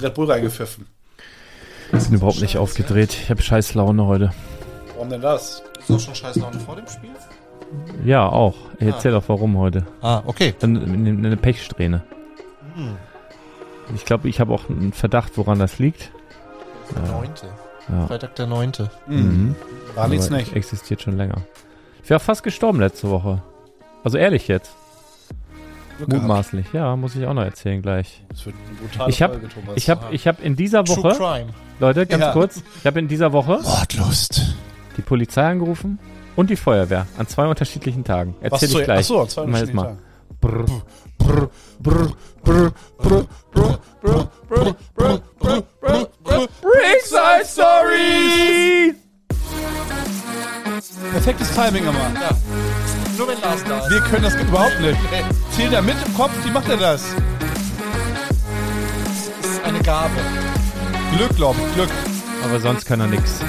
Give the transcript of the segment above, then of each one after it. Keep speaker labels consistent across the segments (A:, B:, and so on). A: Red Bull reingepfiffen.
B: Ich bin überhaupt nicht aufgedreht. Ich habe scheiß Laune heute.
A: Warum denn das?
C: Ist auch schon scheiß Laune vor dem Spiel?
B: Ja, auch. Ich erzähl doch warum heute.
C: Ah, okay.
B: Dann eine, eine Pechsträhne. Ich glaube, ich habe auch einen Verdacht, woran das liegt.
C: Der Neunte.
B: Ja.
C: Freitag der Neunte.
A: Mhm. War nichts
B: Aber
A: nicht.
B: Existiert schon länger. Ich wäre fast gestorben letzte Woche. Also ehrlich jetzt.
A: Glück gehabt.
B: Mutmaßlich. Ja, muss ich auch noch erzählen gleich.
A: Das wird eine brutale
B: Ich hab-
A: Folge, Thomas.
B: Ich habe ich hab in dieser
C: True
B: Woche,
C: Crime.
B: Leute, ganz
A: Ja.
B: kurz, ich habe in dieser Woche
C: Mordlust.
B: die Polizei angerufen und die Feuerwehr an zwei unterschiedlichen Tagen.
A: Was
B: Erzähl ich
A: zu-
B: gleich.
A: Achso, zwei
B: Mach jetzt
A: Minuten.
B: mal.
A: hinterher.
B: Brr.
C: Brr, brr, brr, brr, brr, brr, brr, brr, brr, brr, brr.
B: Brickside Stories!
A: Perfektes Timing immer.
C: Nur wenn Lars da ist.
A: Wir können das überhaupt nicht. Zähl da mit im Kopf, wie macht er das?
C: Das ist eine Gabe.
A: Glück, glaube ich, Glück.
B: Aber sonst kann er nix.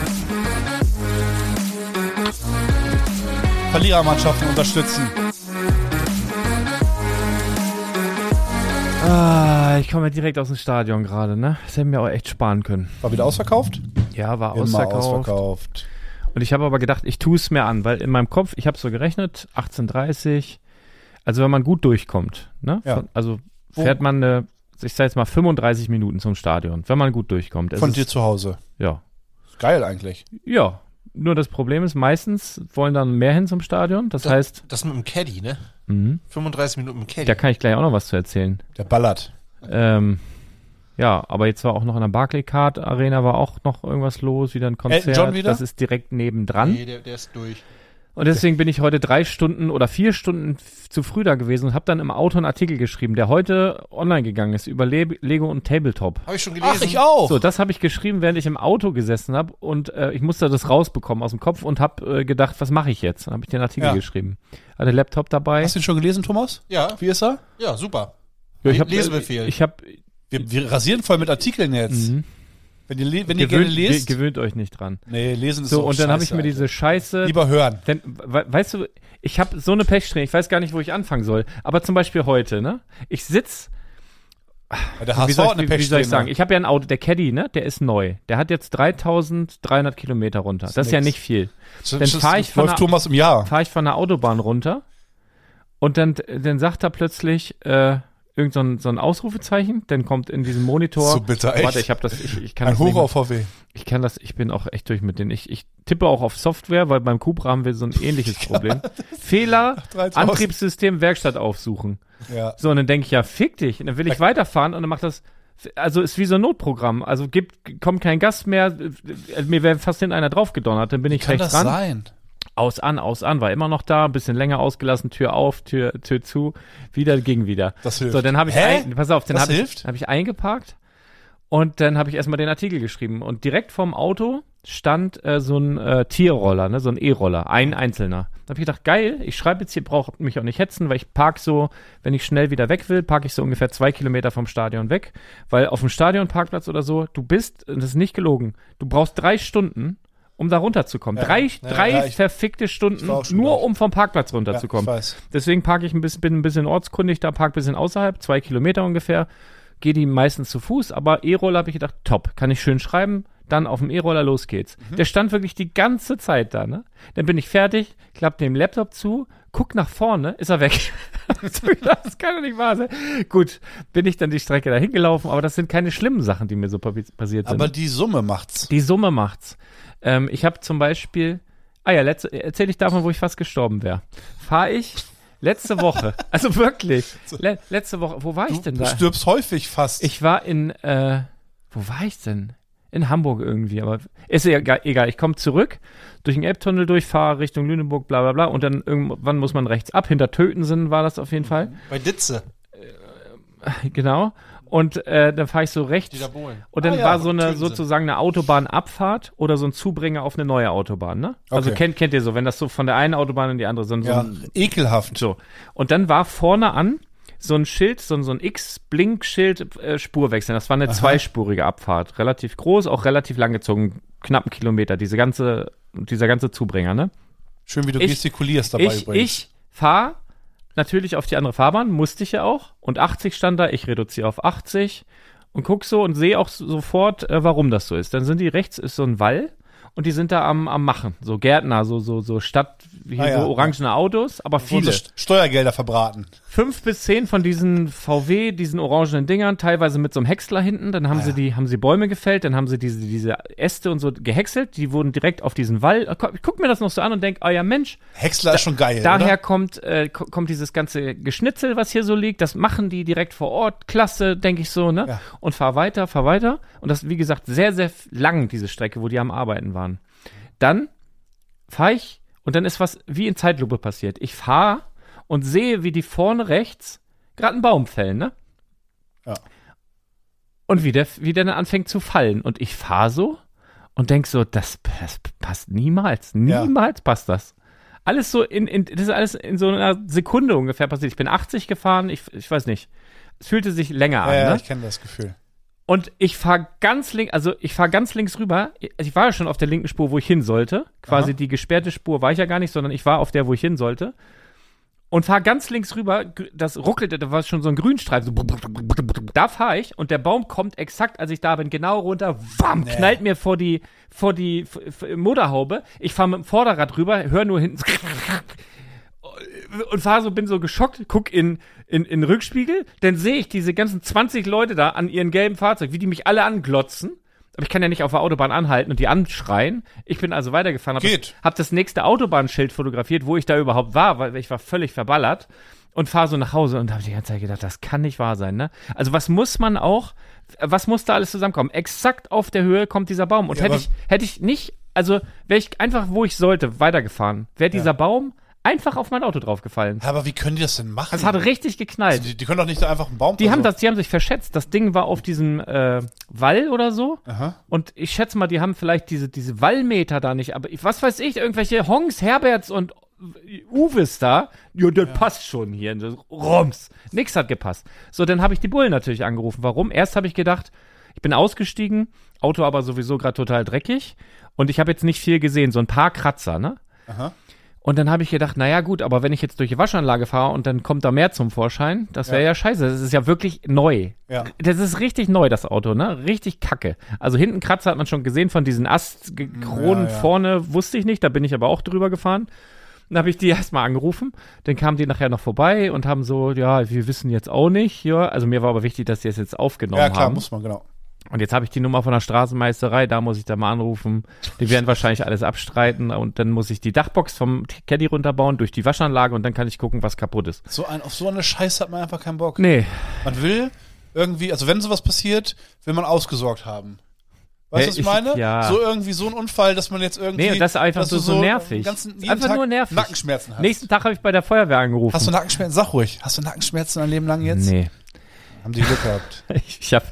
A: Verlierermannschaften unterstützen.
B: Ah, ich komme ja direkt aus dem Stadion gerade, ne? Das hätten wir auch echt sparen können.
A: War wieder ausverkauft?
B: Ja, war
A: Immer
B: ausverkauft.
A: ausverkauft.
B: Und ich habe aber gedacht, ich tue es mir an, weil in meinem Kopf, ich habe so gerechnet, 18.30, also wenn man gut durchkommt, ne?
A: Ja.
B: Von, also fährt man eine, ich sage jetzt mal 35 Minuten zum Stadion, wenn man gut durchkommt. Es
A: Von
B: ist,
A: dir zu Hause.
B: ja.
A: Geil eigentlich.
B: Ja. Nur das Problem ist, meistens wollen dann mehr hin zum Stadion. Das heißt,
C: Das mit dem Caddy, ne?
B: mhm,
C: 35 Minuten mit dem Caddy.
B: da kann ich gleich auch noch was zu erzählen.
A: Der ballert.
B: Ähm, ja, aber jetzt war auch noch in der Barclaycard Arena war auch noch irgendwas los, wieder ein Konzert.
A: Elton John wieder?
B: Das ist direkt nebendran.
C: Nee, der, der ist durch.
B: Und deswegen bin ich heute drei Stunden oder vier Stunden f- zu früh da gewesen und habe dann im Auto einen Artikel geschrieben, der heute online gegangen ist über Le Lego und Tabletop.
C: Habe ich schon gelesen.
A: auch.
B: So, das habe ich geschrieben, während ich im Auto gesessen habe und äh, ich musste das rausbekommen aus dem Kopf und habe äh, gedacht, was mache ich jetzt? Dann habe ich den Artikel
A: Ja.
B: geschrieben. Hatte Laptop dabei.
A: Hast du ihn schon gelesen, Thomas?
C: Ja,
A: Wie ist er?
C: ja, super.
B: Ja, ich hab- äh,
C: Lesebefehl.
B: Ich habe
A: Wir, wir rasieren voll mit Artikeln jetzt.
B: Mhm.
A: Wenn ihr, le- wenn ihr gerne
B: gewöhnt, ge-
A: lest.
B: gewöhnt euch nicht dran.
A: Nee, lesen ist
B: So,
A: auch
B: und dann habe ich
A: scheiße,
B: mir
A: Alter.
B: diese Scheiße
A: Lieber hören.
B: Denn, we weißt du, ich habe so eine Pechsträhne, ich weiß gar nicht, wo ich anfangen soll. Aber zum Beispiel heute, ne? Ich sitz,
A: Der
B: wie
A: HSV
B: soll
A: hat
B: ich,
A: eine
B: wie, wie soll
A: Pechsträhne.
B: ich sagen, ich habe ja ein Auto, der Caddy, ne? Der ist neu. Der hat jetzt 3300 Kilometer runter. Das ist ja
A: nix.
B: nicht viel.
A: So-
B: dann
A: so-
B: fahr ich von
A: läuft
B: der-
A: Thomas im Jahr.
B: Fahre ich von der Autobahn runter und dann, dann sagt er plötzlich äh, irgend so ein, so ein Ausrufezeichen, dann kommt in diesem Monitor.
A: So bitter, echt.
B: Warte, ich habe das, ich, ich kann
A: Ein
B: das nicht
A: Hoch
B: mehr-
A: auf VW.
B: Ich kann das, ich bin auch echt durch mit denen. Ich, ich tippe auch auf Software, weil beim Cupra haben wir so ein ähnliches Problem. Fehler,
A: 3000.
B: Antriebssystem, Werkstatt aufsuchen.
A: Ja.
B: So, und dann denke ich, ja, fick dich. Und dann will ich weiterfahren und dann macht das, also ist wie so ein Notprogramm. Also gibt, kommt kein Gast mehr, äh, mir wäre fast hinten einer draufgedonnert, dann bin ich rechts ran.
A: sein?
B: Aus, an, aus, an, war immer noch da, ein bisschen länger ausgelassen, Tür auf, Tür, Tür zu, wieder, ging wieder.
A: Das hilft.
B: So, dann habe ich,
A: Hä?
B: ein, pass auf, dann
A: Das
B: habe ich,
A: hilft?
B: hab ich eingeparkt und dann habe ich erstmal den Artikel geschrieben und direkt vorm Auto stand äh, so ein äh, Tierroller, ne, so ein E-Roller, ein einzelner. Da habe ich gedacht, geil, ich schreibe jetzt hier, braucht mich auch nicht hetzen, weil ich park so, wenn ich schnell wieder weg will, park ich so ungefähr zwei Kilometer vom Stadion weg, weil auf dem Stadionparkplatz oder so, du bist, und das ist nicht gelogen, du brauchst drei Stunden, um da runterzukommen. drei drei
A: ja, ich-
B: verfickte Stunden,
A: war auch schon
B: nur
A: dort.
B: um vom Parkplatz
A: Ja, ich
B: runterzukommen.
A: weiß.
B: Deswegen parke ich ein bisschen, bin ein bisschen ortskundig, da park ein bisschen außerhalb, zwei Kilometer ungefähr, gehe die meistens zu Fuß, aber E-Roller habe ich gedacht, top, kann ich schön schreiben, dann auf dem E-Roller, los geht's.
A: Mhm.
B: Der stand wirklich die ganze Zeit da, ne? Dann bin ich fertig, klappe den Laptop zu, guck nach vorne, ist er weg. So, das kann doch nicht wahr sein. Gut, bin ich dann die Strecke dahin gelaufen, aber das sind keine schlimmen Sachen, die mir so papi- passiert sind.
A: Aber die Summe macht's.
B: Die Summe macht's. Ähm, ich habe zum Beispiel, ah ja, letzte, erzähle ich davon, wo ich fast gestorben wäre. Fahre ich letzte Woche, also wirklich, le letzte Woche, wo war ich denn
A: Du
B: da?
A: stirbst häufig fast.
B: Ich war in, äh, wo war ich denn? In Hamburg irgendwie, aber ist ja egal, egal. ich komme zurück, durch den Elbtunnel durch, fahre Richtung Lüneburg, bla bla bla und dann irgendwann muss man rechts ab, hinter Tötensen war das auf jeden Fall,
C: Bei Ditze.
B: genau. Und äh, dann fahre ich so rechts,
C: Dieter Bohlen.
B: Und dann
A: Ah ja,
B: war so eine
C: Töten sind.
B: sozusagen eine Autobahnabfahrt oder so ein Zubringer auf eine neue Autobahn, ne? Also
A: Okay.
B: kennt, kennt ihr so, wenn das so von der einen Autobahn in die andere, so, ein- so
A: ja,
B: ein
A: ekelhaft.
B: so. Und dann war vorne an so ein Schild, so ein, so ein X-Blink-Schild äh, Spurwechsel. Das war eine zweispurige Abfahrt. Relativ groß, auch relativ lang gezogen, knapp einen Kilometer, diese ganze, dieser ganze Zubringer, ne?
A: Schön, wie du
B: Ich-
A: gestikulierst dabei
B: Ich,
A: übrigens.
B: ich fahre natürlich auf die andere Fahrbahn, musste ich ja auch. Und 80 stand da, ich reduziere auf 80. und guck so und sehe auch so- sofort, äh, warum das so ist. Dann sind die rechts ist so ein Wall und die sind da am, am Machen. So Gärtner, so, so, so Stadt, hier
A: Ah, ja.
B: so orangene Autos, aber
A: Viele.
B: viele.
A: Steuergelder verbraten.
B: Fünf bis zehn von diesen VW, diesen orangenen Dingern, teilweise mit so einem Häcksler hinten, dann
A: Ah
B: haben sie die, haben sie Bäume gefällt, dann haben sie diese, diese Äste und so gehäckselt, die wurden direkt auf diesen Wall. Ich guck mir das noch so an und denk, oh ja Mensch,
A: Häcksler ist schon geil,
B: Daher
A: oder?
B: kommt, äh, ko- kommt dieses ganze Geschnitzel, was hier so liegt. Das machen die direkt vor Ort. Klasse, denke ich so, ne?
A: Ja.
B: Und fahr weiter, fahr weiter. Und das, wie gesagt, sehr, sehr f- lang, diese Strecke, wo die am Arbeiten waren. Dann fahre ich und dann ist was wie in Zeitlupe passiert. Ich fahre und sehe, wie die vorne rechts gerade einen Baum fällen, ne?
A: Ja.
B: Und wie der, wie der dann anfängt zu fallen. Und ich fahre so und denk so, das, das passt niemals.
A: Ja.
B: Niemals passt das. Alles so in, in, das ist alles in so einer Sekunde ungefähr passiert. Ich bin 80 gefahren, ich, ich weiß nicht. Es fühlte sich länger
A: Ja,
B: an,
A: ja,
B: ne?
A: ich kenne das Gefühl.
B: Und ich fahre ganz links, also ich fahre ganz links rüber. Ich war ja schon auf der linken Spur, wo ich hin sollte. Quasi die gesperrte Spur war ich ja gar nicht, sondern ich war auf der, wo ich hin sollte. Und fahre ganz links rüber. Gr- Das ruckelte, da war schon so ein Grünstreifen. So. brumm, brumm, brumm, brumm, brumm. Da fahre ich und der Baum kommt exakt, als ich da bin, genau runter. Wam, knallt mir vor die, vor die f- f- Motorhaube. Ich fahre mit dem Vorderrad rüber, höre nur hinten. so und fahr so, bin so geschockt, guck in, in, in den Rückspiegel, dann sehe ich diese ganzen 20 Leute da an ihren gelben Fahrzeug, wie die mich alle anglotzen. Aber ich kann ja nicht auf der Autobahn anhalten und die anschreien. Ich bin also weitergefahren, habe
A: Geht.
B: das, hab das nächste Autobahnschild fotografiert, wo ich da überhaupt war, weil ich war völlig verballert und fahre so nach Hause und habe die ganze Zeit gedacht, das kann nicht wahr sein, ne? Also was muss man auch, was muss da alles zusammenkommen? Exakt auf der Höhe kommt dieser Baum und
A: Ja,
B: hätte
A: aber-
B: ich hätte ich nicht, also wäre ich einfach, wo ich sollte, weitergefahren, wäre dieser Baum einfach auf mein Auto draufgefallen.
A: Aber wie können die das denn machen?
B: Es hat richtig geknallt.
A: die, die können doch nicht da einfach einen Baum
B: Die haben
A: also-
B: das, die haben sich verschätzt. Das Ding war auf diesem äh, Wall oder so.
A: Aha.
B: Und ich schätze mal, die haben vielleicht diese, diese Wallmeter da nicht, aber ich, was weiß ich, irgendwelche Hongs, Herberts und Uwes da. Ja, das passt schon hier. Das Roms. Nix hat gepasst. So, dann habe ich die Bullen natürlich angerufen. Warum? Erst habe ich gedacht, ich bin ausgestiegen, Auto aber sowieso gerade total dreckig. Und ich habe jetzt nicht viel gesehen, so ein paar Kratzer, ne?
A: Aha.
B: Und dann habe ich gedacht, naja gut, aber wenn ich jetzt durch die Waschanlage fahre und dann kommt da mehr zum Vorschein, das wäre ja. scheiße. Das ist ja wirklich neu.
A: Ja.
B: Das ist richtig neu, das Auto, ne? Richtig kacke. Also hinten Kratzer hat man schon gesehen von diesen Astkronen
A: Ja, ja.
B: vorne, wusste ich nicht, da bin ich aber auch drüber gefahren. Dann habe ich die erstmal angerufen, dann kamen die nachher noch vorbei und haben so, ja, wir wissen jetzt auch nicht, ja. Also mir war aber wichtig, dass die es jetzt aufgenommen
A: Ja, klar,
B: haben.
A: muss man, genau.
B: Und jetzt habe ich die Nummer von der Straßenmeisterei, da muss ich da mal anrufen. Die werden wahrscheinlich alles abstreiten und dann muss ich die Dachbox vom Caddy runterbauen durch die Waschanlage und dann kann ich gucken, was kaputt ist.
A: So ein, auf so eine Scheiße hat man einfach keinen Bock.
B: Nee,
A: Man will irgendwie, also wenn sowas passiert, will man ausgesorgt haben. Weißt du,
B: Ja,
A: was ich
B: ich-
A: meine?
B: ja.
A: So irgendwie so ein Unfall, dass man jetzt irgendwie.
B: Nee, und das ist einfach
A: dass
B: so-
A: du
B: so nervig.
A: den Ganzen, jeden
B: Einfach
A: Tag
B: nur nervig.
A: Nackenschmerzen hast.
B: nächsten Tag habe ich bei der Feuerwehr angerufen.
A: hast du Nackenschmerzen? Sag ruhig. Hast du Nackenschmerzen dein Leben lang jetzt?
B: Nee,
A: Haben die Glück gehabt.
B: ich, ich habe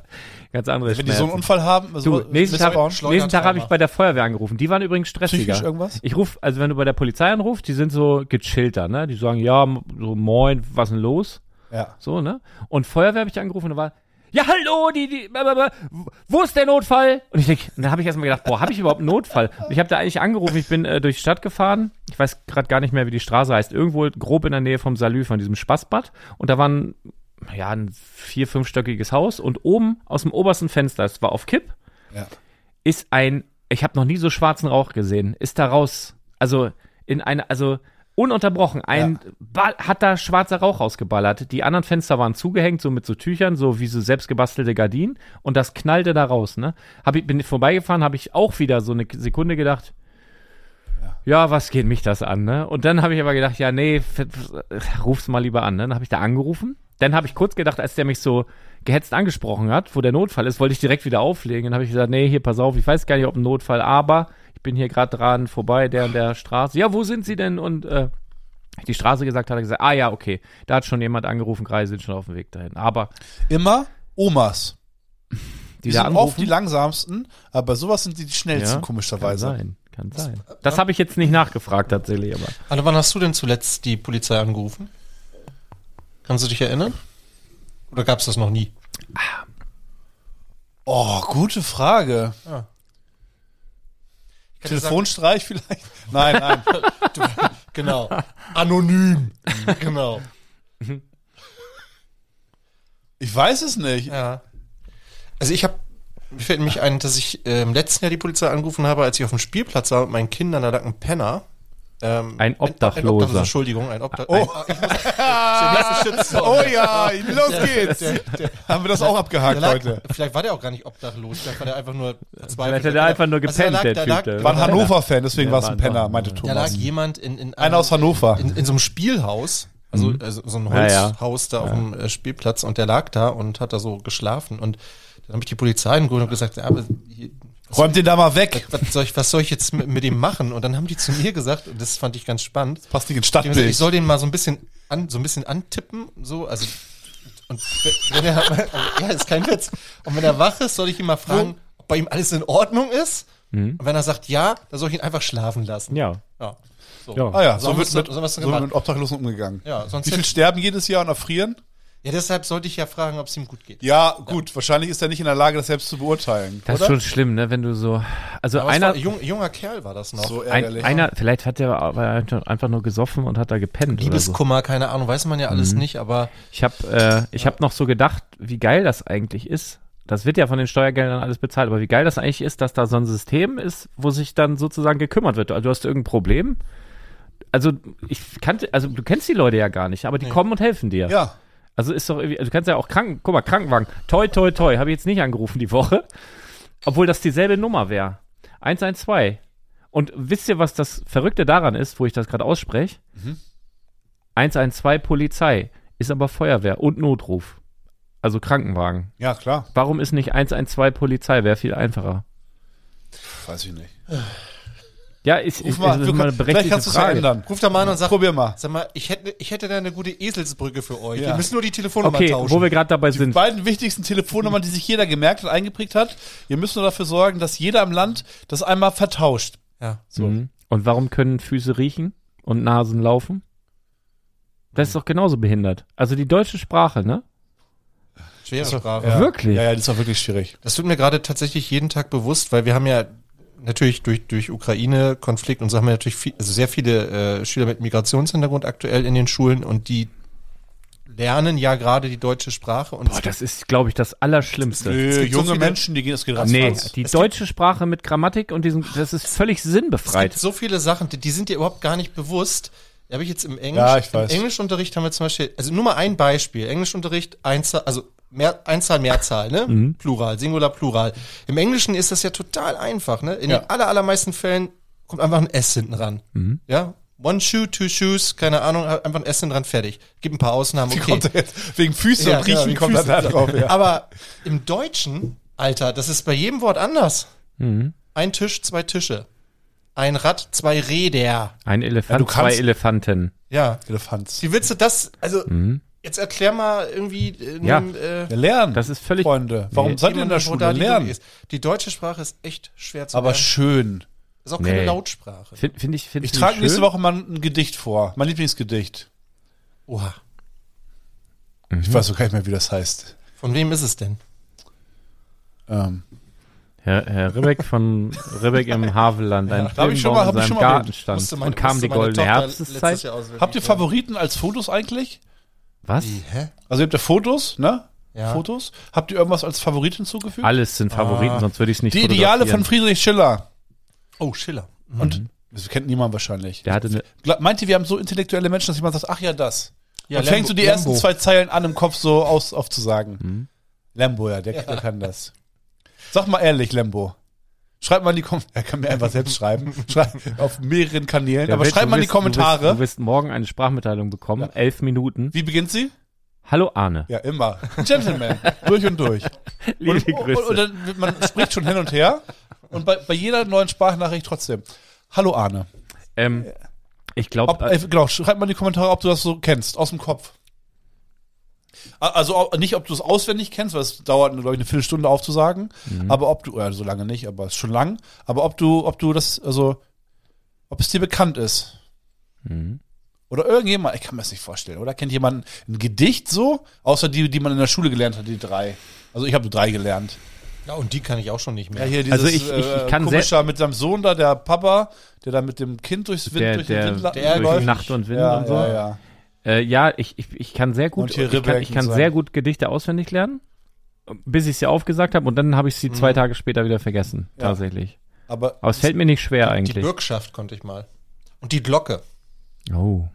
B: ganz andere
A: Wenn die so einen
B: Schmerzen.
A: Unfall haben, also,
B: Du,
A: so
B: nächsten Tag,
A: Missbrauch,
B: nächsten Tag habe ich bei der Feuerwehr angerufen. Die waren übrigens stressiger.
A: Psychisch irgendwas?
B: Ich rufe, also wenn du bei der Polizei anrufst, die sind so gechillter, ne? Die sagen, ja, m- so moin, was denn los?
A: Ja.
B: So, ne? Und Feuerwehr habe ich angerufen und da war, ja, hallo, die, die, bla, bla, bla, wo ist der Notfall? Und ich denke, dann habe ich erstmal gedacht, boah, habe ich überhaupt einen Notfall? Und ich habe da eigentlich angerufen, ich bin äh, durch die Stadt gefahren, ich weiß gerade gar nicht mehr, wie die Straße heißt, irgendwo grob in der Nähe vom Salü, von diesem Spaßbad. Und da war ein, ja, ein vier-, fünfstöckiges Haus und oben aus dem obersten Fenster, es war auf Kipp,
A: Ja.
B: ist ein, ich habe noch nie so schwarzen Rauch gesehen, ist da raus. Also in eine, also ununterbrochen, ein Ball, hat da schwarzer Rauch rausgeballert. Die anderen Fenster waren zugehängt, so mit so Tüchern, so wie so selbstgebastelte Gardinen und das knallte da raus, ne? Hab ich, bin ich vorbeigefahren, habe ich auch wieder so eine Sekunde gedacht, ja, was geht mich das an, ne? Und dann habe ich aber gedacht, ja, nee, f- f- ruf's mal lieber an, ne? Dann habe ich da angerufen. Dann habe ich kurz gedacht, als der mich so gehetzt angesprochen hat, wo der Notfall ist, wollte ich direkt wieder auflegen. Dann habe ich gesagt, nee, hier, pass auf, ich weiß gar nicht, ob ein Notfall, aber ich bin hier gerade dran vorbei, der und der Straße. Ja, wo sind Sie denn? Und äh, die Straße gesagt hat, er gesagt, ah ja, okay, da hat schon jemand angerufen, gerade sind schon auf dem Weg dahin. Aber
A: Immer Omas.
B: die,
A: Die
B: da
A: sind oft
B: anrufen,
A: die langsamsten, aber bei sowas sind die die schnellsten,
B: Ja, kann
A: komischerweise.
B: sein, kann sein. Das habe ich jetzt nicht nachgefragt tatsächlich, aber
D: Anne, wann hast du denn zuletzt die Polizei angerufen? Kannst du dich erinnern? Oder gab es das noch nie?
A: Oh, gute Frage. Telefonstreich vielleicht? Nein, nein.
D: Genau. Anonym. genau.
A: Ich weiß es nicht.
D: Ja. Also ich habe, mir fällt nämlich ein, dass ich äh, im letzten Jahr die Polizei angerufen habe, als ich auf dem Spielplatz war mit meinen Kindern, da lag ein Penner. Ähm,
B: Ein
D: Ein Obdachloser,
B: Obdachloser.
D: Entschuldigung, ein Obdachloser.
A: Oh. oh ja, los geht's. Haben wir das auch abgehakt
D: Der lag,
A: heute.
D: Vielleicht war der auch gar nicht obdachlos, vielleicht war der einfach nur
B: Vielleicht
D: verzweifelt.
B: hat er einfach nur
D: Also da
B: gepennt,
D: lag-
B: der
D: da
B: Typ.
D: lag-
B: der-
A: War ein Hannover-Fan, deswegen
B: Ja,
A: war es ein
B: war ein
A: Penner,
B: Doch-
A: meinte
D: Da
A: Thomas.
D: lag jemand in, in
A: Einer aus Hannover.
D: in, in so einem Spielhaus, also, also so ein
B: Mhm. Ja, ja.
D: Holzhaus da auf dem äh, Spielplatz und der lag da und hat da so geschlafen und dann habe ich die Polizei angerufen und gesagt, ja, aber hier,
A: Räumt den da mal weg.
D: was, soll ich, was soll ich jetzt mit, mit dem machen? Und dann haben die zu mir gesagt, und das fand ich ganz spannend,
A: Passt nicht ins
D: die haben gesagt,
A: Stadtbild.
D: ich soll den mal so ein bisschen an, so ein bisschen antippen, so, also und wenn er, ja, ist kein Witz. Und wenn er wach ist, soll ich ihn mal fragen, ob bei ihm alles in Ordnung ist. Und wenn er sagt ja, dann soll ich ihn einfach schlafen lassen.
B: Mhm. Ja.
D: ja. So.
B: Ja.
A: ah ja,
D: So
A: so wird
D: haben wir's-
A: mit,
D: so haben wir's
A: so
D: gemacht.
A: wird mit Obdachlosen umgegangen.
D: Ja, sonst
A: Wie viel
D: hätte-
A: sterben jedes Jahr und erfrieren?
D: Ja, deshalb sollte ich ja fragen, ob es ihm gut geht.
A: Ja, gut, wahrscheinlich ist er nicht in der Lage, das selbst zu beurteilen.
B: Das
A: oder?
B: ist schon schlimm, ne? Wenn du so. Also
D: Aber es
B: einer. äh,
D: war, jung, junger Kerl war das noch.
A: so
B: Ein,
A: ärgerlich.
B: einer, vielleicht hat der aber einfach nur gesoffen und hat da gepennt. Oder so. Mhm.
D: Liebeskummer, keine Ahnung, weiß man ja alles nicht, aber
B: Ich habe äh, ich hab noch so gedacht, wie geil das eigentlich ist. Das wird ja von den Steuergeldern alles bezahlt, aber wie geil das eigentlich ist, dass da so ein System ist, wo sich dann sozusagen gekümmert wird. Also du hast irgendein Problem. Also ich kannte, also du kennst die Leute ja gar nicht, aber die kommen und helfen dir.
A: ja,
B: Also ist doch irgendwie, also du kannst ja auch kranken, guck mal, Krankenwagen. Toi, toi, toi, habe ich jetzt nicht angerufen die Woche. Obwohl das dieselbe Nummer wäre. 112. Und wisst ihr, was das Verrückte daran ist, wo ich das gerade ausspreche?
A: Mhm.
B: 112 Polizei ist aber Feuerwehr und Notruf. Also Krankenwagen.
A: ja, klar.
B: Warum ist nicht 112 Polizei? Wäre viel einfacher.
A: Weiß ich nicht.
B: Ja, ich, ich,
A: Ruf mal,
B: das
A: wir
B: ist mal
A: können,
B: eine
A: vielleicht
B: berechtigte
A: kannst du es ja
B: Frage.
A: ändern.
D: ruft er mal an und sagt,
A: Probier mal.
D: sag mal, ich hätte, ich hätte da eine gute Eselsbrücke für euch.
A: Ja.
D: Wir müssen nur die Telefonnummer
B: Okay,
D: tauschen.
B: wo wir gerade dabei
A: Die
B: sind.
A: beiden wichtigsten Telefonnummern, die sich jeder gemerkt und eingeprägt hat. Ihr müsst nur dafür sorgen, dass jeder im Land das einmal vertauscht.
D: ja.
B: Mhm. Und warum können Füße riechen und Nasen laufen? Das
A: Mhm.
B: ist doch genauso behindert. Also die deutsche Sprache, ne?
D: Schwere Sprache.
A: Ja.
B: Wirklich?
A: Ja, ja, das ist auch wirklich schwierig.
D: Das wird mir gerade tatsächlich jeden Tag bewusst, weil wir haben ja natürlich durch, durch Ukraine-Konflikt und so haben wir natürlich viel, also sehr viele äh, Schüler mit Migrationshintergrund aktuell in den Schulen und die lernen ja gerade die deutsche Sprache und
B: Boah,
D: es
B: das ist, glaube ich, das Allerschlimmste.
A: Nö,
D: gibt so
A: Äh, junge
D: viele-
A: Menschen, die gehen, das geht
B: Nee,
A: ratzfatz.
B: die deutsche Sprache mit Grammatik und diesem, das ist völlig
D: Es gibt
B: sinnbefreit.
D: so viele Sachen, die, die sind dir überhaupt gar nicht bewusst. Da habe ich jetzt im, Englisch,
A: Ja, ich weiß.
D: im Englischunterricht haben wir zum Beispiel, also nur mal ein Beispiel, Englischunterricht, Einzahl, also mehr, Einzahl, Mehrzahl, ne?
A: Mhm.
D: Plural, Singular, Plural. Im Englischen ist das ja total einfach, ne? In
A: Ja. Mhm.
D: den aller, allermeisten Fällen kommt einfach ein S hinten ran. Ja? One shoe, two shoes, keine Ahnung, einfach ein S hinten dran, fertig. Gibt ein paar Ausnahmen,
A: Wie
D: okay.
A: kommt er jetzt? Wegen Füßen
D: Ja,
A: und
D: genau,
A: Riechen
D: wegen
A: kommt er da
D: Füßen.
A: drauf. Ja.
D: Aber im Deutschen, Alter, das ist bei jedem Wort anders. Ein Tisch, zwei Tische. Ein Rad, zwei Räder.
B: Ein Elefant,
A: Ja, du kannst-
B: zwei Elefanten.
D: Ja.
A: Elefants.
D: Die Witze, das, also, jetzt erklär mal irgendwie, äh,
B: Ja.
D: nun, äh,
A: Ja, lernen.
B: Das ist völlig-
A: Freunde, warum
B: Nee.
A: seid ihr in der
D: jemandem, wo da
A: Schule?
D: die
A: Lernen.
D: Dulli ist. Die deutsche Sprache ist echt schwer zu
A: Aber
D: lernen.
A: schön.
D: Ist auch keine
B: Nee.
D: Lautsprache.
B: Finde find ich, find
A: Ich
B: ich
A: trage
B: schön.
A: nächste Woche mal ein Gedicht vor. Mein Lieblingsgedicht.
D: Oha. Mhm.
A: Ich weiß so gar nicht mehr, wie das heißt.
D: Von wem ist es denn?
A: Ähm,
B: Herr, Herr Ribbeck von Ribbeck im Havelland, ein
A: hab ich schon
B: Blumenbaum
A: mal- hab
B: in
A: ich
B: seinem
A: schon mal erwähnt.
B: Gartenstand.
D: Musste meine-
B: Und kam
D: musste
B: die
D: meine
B: goldene
D: Tochter letztes
B: Herbsteszeit.
D: Jahr auswendig
A: habt ihr
D: lernen.
A: Favoriten als Fotos eigentlich?
B: Was?
D: Wie, hä?
A: Also ihr habt ja Fotos, ne?
D: Ja.
A: Fotos. Habt ihr irgendwas als Favorit hinzugefügt?
B: Alles sind Favoriten, sonst würde ich es nicht
A: Ah. Die Ideale von
B: fotografieren.
A: Friedrich Schiller.
D: Oh, Schiller.
A: Und das kennt niemand wahrscheinlich.
B: Der hatte eine,
A: Gla- Meint ihr, wir haben so intellektuelle Menschen, dass jemand sagt, ach ja, das.
D: Ja,
A: Dann fängst
D: Lembo-
A: du die ersten
D: Lembo.
A: zwei Zeilen an im Kopf so aus, aufzusagen.
B: Mhm.
A: Lembo, ja der, der kann das. Sag mal ehrlich, Lembo. Schreib mal in die Kommentare. Er kann mir einfach selbst schreiben. Schrei auf mehreren Kanälen.
B: Ja,
A: aber
B: Witz,
A: schreib
B: du
A: mal in die
B: wirst- Du wirst,
A: Kommentare.
B: du wirst morgen eine Sprachmitteilung bekommen, elf Minuten.
A: Wie beginnt sie?
B: Hallo Arne.
A: Ja, immer. Ein Gentleman. durch und durch.
B: Liebe
A: und,
B: Grüße.
A: Und, und dann, wird- man spricht schon hin und her. Und bei, bei jeder neuen Sprachnachricht trotzdem. Hallo Arne.
B: ähm, ich
A: Ob,
B: glaube,
A: äh, genau, schreib mal in die Kommentare, ob du das so kennst, aus dem Kopf. A- Also au- nicht, ob du es auswendig kennst, weil es dauert, glaube ich, eine Viertelstunde aufzusagen, aber ob du, ja, so lange nicht, aber es ist schon lang, aber ob du, ob du das, also, ob es dir bekannt ist. Oder irgendjemand, ich kann mir das nicht vorstellen, oder? Kennt jemand ein Gedicht so? Außer die, die man in der Schule gelernt hat, die drei. Also ich habe drei gelernt.
D: Ja, und die kann ich auch schon nicht mehr.
A: hier äh,
B: Also ich- ich- ich kann
A: komischer mit seinem Sohn da, der Papa, der da mit dem Kind durchs Wind,
B: der,
A: durch
B: der,
A: den Wind la-
B: der durch
A: läuft.
B: Nacht und Wind
A: ja,
B: und so.
A: ja, ja.
B: Äh, ja ich, ich, ich kann sehr gut,
A: Und hier
B: ich kann,
A: Ribbeck
B: ich kann
A: und so.
B: sehr gut Gedichte auswendig lernen. bis ich sie aufgesagt habe und dann habe ich sie zwei Tage später wieder vergessen,
A: Mhm. Ja.
B: tatsächlich.
A: Aber
B: Aber es fällt mir nicht schwer
D: Die
B: eigentlich.
D: Bürgschaft konnte ich mal. Und die Glocke.
B: Oh.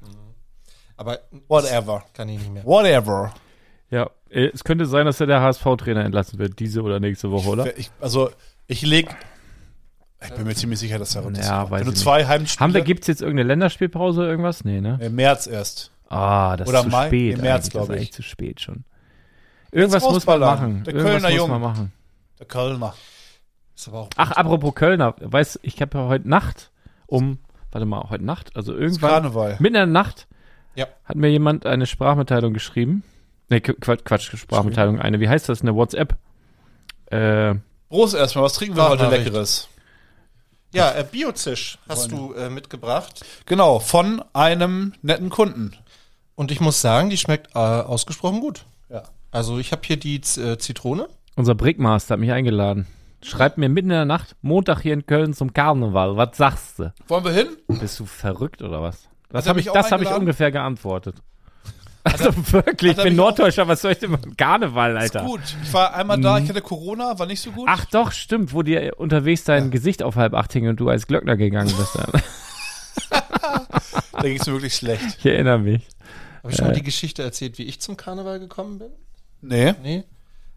D: Aber
A: whatever.
D: kann ich nicht mehr.
A: Whatever.
B: Ja, äh, es könnte sein, dass er der HSV-Trainer entlassen wird, diese oder nächste Woche, oder?
A: Ich, also, ich leg. Ich bin mir ziemlich sicher, dass er das
B: Ja,
A: war.
B: weiß
A: Wenn du
B: ich nicht.
A: zwei Heimspiele.
B: Haben wir, gibt's jetzt irgendeine Länderspielpause oder irgendwas? Nee, ne?
A: Im März erst.
B: Ah, das
A: Oder
B: ist zu
A: Mai?
B: spät.
A: Im März,
B: eigentlich. Das
A: glaub
B: ist
A: ich.
B: eigentlich zu spät schon. Irgendwas muss man
A: rausballern.
B: machen.
A: Der
B: Irgendwas
A: Kölner
B: muss
A: Jung.
B: man machen.
A: Der Kölner.
D: Ist aber auch
B: Ach, apropos Kölner, weiß, ich habe ja heute Nacht um, warte mal, heute Nacht, also
A: Ist
B: irgendwann,
A: Karneval.
B: mitten in der Nacht,
D: Ja.
B: hat mir jemand eine Sprachmitteilung geschrieben. Ne, Quatsch, Quatsch, Sprachmitteilung, eine, wie heißt das, eine WhatsApp? Äh,
A: Prost erstmal, was trinken wir
B: Ah,
D: Ach,
A: heute
D: Nachricht.
A: Leckeres?
D: Ja, äh, Biozisch hast du äh, mitgebracht.
A: Genau, von einem netten Kunden.
D: Und ich muss sagen, die schmeckt äh, ausgesprochen gut.
A: Ja.
D: Also ich habe hier die Z äh, Zitrone.
B: unser Brickmaster hat mich eingeladen. Schreibt mir mitten in der Nacht, Montag hier in Köln zum Karneval, was sagst du?
A: Wollen wir hin?
B: Bist du verrückt oder was?
A: Hat
B: Das
A: er
B: habe
A: mich
B: ich,
A: auch
B: das hab ich
A: eingeladen?
B: ungefähr geantwortet. Also wirklich,
A: hat
B: ich
A: er
B: bin
A: mich
B: Norddeutscher, was soll ich denn mit Karneval, Alter?
A: Gut, ich war einmal da,
B: Mhm.
A: ich hatte Corona, war nicht so gut.
B: Ach doch, stimmt, wo dir unterwegs dein Gesicht auf halb acht hing und du als Glöckner gegangen bist.
A: Da ging es mir wirklich schlecht.
B: ich erinnere mich.
D: Habe ich schon mal die Geschichte erzählt, wie ich zum Karneval gekommen bin?
A: Nee.
D: Nee.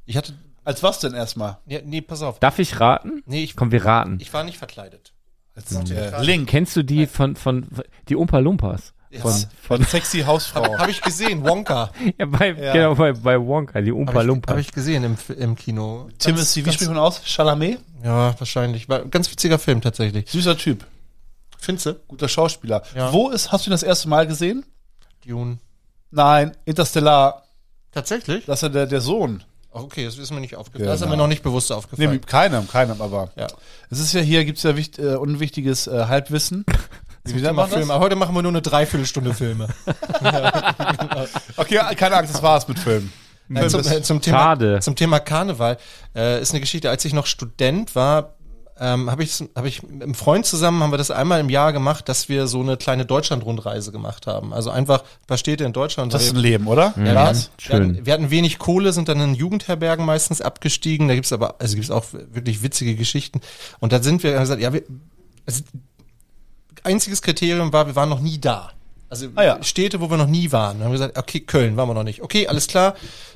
D: Ich hatte.
A: Als was denn erstmal?
D: Ja, nee, pass auf.
B: Darf ich raten?
D: Nee, ich,
B: Komm, wir raten.
D: ich war nicht verkleidet.
A: Als äh, Link.
B: Kennst du die von, von, die Umpa Lumpas? Von,
A: Von sexy Hausfrau.
D: Habe ich gesehen, Wonka.
B: ja, bei, Genau, bei, bei Wonka, die Umpa
D: Habe ich,
B: Lumpas.
D: hab ich gesehen im, F- im Kino.
A: Timothy, wie
D: Ganz-
A: spricht man aus? Chalamet?
D: Ja, wahrscheinlich. War ein ganz witziger Film tatsächlich.
A: Süßer Typ,
D: Finze?
A: guter Schauspieler.
D: Ja.
A: Wo ist, hast du ihn das erste Mal gesehen?
D: Dune.
A: Nein, Interstellar,
D: Tatsächlich?
A: das ist ja der, der Sohn.
D: Ach, okay, das ist mir nicht aufgefallen. Das ist
A: Genau.
D: mir noch nicht bewusst
A: Nee,
D: aufgefallen.
A: mit keinem, keinem aber.
D: ja.
A: Es ist ja hier, gibt es ja wicht, äh, unwichtiges äh, Halbwissen. Wie nennt
D: Thema
A: man das?
D: Film. Aber heute machen wir nur eine Dreiviertelstunde Filme.
A: Okay, keine Angst, das war's mit Filmen.
D: Nein, zum, äh, zum, Thema,
B: Schade.
D: zum Thema Karneval äh, ist eine Geschichte. Als ich noch Student war, ähm, habe ich, hab ich mit einem Freund zusammen, haben wir das einmal im Jahr gemacht, dass wir so eine kleine Deutschlandrundreise gemacht haben. Also einfach ein paar Städte in Deutschland.
A: Das ist ein
D: wir,
A: Leben, oder?
D: ja,
A: Lars?
D: wir, hatten,
B: Schön.
D: wir hatten wenig Kohle, sind dann in Jugendherbergen meistens abgestiegen. Da gibt's aber, also gibt's auch wirklich witzige Geschichten. Und da sind wir, haben wir gesagt, ja, wir, also, einziges Kriterium war, wir waren noch nie da. Also
A: Ah ja.
D: Städte, wo wir noch nie waren. Dann haben wir gesagt, okay, Köln waren wir noch nicht. Okay, alles klar,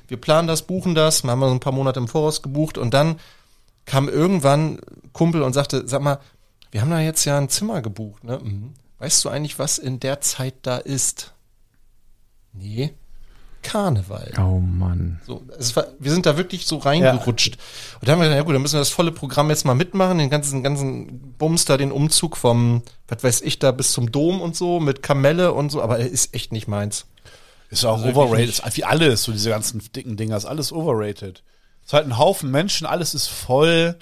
D: wir planen das, buchen das, Dann haben wir so ein paar Monate im Voraus gebucht und dann kam irgendwann ein Kumpel und sagte, sag mal, wir haben da jetzt ja ein Zimmer gebucht, ne? Mhm. Weißt du eigentlich, was in der Zeit da ist? Nee. Karneval.
B: Oh Mann.
D: So, es war, wir sind da wirklich so reingerutscht. Und da haben wir gedacht, ja gut, dann müssen wir das volle Programm jetzt mal mitmachen, den ganzen, ganzen Bums da, den Umzug vom, was weiß ich, da bis zum Dom und so, mit Kamelle und so, aber er ist echt nicht meins.
A: Ist auch
D: Also wirklich
A: overrated.
D: nicht.
A: Ist wie alles, so diese ganzen dicken Dinger, ist alles overrated. Ist halt ein Haufen Menschen, alles ist voll,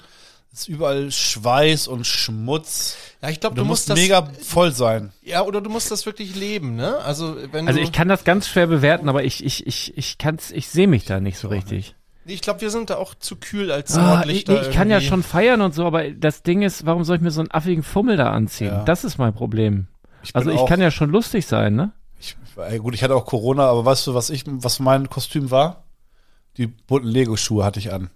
A: ist überall Schweiß und Schmutz.
D: Ja, ich glaube,
A: Du, musst, mega voll sein.
D: ja, oder du musst das wirklich leben, ne? Also, wenn
B: Also
A: Mhm.
D: du,
B: ich kann das ganz schwer bewerten, aber ich, ich, ich, ich kann's, ich sehe mich da nicht so richtig.
D: Nee, ich glaube, wir sind da auch zu kühl als
B: Ah,
D: Nordlichter.
B: ich, nee, ich kann ja
D: irgendwie.
B: schon feiern und so, aber das Ding ist, warum soll ich mir so einen affigen Fummel da anziehen?
A: Ja.
B: Das ist mein Problem.
A: bin
B: also ich
A: auch-
B: kann ja schon lustig sein, ne?
A: Ich, ey, gut, ich hatte auch Corona, aber weißt du, was ich, was mein Kostüm war? Die bunten Lego-Schuhe hatte ich an.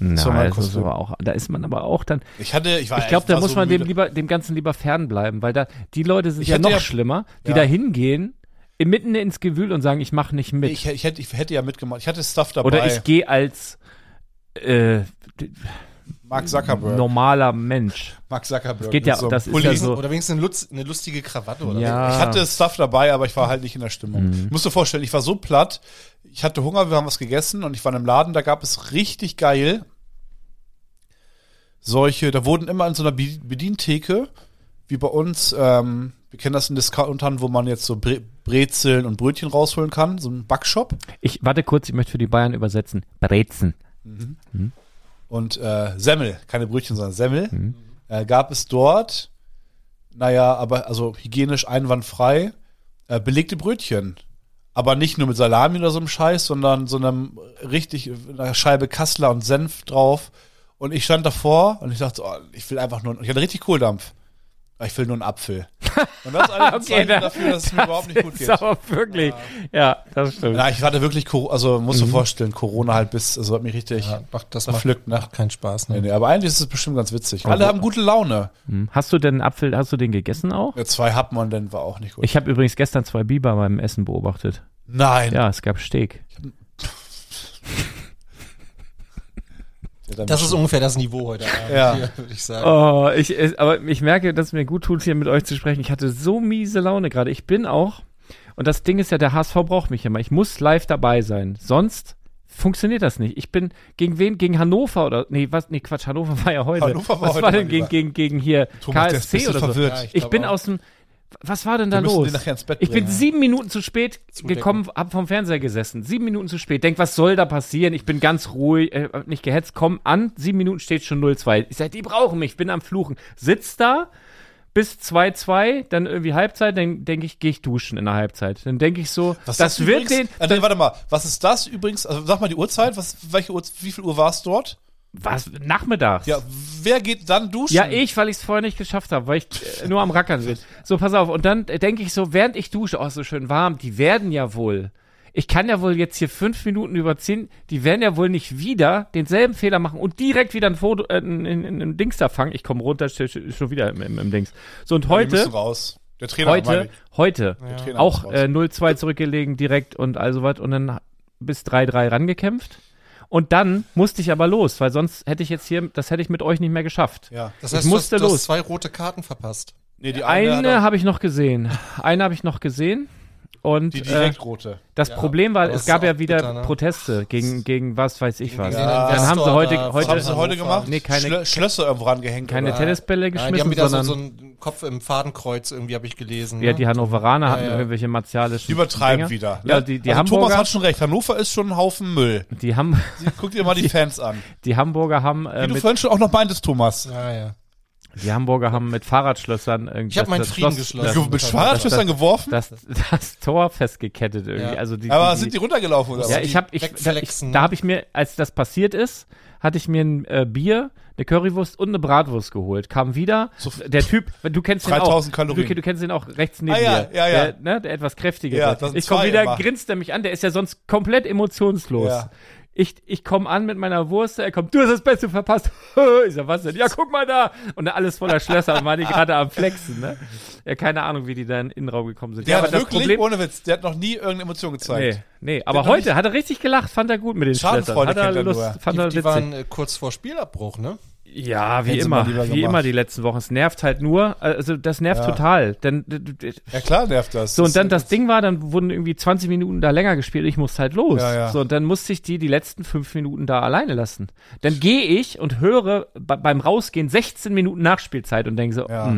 B: Na,
A: war mein
B: das ist
A: Kostüm.
B: aber auch, da ist man aber auch dann.
A: Ich hatte, Ah, ich war
B: Ich glaube, da
A: war
B: muss
A: so
B: man dem
A: müde.
B: lieber, dem Ganzen lieber fernbleiben, weil da die Leute sind
A: Ich
B: ja
A: hätte
B: noch
A: ja-
B: schlimmer, die
A: Ja.
B: da hingehen, im- mitten ins Gewühl und sagen, ich mache nicht mit.
A: Ich, ich, hätte, ich hätte ja mitgemacht. Ich hatte Stuff dabei.
B: Oder ich gehe als äh,
A: Mark Zuckerberg.
B: normaler Mensch.
A: Mark Zuckerberg.
B: Geht
A: mit
B: ja-
A: so einem
B: das ist
A: Pulli.
B: ja so-
D: Oder wenigstens eine, Lutz, eine lustige Krawatte oder
B: Ja.
A: Ich hatte Stuff dabei, aber ich war halt nicht in der Stimmung. Ich musste vorstellen, ich war so platt. Ich hatte Hunger, wir haben was gegessen und ich war in einem Laden, da gab es richtig geil solche, da wurden immer in so einer Be- Bedientheke, wie bei uns, ähm, wir kennen das in Discountern, wo man jetzt so Bre Brezeln und Brötchen rausholen kann, so ein Backshop.
B: Ich warte kurz, ich möchte für die Bayern übersetzen. Brezen.
A: und äh, Semmel, keine Brötchen, sondern Semmel,
B: Mhm.
A: äh, gab es dort, naja, aber also hygienisch einwandfrei, äh, belegte Brötchen. Aber nicht nur mit Salami oder so einem Scheiß, sondern so einem richtig, einer Scheibe Kassler und Senf drauf. Und ich stand davor und ich dachte, oh, ich will einfach nur, ich hatte richtig Kohldampf. Ich will nur einen Apfel. Und das ist eigentlich ein Zeichen
B: da-
A: dafür, dass es mir überhaupt nicht gut
B: ist
A: geht.
B: aber wirklich. Ja, das stimmt.
A: Na, ich hatte wirklich, Cor- also musst
B: Mhm.
A: du vorstellen, Corona halt bis, also hat mich richtig
D: macht, das
A: verpflückt, ne?
D: macht keinen Spaß.
A: Nee,
D: Ne?
A: nee, aber eigentlich ist es bestimmt ganz witzig. Alle haben gute Laune.
B: Hm. Hast du denn einen Apfel, hast du den gegessen auch?
A: Ja, zwei Happen und dann war auch nicht gut.
B: Ich habe übrigens gestern zwei Biber beim Essen beobachtet.
A: Nein.
B: Ja, es gab Steak.
A: Ja, dann
D: Das ist
A: bestimmt.
D: ungefähr das Niveau heute Abend,
A: Ja.
D: hier, würde ich sagen.
B: Oh, ich, es- aber ich merke, dass es mir gut tut, hier mit euch zu sprechen. Ich hatte so miese Laune gerade. Ich bin auch, und das Ding ist ja, der HSV braucht mich immer. Ich muss live dabei sein. Sonst funktioniert das nicht. Ich bin gegen wen? Gegen Hannover oder, nee, was, nee, Quatsch, Hannover war ja heute.
A: Hannover war
B: was
A: heute
B: war
A: mal
B: denn gegen,
A: lieber.
B: gegen, gegen hier
A: Thomas, der ist ein
B: KSC
A: bisschen
B: oder so?
A: verwirrt.
D: Ja, ich-
B: Ich bin
D: glaub auch.
B: aus dem, was war denn da
A: Wir müssen
B: los?
A: den nachher ins Bett
B: ich bin
A: bringen.
B: sieben Minuten zu spät
D: Zudecken.
B: gekommen, hab vom Fernseher gesessen. Sieben Minuten zu spät. Denk, was soll da passieren? Ich bin ganz ruhig, äh, nicht gehetzt. Komm an, sieben Minuten steht schon 0-2. Ich sag, die brauchen mich, bin am Fluchen. Sitz da bis 2-2, dann irgendwie Halbzeit, dann denke ich, gehe ich duschen in der Halbzeit. Dann denke ich so,
A: Was
B: das
A: ist
B: wird den,
A: übrigens, Ah, nee, warte mal, was ist das übrigens? Also sag mal die Uhrzeit, was, welche Uhr, wie viel Uhr war es dort?
B: was, nachmittags.
A: Ja, wer geht dann duschen?
B: Ja, ich, weil ich es vorher nicht geschafft habe, weil ich äh, nur am Rackern bin. So, pass auf. Und dann denke ich so, während ich dusche, oh, so schön warm, die werden ja wohl. Ich kann ja wohl jetzt hier fünf Minuten überziehen, die werden ja wohl nicht wieder denselben Fehler machen und direkt wieder ein Foto, äh, ein, ein, ein, ein Dings da fangen. Ich komme runter, stehe schon wieder im, im, im Dings. So, und
A: Wir müssen genau,
B: heute,
A: raus. Der Trainer meine
B: heute,
A: ich.
B: heute,
A: Der Trainer
B: auch
A: muss raus.
B: äh, 0-2 zurückgelegen direkt und also was und dann bis 3-3 rangekämpft. Und dann musste ich aber los, weil sonst hätte ich jetzt hier, das hätte ich mit euch nicht mehr geschafft.
A: ja.
D: Das
B: ich musste
D: du, hast, du
B: los.
D: hast zwei rote Karten verpasst.
A: Nee, die
B: Eine
A: hat
B: habe ich noch gesehen. Eine habe ich noch gesehen. Und
A: die
B: äh,
A: direktrote.
B: das
D: Ja,
B: Problem war,
D: aber
B: es
D: ist
B: gab
D: auch
B: ja wieder
D: bitter, ne?
B: Proteste gegen, gegen was weiß ich was.
D: Gegen den
B: Dann haben sie
D: Investor
B: heute,
D: da
A: Was
B: heute
A: haben sie heute
D: Hannover.
A: gemacht?
B: Nee, keine-
A: Schlö- Schlösser irgendwo angehängt.
B: keine
A: oder?
B: Tennisbälle
D: Nein, Äh, die
B: geschmissen,
D: haben wieder so,
B: sondern
D: so einen Kopf im Fadenkreuz irgendwie, habe ich gelesen.
B: ja,
D: ne?
B: die Hannoveraner hatten
D: ja.
B: irgendwelche martialischen
A: Die übertreiben
B: Dinger.
A: wieder. ne?
B: Ja, die, die,
A: also Thomas
B: Hamburger,
A: hat schon recht. Hannover ist schon ein Haufen Müll.
B: die, Ham
A: Guck dir mal die Fans an.
B: die Hamburger haben äh,
A: Wie du
B: mit,
A: vorhin schon auch noch meintest, Thomas.
D: Ah, Ja, ja.
B: die Hamburger haben mit Fahrradschlössern irgendwie
D: Ich habe meinen
B: das
D: Frieden
B: Schloss-
A: Du
D: geschlossen.
A: mit Fahrradschüssern geworfen?
B: Das, das, das Tor festgekettet irgendwie.
D: Ja.
B: Also die,
A: aber
B: die,
A: sind die runtergelaufen oder
B: Ja,
A: was?
B: ich habe ich, da, ich,
D: wegflexen,
B: da
D: ne?
B: habe ich mir, als das passiert ist, hatte ich mir ein äh, Bier, eine Currywurst und eine Bratwurst geholt. Kam wieder,
A: So-
B: der Typ, du kennst den auch.
A: 3000 Kalorien.
B: Du, du kennst den auch rechts neben
A: Ah, ja,
B: mir.
A: ja, ja.
B: Der, ne, der etwas kräftigere.
A: Ja, das sind
B: ich komme
A: zwei
B: wieder,
A: immer.
B: grinst er mich an, der ist ja sonst komplett emotionslos.
A: Ja.
B: Ich, ich komme an mit meiner Wurst, er kommt, du hast das Beste verpasst. ich sag, was denn? Ja, guck mal da. Und dann alles voller Schlösser und war die gerade am Flexen, ne? Ja, keine Ahnung, wie die da in den Innenraum gekommen sind.
A: der
B: ja,
A: hat wirklich, ohne Witz, der hat noch nie irgendeine Emotion gezeigt.
B: Nee, nee, aber
A: noch
B: heute hat er richtig gelacht, fand er gut mit den
A: Schadenfreude
B: Schlössern. Hat er
A: kennt er
B: Lust,
A: nur.
B: fand er
D: Die,
B: witzig.
D: die waren äh, kurz vor Spielabbruch, ne?
B: ja, wie
A: Hätten sie
B: immer,
A: mal lieber
B: wie
A: gemacht.
B: immer die letzten Wochen. Es nervt halt nur, also das nervt
A: Ja.
B: total. Denn,
A: Ja klar nervt das.
B: so, und dann
A: das.
B: das Ding war, dann wurden irgendwie 20 Minuten da länger gespielt, ich musste halt los.
A: Ja, ja.
B: So, und dann musste ich die die letzten fünf Minuten da alleine lassen. Dann gehe ich und höre be- beim Rausgehen 16 Minuten Nachspielzeit und denke so,
A: Ja.
B: ja,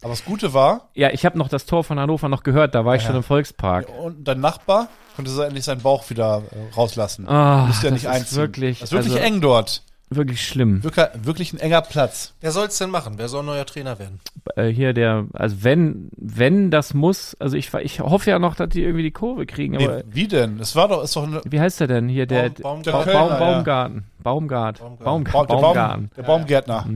A: Aber das Gute war,
B: ja ich habe noch das Tor von Hannover noch gehört, da war ich schon im Volkspark.
A: und dein Nachbar konnte se- endlich seinen Bauch wieder äh, rauslassen.
B: Ah,
A: Müsste ja
B: das
A: nicht
B: ist
A: einziehen.
B: wirklich-
A: das ist wirklich
B: also-
A: eng dort.
B: Wirklich schlimm.
A: Wirklich, wirklich ein enger Platz.
D: Wer soll's denn machen? Wer soll neuer Trainer werden?
B: äh, hier der, also wenn, wenn das muss, also ich, ich hoffe ja noch, dass die irgendwie die Kurve kriegen,
A: Nee,
B: aber
A: wie denn? Es war doch, ist doch eine,
B: wie heißt der denn hier? Der,
D: Baum-
B: der
A: Baumgarten.
B: Baum,
A: Kölner, ja.
B: Baumgarten. Baumgart.
D: Baumgart.
A: Baum-
B: Baumgart.
A: der, Baum,
B: Baumgarten.
A: der Baumgärtner.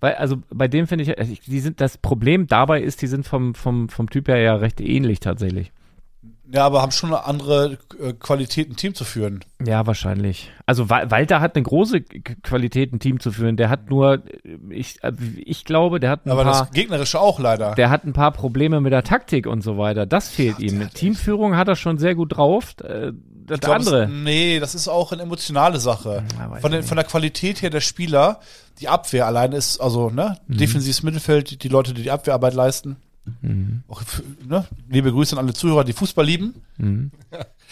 B: Weil, also bei dem finde ich, also ich- die sind, das Problem dabei ist, die sind vom, vom, vom Typ her ja recht ähnlich tatsächlich.
A: Ja, aber haben schon eine andere äh, Qualität, ein Team zu führen.
B: Ja, wahrscheinlich. Also Wa- Walter hat eine große K- Qualität, ein Team zu führen. Der hat nur, äh, ich, äh, ich glaube, der hat ein
A: Mhm. Aber
B: paar.
A: das Gegnerische auch leider.
B: Der hat ein paar Probleme mit der Taktik und so weiter. Das fehlt ihm. Teamführung hat er schon sehr gut drauf. äh, Das
A: Ich glaub,
B: andere.
A: Es, nee, das ist auch eine emotionale Sache.
B: Ja, weiß
A: Von, den,
B: ich
A: von der Qualität her der Spieler, die Abwehr alleine ist, also, ne,
B: Mhm.
A: defensives Mittelfeld, die Leute, die die Abwehrarbeit leisten.
B: Mhm.
A: Auch, f- ne, liebe Grüße an alle Zuhörer, die Fußball lieben.
B: Mhm.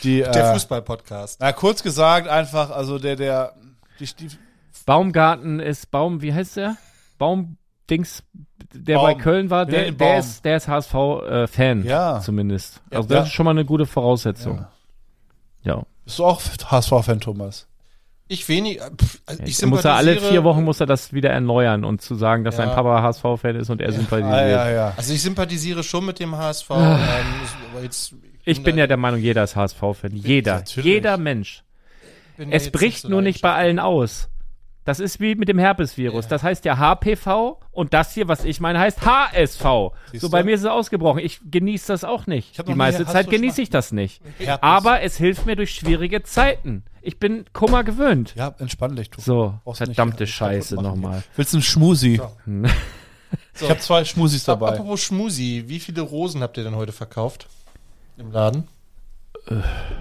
A: Die,
D: Der
A: äh,
D: Fußball-Podcast.
A: na, kurz gesagt, einfach, also der, der, die, die,
B: Baumgarten ist Baum, wie heißt der? Baumdings, der
A: Baum.
B: bei Köln war,
A: Wir
B: der,
A: nennen ihn
B: der
A: Baum.
B: ist, der ist HSV-Fan.
A: Ja.
B: äh, Zumindest. Also
A: Ja.
B: das ist schon mal eine gute Voraussetzung. Ja.
A: bist du auch HSV-Fan, Thomas?
D: Ich wenig. äh, Pff, also ich
B: Ich muss er alle
D: sympathisiere-
B: vier Wochen muss er das wieder erneuern und zu sagen, dass
D: Ja.
B: sein Papa HSV-Fan ist und er sympathisiert.
A: Ah, ja, ja.
D: Also ich sympathisiere schon mit dem HSV. ähm, ist- aber jetzt,
B: Ah. Ich bin ja der Meinung, jeder ist HSV-Fan. Jeder.
A: Natürlich.
B: Jeder Mensch. Es bricht nur nicht bei allen aus. Das ist wie mit dem Herpesvirus. Das heißt ja HPV und das hier, was ich meine, heißt HSV. so bei
A: du?
B: mir ist es ausgebrochen. Ich genieße das auch nicht.
A: hab
B: Die
A: noch nie
B: meiste
A: Herpes
B: Zeit
A: geschmeckt.
B: genieße ich das nicht.
A: Herpes.
B: Aber es hilft mir durch schwierige Zeiten. Ich bin Kummer gewöhnt.
A: Ja, entspann dich, du.
B: So,
A: Brauchst nicht
B: verdammte
A: kaputt
B: Scheiße
A: machen.
B: nochmal.
A: Willst du einen Schmusi? Ich habe zwei Schmusis dabei.
D: Apropos Schmusi, wie viele Rosen habt ihr denn heute verkauft? Im Laden?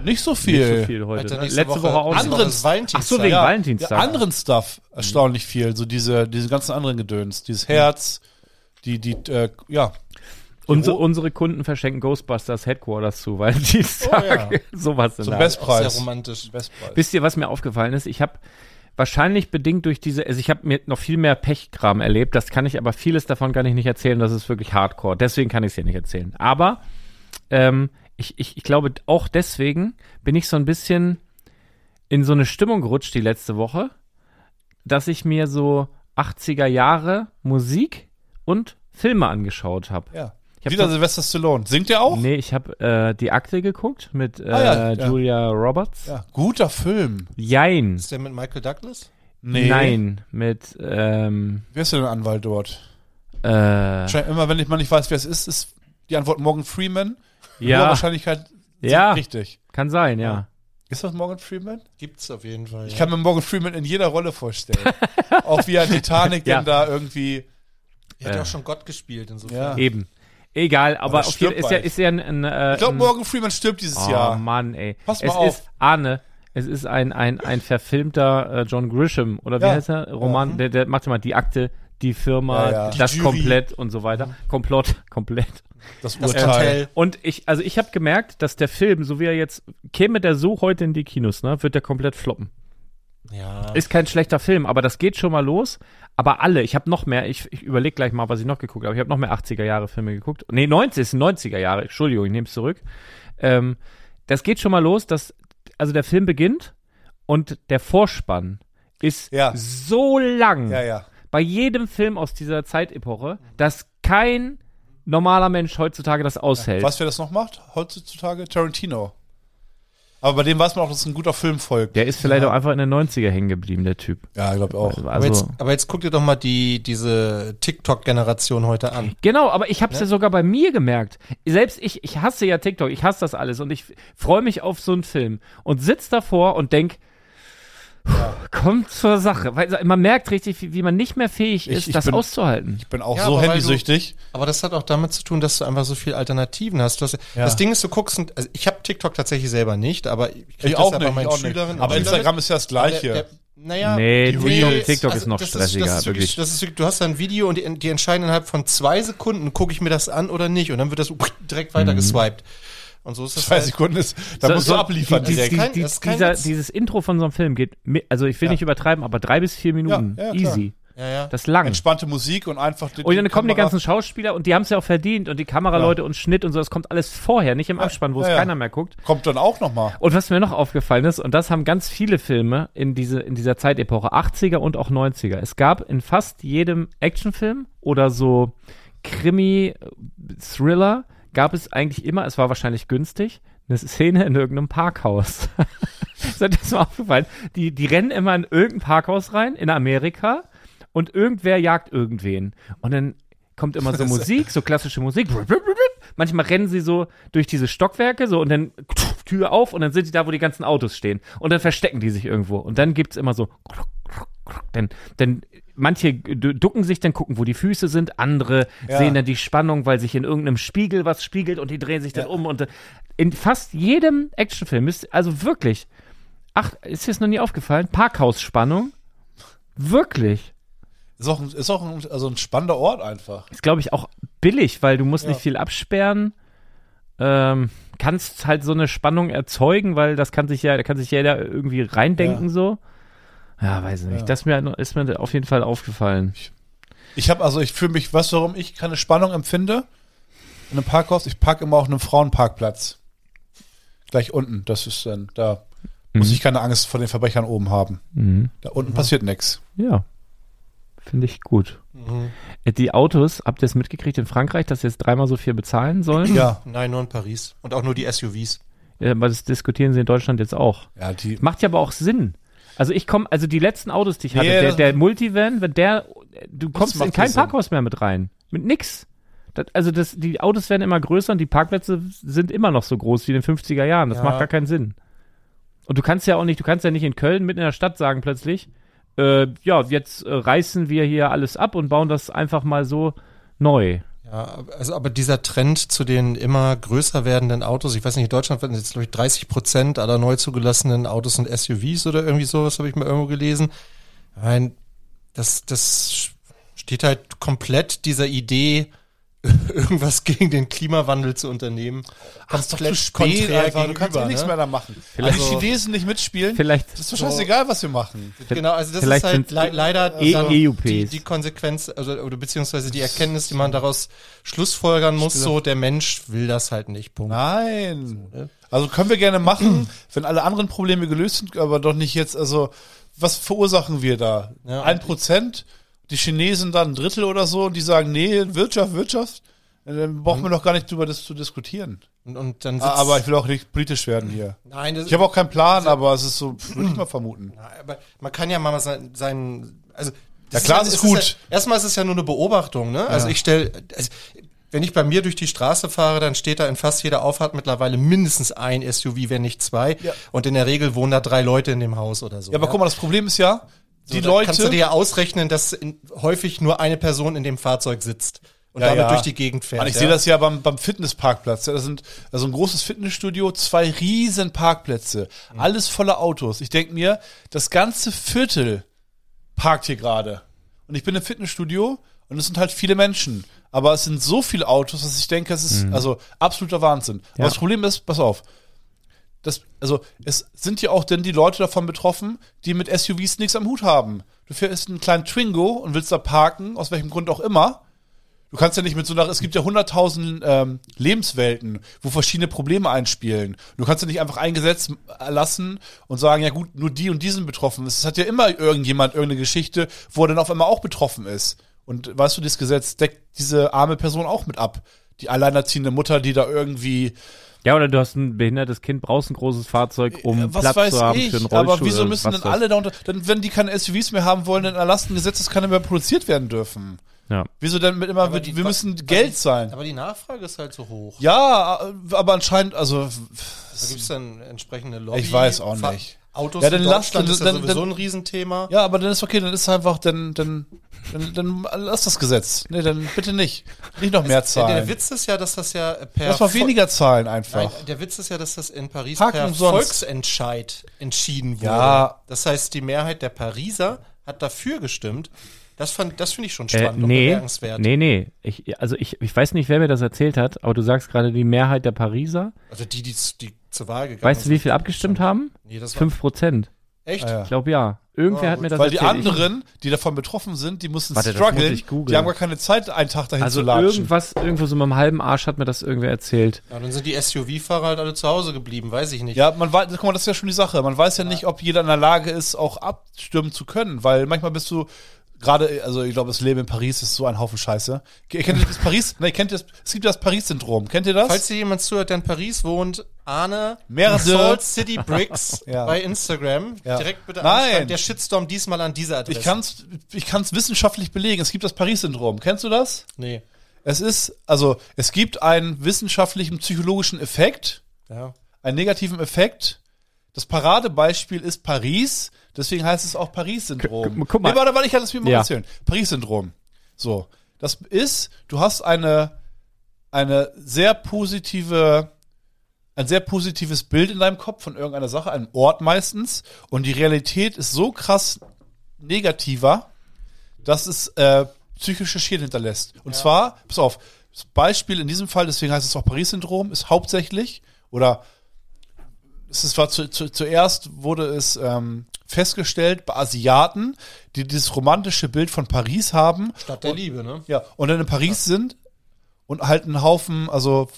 A: Nicht so viel.
B: Nicht so viel heute.
D: Alter,
B: ne?
D: nächste
B: Letzte
D: Woche-
B: Woche, auch
D: Andere-
B: nicht.
D: Woche ist Valentinstag.
B: Ach so, wegen
D: Ja,
B: Valentinstag.
A: Ja, anderen Stuff erstaunlich viel. So diese, diese ganzen anderen Gedöns. Dieses Herz, die, die, äh, ja.
B: Unsere, unsere Kunden verschenken Ghostbusters Headquarters zu, weil die sagen, sowas in
A: Oh Zum
B: der Art.
D: Sehr
A: Bestpreis.
D: romantisch.
A: Bestpreis.
B: Wisst ihr, was mir aufgefallen ist? Ich habe wahrscheinlich bedingt durch diese, also ich habe mir noch viel mehr Pechkram erlebt, das kann ich aber vieles davon kann ich nicht erzählen, das ist wirklich hardcore, deswegen kann ich es hier nicht erzählen. Aber ähm, ich, ich, ich glaube, auch deswegen bin ich so ein bisschen in so eine Stimmung gerutscht die letzte Woche, dass ich mir so 80er Jahre Musik und Filme angeschaut habe.
A: Ja.
B: Ich hab
A: Wieder
B: so-
A: Sylvester Stallone. Singt der auch?
B: Nee, ich habe äh, die Akte geguckt mit äh,
A: Ah ja, ja.
B: Julia Roberts.
A: Ja. Guter Film.
B: Jein.
D: Ist der mit Michael Douglas?
A: Nee.
B: Nein, mit ähm,
A: Wer ist denn der Anwalt dort?
B: äh,
A: Schein- Immer wenn ich mal nicht weiß, wer es ist, ist die Antwort Morgan Freeman. Hohe
B: ja,
A: Wahrscheinlichkeit sind
B: Ja.
A: richtig.
B: kann sein, ja.
A: Ist das Morgan Freeman?
D: Gibt's auf jeden Fall.
A: Ich
D: ja.
A: kann mir Morgan Freeman in jeder Rolle vorstellen. auch wie er in Titanic
B: Ja.
A: denn da irgendwie.
D: Er hat
B: Äh.
D: ja auch schon Gott gespielt insofern.
A: Ja.
B: Eben. Egal, aber
A: das
B: auf jeden,
A: stirbt
B: ist ja
A: bald.
B: ist ja ein, ein äh,
A: Ich glaube,
B: ein-
A: Morgan Freeman stirbt dieses
B: Oh
A: Jahr.
B: Mann, ey.
A: Pass mal
B: es
A: auf.
B: ist Arne. Es ist ein ein ein verfilmter äh, John Grisham oder wie
A: Ja.
B: heißt er? Roman, der, der macht ja mal die Akte, die Firma,
A: Ja, ja. Die Mhm.
B: das
D: Jury.
B: komplett und so weiter. Komplott, komplett.
A: Das
D: Das
A: Urteil.
D: Kartell.
B: Und ich, also ich habe gemerkt, dass der Film, so wie er jetzt, käme der so heute in die Kinos, ne, wird der komplett floppen.
A: Also-
D: Ja.
B: Ist kein schlechter Film, aber das geht schon mal los. Aber alle, ich habe noch mehr, ich, ich überlege gleich mal, was ich noch geguckt habe. Ich habe noch mehr 80er Jahre Filme geguckt. Nee, 90 ist 90er Jahre, Entschuldigung, ich nehme es zurück. Ähm, das geht schon mal los, dass, also der Film beginnt und der Vorspann ist
A: Ja.
B: so lang
A: Ja, ja.
B: bei jedem Film aus dieser Zeitepoche, dass kein normaler Mensch heutzutage das aushält.
A: Weißt du, wer das noch macht heutzutage? Tarantino. Aber bei dem weiß man auch, dass es ein guter Film folgt.
B: Der ist vielleicht auch einfach in den 90er hängen geblieben, der Typ.
A: Ja, ich glaube auch.
D: aber,
B: Also,
D: jetzt, aber jetzt guck dir doch mal die, diese TikTok-Generation heute an.
B: Genau, aber ich
A: Ne?
B: habe es ja sogar bei mir gemerkt. Selbst ich, ich hasse ja TikTok, ich hasse das alles und ich freue mich auf so einen Film und sitz davor und denk, kommt zur Sache. Weil man merkt richtig, wie, wie man nicht mehr fähig
A: Ich-
B: ist,
A: ich
B: das
A: bin-
B: auszuhalten.
A: Ich bin auch
D: Ja,
A: so
D: aber weil
A: handysüchtig.
D: Aber das hat auch damit zu tun, dass du einfach so viele Alternativen hast. Du hast
A: Ja.
D: Das Ding ist, du guckst, und- also ich habe TikTok tatsächlich selber nicht, aber ich, krieg
A: Ich
D: das
A: auch
D: ja
A: nicht.
D: bei meinen
A: ich auch
D: Schülerinnen
A: nicht.
D: und
A: Aber
D: Schülern.
A: Instagram ist ja das Gleiche.
D: Der- der- naja,
B: Nee,
D: die
B: TikTok-
D: Reels-
B: TikTok ist noch
D: das
B: stressiger,
D: das ist wirklich,
B: wirklich.
D: Das ist, wirklich- du hast da ein Video und die, die entscheiden innerhalb von zwei Sekunden, gucke ich mir das an oder nicht. Und dann wird das so direkt weitergeswiped.
B: Mhm.
D: Und so ist das.
A: Zwei
D: halt-
A: Sekunden ist, da
B: So-
A: musst
B: so-
A: du abliefern
B: die, die,
A: direkt.
B: die,
D: Kein-
B: die,
D: das ist kein
B: dieser,
D: Witz.
B: dieses Intro von so einem Film geht, mi- also ich will nicht übertreiben, aber drei bis vier Minuten,
A: Ja, ja, klar.
B: easy.
D: Ja, ja.
B: Das ist lang.
A: Entspannte Musik und einfach die,
B: Und Oh dann kommen die
A: Kamera-
B: ganzen Schauspieler und die haben es ja auch verdient und die Kameraleute und Schnitt und so, das kommt alles vorher, nicht im Abspann, wo es
A: ja, ja.
B: keiner mehr guckt.
A: Kommt dann auch nochmal.
B: Und was mir noch aufgefallen ist, und das haben ganz viele Filme in, diese, in dieser Zeitepoche, 80er und auch 90er. Es gab in fast jedem Actionfilm oder so Krimi, äh, Thriller, gab es eigentlich immer, es war wahrscheinlich günstig, eine Szene in irgendeinem Parkhaus. ist euch das mal aufgefallen? Die, die rennen immer in irgendein Parkhaus rein, in Amerika, und irgendwer jagt irgendwen. Und dann kommt immer so Musik, so klassische Musik. Manchmal rennen sie so durch diese Stockwerke so und dann Tür auf und dann sind die da, wo die ganzen Autos stehen. Und dann verstecken die sich irgendwo. Und dann gibt's immer so. Dann, dann manche du- ducken sich, dann gucken, wo die Füße sind. Andere
A: Ja.
B: sehen dann die Spannung, weil sich in irgendeinem Spiegel was spiegelt und die drehen sich dann um. Und äh, in fast jedem Actionfilm ist, also wirklich, ach, ist dir das noch nie aufgefallen? Parkhausspannung? Wirklich.
A: Ist auch, ein- ist auch ein, also ein spannender Ort einfach.
B: Ist, glaube ich, auch billig, weil du musst nicht viel absperren. Ähm, kannst halt so eine Spannung erzeugen, weil das kann sich ja, da kann sich jeder irgendwie reindenken
A: Ja.
B: so. Ja, weiß nicht.
A: Ja.
B: Das mir, ist mir auf jeden Fall aufgefallen.
A: Ich habe also, ich fühle mich, was warum ich keine Spannung empfinde in einem Parkhaus, ich parke immer auf einem Frauenparkplatz. Gleich unten, das ist dann, da muss ich keine Angst vor den Verbrechern oben haben.
B: Mhm.
A: Da unten passiert nichts.
B: Ja. Finde ich gut.
A: Mhm.
B: Äh, Die Autos, habt ihr es mitgekriegt in Frankreich, dass sie jetzt dreimal so viel bezahlen sollen?
A: Ja.
D: Nein, nur in Paris. Und auch nur die SUVs.
B: Äh, Aber das diskutieren sie in Deutschland jetzt auch.
A: Ja, die,
B: Macht ja aber auch Sinn. Also ich komme, also die letzten Autos, die ich hatte,
A: Nee,
B: der,
A: das-
B: der Multivan, wenn der, du kommst
A: macht
B: in kein
A: nicht Sinn.
B: Parkhaus mehr mit rein. Mit nix. Das, also das, die Autos werden immer größer und die Parkplätze sind immer noch so groß wie in den 50er Jahren. Das
D: Ja.
B: macht gar keinen Sinn. Und du kannst ja auch nicht, du kannst ja nicht in Köln mitten in der Stadt sagen plötzlich, äh, ja, jetzt äh, reißen wir hier alles ab und bauen das einfach mal so neu.
D: Ja, also aber dieser Trend zu den immer größer werdenden Autos, ich weiß nicht, in Deutschland werden jetzt, glaube ich, 30 Prozent aller neu zugelassenen Autos sind SUVs oder irgendwie sowas, habe ich mal irgendwo gelesen. Nein, das, das steht halt komplett dieser Idee, irgendwas gegen den Klimawandel zu unternehmen.
A: Hast
D: komplett konträr
A: Du kannst eh
D: gegenüber,
A: nichts
D: ne?
A: mehr da machen.
B: Vielleicht-
A: Alle Chinesen nicht mitspielen.
B: Vielleicht-
A: Das ist doch scheißegal, was wir machen.
D: Genau, also das
B: Vielleicht
D: ist halt
B: sind's
D: le leider
B: E-
D: dann
B: EUPs.
D: Die, die Konsequenz, also oder beziehungsweise die Erkenntnis, die man daraus schlussfolgern muss, so der Mensch will das halt nicht. Punkt.
A: Nein.
D: ne?
A: Also können wir gerne machen, wenn alle anderen Probleme gelöst sind, aber doch nicht jetzt, also was verursachen wir da?
D: Ja.
A: Ein Prozent, die Chinesen dann ein Drittel oder so und die sagen, nee, Wirtschaft, Wirtschaft, Und dann brauchen wir
D: Hm.
A: doch gar nicht drüber das zu diskutieren.
D: Und, und dann sitzt-
A: Ah, Aber ich will auch nicht politisch werden hier.
D: Nein, also das,
A: Ich habe auch keinen Plan, aber es ist so, pff, würde ich mal vermuten.
D: Ja, Aber man kann ja mal sein, sein also das
A: klar, es ist gut.
D: Ja, erstmal ist es ja nur eine Beobachtung, ne? Also ich stelle, also, wenn ich bei mir durch die Straße fahre, dann steht da in fast jeder Auffahrt mittlerweile mindestens ein SUV, wenn nicht zwei.
A: Ja.
D: Und in der Regel wohnen da drei Leute in dem Haus oder so.
A: Ja, aber guck mal, das Problem ist ja,
D: So,
A: die
D: da kannst du dir
A: Leute.
D: ja ausrechnen, dass in, häufig nur eine Person in dem Fahrzeug sitzt und
A: Ja,
D: damit
A: ja.
D: durch die Gegend fährt.
A: Mann, ich
D: ja.
A: sehe das ja beim, beim Fitnessparkplatz. Ja, Das sind also ein großes Fitnessstudio, zwei riesen Parkplätze,
D: Mhm.
A: alles voller Autos. Ich denke mir, das ganze Viertel parkt hier gerade. Und ich bin im Fitnessstudio und es sind halt viele Menschen. Aber es sind so viele Autos, dass ich denke, es
D: Mhm.
A: ist also absoluter Wahnsinn.
B: Ja.
A: Aber das Problem ist, pass auf, das, also es sind ja auch denn die Leute davon betroffen, die mit SUVs nichts am Hut haben. Du fährst einen kleinen Twingo und willst da parken, aus welchem Grund auch immer. Du kannst ja nicht mit so einer, es gibt ja 100.000 ähm, Lebenswelten, wo verschiedene Probleme einspielen. Du kannst ja nicht einfach ein Gesetz erlassen und sagen, ja gut, nur die und die sind betroffen. Es hat ja immer irgendjemand irgendeine Geschichte, wo er dann auf einmal auch betroffen ist. Und weißt du, das Gesetz deckt diese arme Person auch mit ab. Die alleinerziehende Mutter, die da irgendwie
B: Ja, oder du hast ein behindertes Kind, brauchst ein großes Fahrzeug, um
A: Äh, was
B: Platz
A: weiß
B: zu haben
A: ich,
B: für einen Rollstuhl.
A: aber wieso
B: oder
A: müssen
B: was
A: denn
B: das-
A: alle da unter, dann, wenn die keine SUVs mehr haben wollen, dann erlassen ein Gesetz, das keine mehr produziert werden dürfen.
B: Ja.
A: Wieso denn mit immer,
D: Aber
A: wir,
D: die-
A: wir müssen
D: aber
A: Geld
D: die-
A: zahlen.
D: Aber die Nachfrage ist halt so hoch.
A: Ja, aber anscheinend, also,
D: Da gibt es dann entsprechende Lobby.
A: Ich weiß auch
D: Fa-
A: nicht.
D: Autos
A: Ja, dann
D: in
A: lass-
D: Deutschland ist ja
A: dann- dann-
D: sowieso ein Riesenthema.
A: ja, aber dann ist okay, dann ist einfach, dann, dann, dann, dann lass das Gesetz. Nee, dann bitte nicht. Nicht noch mehr
D: Der, der
A: zahlen.
D: Witz ist ja, dass das ja per
A: Lass mal
D: Volk-
A: weniger zahlen
D: Nein,
A: einfach.
D: der Witz ist ja, dass das in Paris
A: Parken
D: per
A: umsonst.
D: Volksentscheid entschieden wurde.
A: Ja.
D: Das heißt, die Mehrheit der Pariser hat dafür gestimmt. Das, fand- das finde ich schon
B: Äh,
D: spannend und
B: nee,
D: bemerkenswert.
B: nee, nee. Ich, also ich, ich weiß nicht, wer mir das erzählt hat, aber du sagst gerade die Mehrheit der Pariser.
D: Also die, die, z- die zur Wahl gegangen
B: Weißt du,
D: sind.
B: wie viel abgestimmt haben?
D: Nee, das war
B: Fünf Prozent.
D: echt.
A: Ah, ja.
B: Ich glaube ja. Irgendwer
D: Ja,
B: hat mir
D: gut.
B: das
A: Weil die
B: erzählt.
A: anderen, die davon betroffen sind, die mussten
B: Warte, das muss
A: strugglen.
B: ich googeln.
A: Die haben gar keine Zeit, einen Tag
B: Ich,
A: dahin
B: also
A: zu latschen.
B: irgendwas, irgendwo so mit einem halben Arsch hat mir das irgendwer erzählt.
D: Ja, dann sind die SUV-Fahrer halt alle zu Hause geblieben, weiß ich nicht.
A: Ja, man weiß, guck mal, das ist ja schon die Sache. Man weiß ja, nicht, ob jeder in der Lage ist, auch abstimmen zu können, weil manchmal bist du gerade, also ich glaube, das Leben in Paris ist so ein Haufen Scheiße. Kennt ihr das Paris? Nein, kennt ihr das? Es gibt das Paris-Syndrom. Kennt ihr das?
D: Falls hier jemand zuhört, der in Paris wohnt, Arne,
A: Merde.
D: Salt City Bricks
A: Ja.
D: bei Instagram.
A: Ja.
D: Direkt bitte
A: Nein.
D: anschreiben. Der Shitstorm diesmal an diese Adresse.
A: ich kann's, ich kann's wissenschaftlich belegen. Es gibt das Paris-Syndrom. Kennst du das?
D: Nee.
A: Es ist, also, es gibt einen wissenschaftlichen psychologischen Effekt,
D: Ja.
A: einen negativen Effekt. Das Paradebeispiel ist Paris, deswegen heißt es auch Paris-Syndrom.
B: Gu- guck mal.
A: Nee, warte, warte, ich kann das mir mal
B: Ja.
A: erzählen. Paris-Syndrom. So. Das ist, du hast eine, eine sehr positive, ein sehr positives Bild in deinem Kopf von irgendeiner Sache, einem Ort meistens, und die Realität ist so krass negativer, dass es äh, psychische Schäden hinterlässt. Und zwar, pass auf, das Beispiel in diesem Fall, deswegen heißt es auch Paris-Syndrom, ist hauptsächlich oder es ist- war zu, zu, zuerst wurde es ähm, festgestellt bei Asiaten, die dieses romantische Bild von Paris haben
D: Stadt der Liebe, ne?
A: ja, und dann in Paris sind und halt einen Haufen, also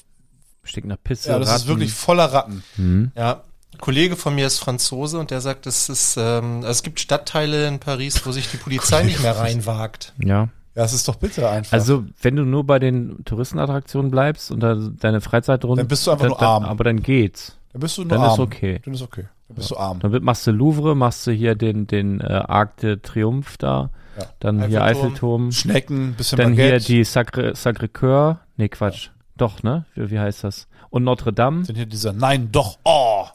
B: Stinkt nach Pisse.
A: ja, das
B: Ratten. Hm,
A: ist wirklich voller Ratten.
D: Ja, ein Kollege von mir ist Franzose und der sagt, es ist, ähm, also es gibt Stadtteile in Paris, wo sich die Polizei nicht mehr reinwagt.
B: Ja.
A: Ja, es ist doch bitter einfach.
B: Also, wenn du nur bei den Touristenattraktionen bleibst und da deine Freizeit drin.
A: Dann bist du einfach nur
B: dann,
A: arm.
B: Aber dann geht's.
A: dann bist du nur
B: Dann
A: arm.
B: ist okay.
A: Dann ist okay. Dann bist du arm.
B: Dann wird- machst du Louvre, machst du hier den, den äh, Arc de Triomphe da,
A: Ja.
B: dann hier
D: Eiffelturm.
B: Eiffelturm,
A: Schnecken, bisschen
B: dann hier
A: Baguette.
B: die Sacre, Sacre Coeur, nee Quatsch, doch, ne? Wie, wie heißt das? Und Notre Dame.
A: dann hier dieser Nein, doch, oh.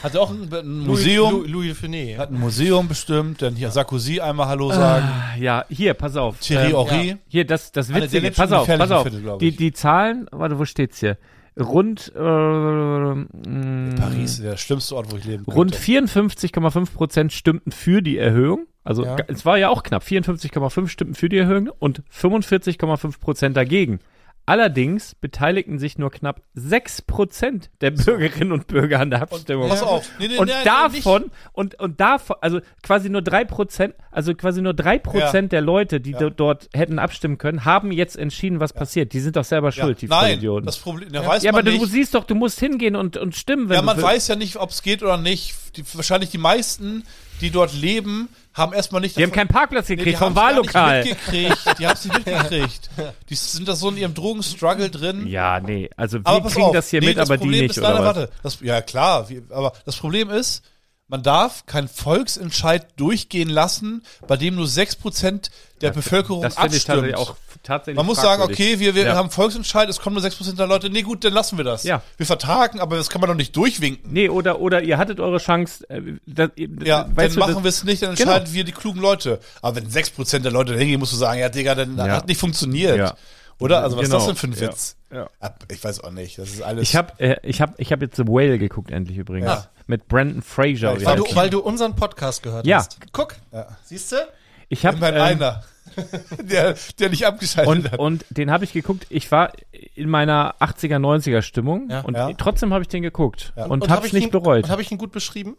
A: Hat er auch ein, ein
D: Louis,
A: Museum.
D: Louis Finet.
A: Hat ein Museum bestimmt. Dann hier Sarkozy einmal Hallo sagen.
B: Ah, Ja, hier, pass auf.
A: Thierry
B: Ähm,
A: Horry.
B: Hier, das, das
A: Alle
B: Witzige,
A: der letzten
B: pass auf, pass
A: gefährlichen
B: auf.
A: Viertel, glaub
B: die,
A: ich.
B: die Zahlen, warte, wo steht's hier? Rund, äh, mm,
A: Paris, der schlimmste Ort, wo ich leben
B: rund
A: könnte.
B: 54,5 Prozent stimmten für die Erhöhung. Also
D: Ja.
B: ga- es war ja auch knapp. 54,5 stimmten für die Erhöhung und 45,5 Prozent dagegen. Allerdings beteiligten sich nur knapp 6 Prozent der Bürgerinnen und Bürger an der Abstimmung.
A: Pass auf. Nee, nee,
B: Und
A: nee, nee,
B: davon, und, und davon, also quasi nur drei Prozent, also quasi nur drei Prozent der Leute, die do- dort hätten abstimmen können, haben jetzt entschieden, was passiert. Die sind doch selber
A: nicht.
B: schuld, die
A: Nein,
B: Vollidioten.
A: das Problem, da weiß
B: ja, aber
A: man
B: du
A: nicht.
B: siehst doch, du musst hingehen und, und stimmen, wenn
A: Ja,
B: du
A: man
B: für-
A: weiß ja nicht, ob es geht oder nicht. Die, wahrscheinlich die meisten, die dort leben, haben erstmal nicht
B: Die haben
A: davon-
B: keinen Parkplatz
A: Nee,
B: gekriegt
A: die
B: vom
A: haben's gar nicht
B: Wahllokal.
A: Mitgekriegt. Die haben es nicht mitgekriegt. Die sind da so in ihrem Drogenstruggle drin.
B: Ja, nee, also wir
A: aber pass
B: kriegen
A: auf.
B: das hier
A: Nee,
B: mit, aber die
A: Problem
B: nicht,
A: ist
B: oder
A: leider,
B: was?
A: warte. Das, ja, klar. Wie, aber das Problem ist, man darf keinen Volksentscheid durchgehen lassen, bei dem nur 6% der Bevölkerung
B: Das finde ich
A: abstimmt.
B: tatsächlich auch tatsächlich
A: Man muss sagen,
B: fragwürdig.
A: okay, wir, wir
B: Ja.
A: haben Volksentscheid, es kommen nur 6% der Leute. Nee, gut, dann lassen wir das.
B: Ja.
A: Wir vertagen, aber das kann man doch nicht durchwinken.
B: Nee, oder, oder ihr hattet eure Chance, äh, das,
A: Ja,
B: weißt
A: dann
B: du,
A: machen wir
B: das, Genau.
A: es nicht, dann entscheiden wir die klugen Leute. Aber wenn 6% der Leute da hingehen, musst du sagen, ja, Digga, dann
B: Ja.
A: hat nicht funktioniert.
B: Ja.
A: Oder? Also, was
B: Genau.
A: ist das denn für ein
B: Ja.
A: Witz?
B: Ja.
A: Ab- Ich weiß auch nicht. Das ist alles.
B: Ich habe äh, ich hab, ich hab jetzt The Whale geguckt, endlich übrigens.
A: Ja.
B: Mit Brandon Fraser.
A: ich
B: wie
A: war
D: Weil
B: heißt
D: du,
A: Okay.
D: weil du unseren Podcast gehört
B: Ja.
D: hast. Guck, siehst du?
B: er? ich hab,
A: Immerhin
B: ähm,
A: einer, der, der nicht abgeschaltet
B: und,
A: hat.
B: und den habe ich geguckt. Ich war in meiner 80er, 90er Stimmung
D: Ja.
B: und
A: Ja.
B: trotzdem habe ich den geguckt und,
D: hab
B: habe es
D: ich
B: nicht
D: ihn,
B: bereut.
D: Und habe ich ihn gut beschrieben?